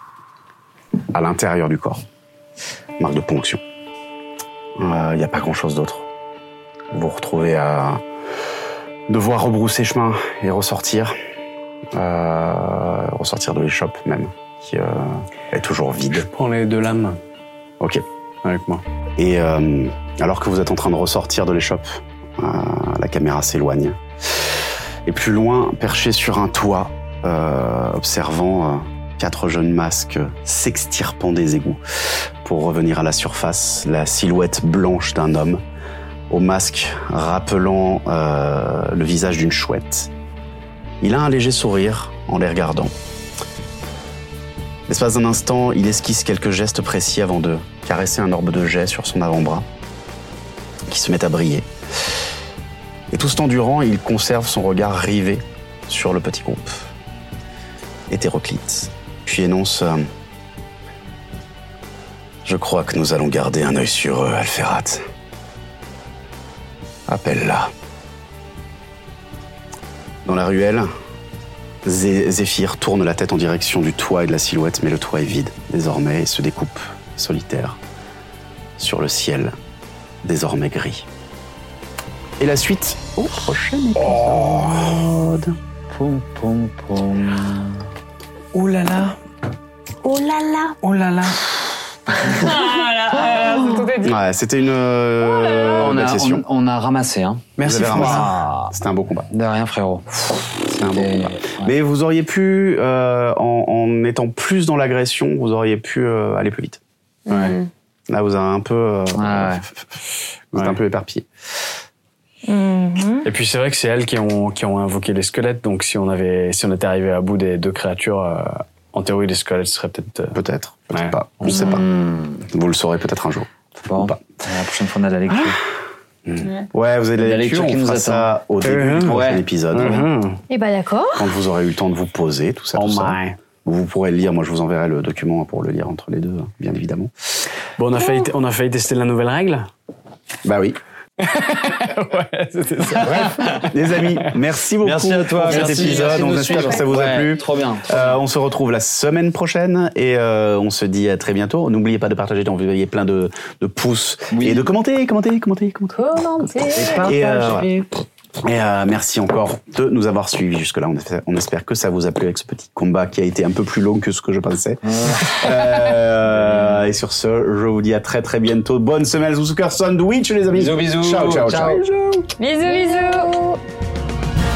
Speaker 1: à l'intérieur du corps. Marque de ponction. Il n'y a pas grand-chose d'autre. Vous vous retrouvez à devoir rebrousser chemin et ressortir, Euh, ressortir de l'échoppe même, qui euh, est toujours vide.
Speaker 31: Prends les deux lames.
Speaker 1: Ok, avec moi. Et euh, alors que vous êtes en train de ressortir de l'échoppe, euh, la caméra s'éloigne. Et plus loin, perché sur un toit, euh, observant euh, quatre jeunes masques s'extirpant des égouts pour revenir à la surface, la silhouette blanche d'un homme au masque rappelant euh, le visage d'une chouette. Il a un léger sourire en les regardant. L'espace d'un instant, il esquisse quelques gestes précis avant de caresser un orbe de jet sur son avant-bras, qui se met à briller. Et tout ce temps durant, il conserve son regard rivé sur le petit groupe, hétéroclite, puis énonce euh, Je crois que nous allons garder un œil sur eux, Alphérat. Appelle-la. Dans la ruelle, Zé- Zéphyr tourne la tête en direction du toit et de la silhouette, mais le toit est vide désormais et se découpe, solitaire, sur le ciel, désormais gris. Et la suite au prochain épisode.
Speaker 2: Pom, pom, pom.
Speaker 5: Oh là là.
Speaker 4: Oh là là
Speaker 5: Oh là là.
Speaker 1: Ouais, c'était une euh,
Speaker 2: on,
Speaker 1: belle
Speaker 2: a,
Speaker 1: session.
Speaker 2: on, on a ramassé. Hein.
Speaker 1: Merci,
Speaker 2: Vous avez
Speaker 1: François.
Speaker 2: ramassé.
Speaker 1: C'était un beau combat.
Speaker 2: Ah, De rien, frérot.
Speaker 1: C'est un bon combat. Mais vous auriez pu, euh, en, en étant plus dans l'agression, vous auriez pu euh, aller plus vite.
Speaker 2: Ouais.
Speaker 1: Là, vous avez un peu, euh,
Speaker 2: ouais.
Speaker 1: vous êtes un peu éparpillé.
Speaker 5: Et puis c'est vrai que c'est elles qui ont, qui ont invoqué les squelettes, donc si on, avait, si on était arrivé à bout des deux créatures, euh, en théorie, les squelettes seraient peut-être. euh,
Speaker 1: Peut-être,
Speaker 5: peut-être
Speaker 1: pas, on ne sait pas.
Speaker 2: Hmm.
Speaker 1: Vous le saurez peut-être un jour.
Speaker 2: Bon, la prochaine fois, on a de la lecture.
Speaker 1: Ouais, vous avez de la,
Speaker 2: La
Speaker 1: lecture,
Speaker 2: lecture qui
Speaker 1: on
Speaker 2: nous
Speaker 1: fera
Speaker 2: attend.
Speaker 1: ça au début
Speaker 2: Mhm.
Speaker 1: du prochain
Speaker 2: Ouais.
Speaker 1: épisode.
Speaker 2: Mm-hmm.
Speaker 5: Mhm.
Speaker 32: Eh ben d'accord.
Speaker 1: Quand vous aurez eu le temps de vous poser, tout
Speaker 2: Oh
Speaker 1: ça, tout ça. Vous pourrez le lire, moi je vous enverrai le document pour le lire entre les deux, hein, bien évidemment.
Speaker 5: Bon, on a, failli, on a failli tester la nouvelle règle.
Speaker 1: Bah oui.
Speaker 5: ouais, c'était ça.
Speaker 1: Bref, les amis, merci beaucoup
Speaker 2: Merci à toi,
Speaker 1: pour cet
Speaker 2: merci,
Speaker 1: épisode.
Speaker 2: merci de
Speaker 1: on
Speaker 2: nous
Speaker 1: espère
Speaker 2: suivre.
Speaker 1: que ça vous a
Speaker 2: Ouais,
Speaker 1: plu.
Speaker 2: trop bien.
Speaker 1: Euh, on se retrouve la semaine prochaine et euh, on se dit à très bientôt. N'oubliez pas de partager, d'envoyer plein de, de pouces et de commenter, commenter, commenter, commenter. Et, euh, voilà. Et, euh, merci encore de nous avoir suivis jusque-là. On, espère- on espère que ça vous a plu avec ce petit combat qui a été un peu plus long que ce que je pensais. Euh, et sur ce, je vous dis à très très bientôt. Bonne semaine, Zuzucker Sandwich, les amis.
Speaker 2: Bisous, bisous.
Speaker 1: Ciao, ciao, ciao.
Speaker 2: Ciao.
Speaker 33: Bisous, bisous.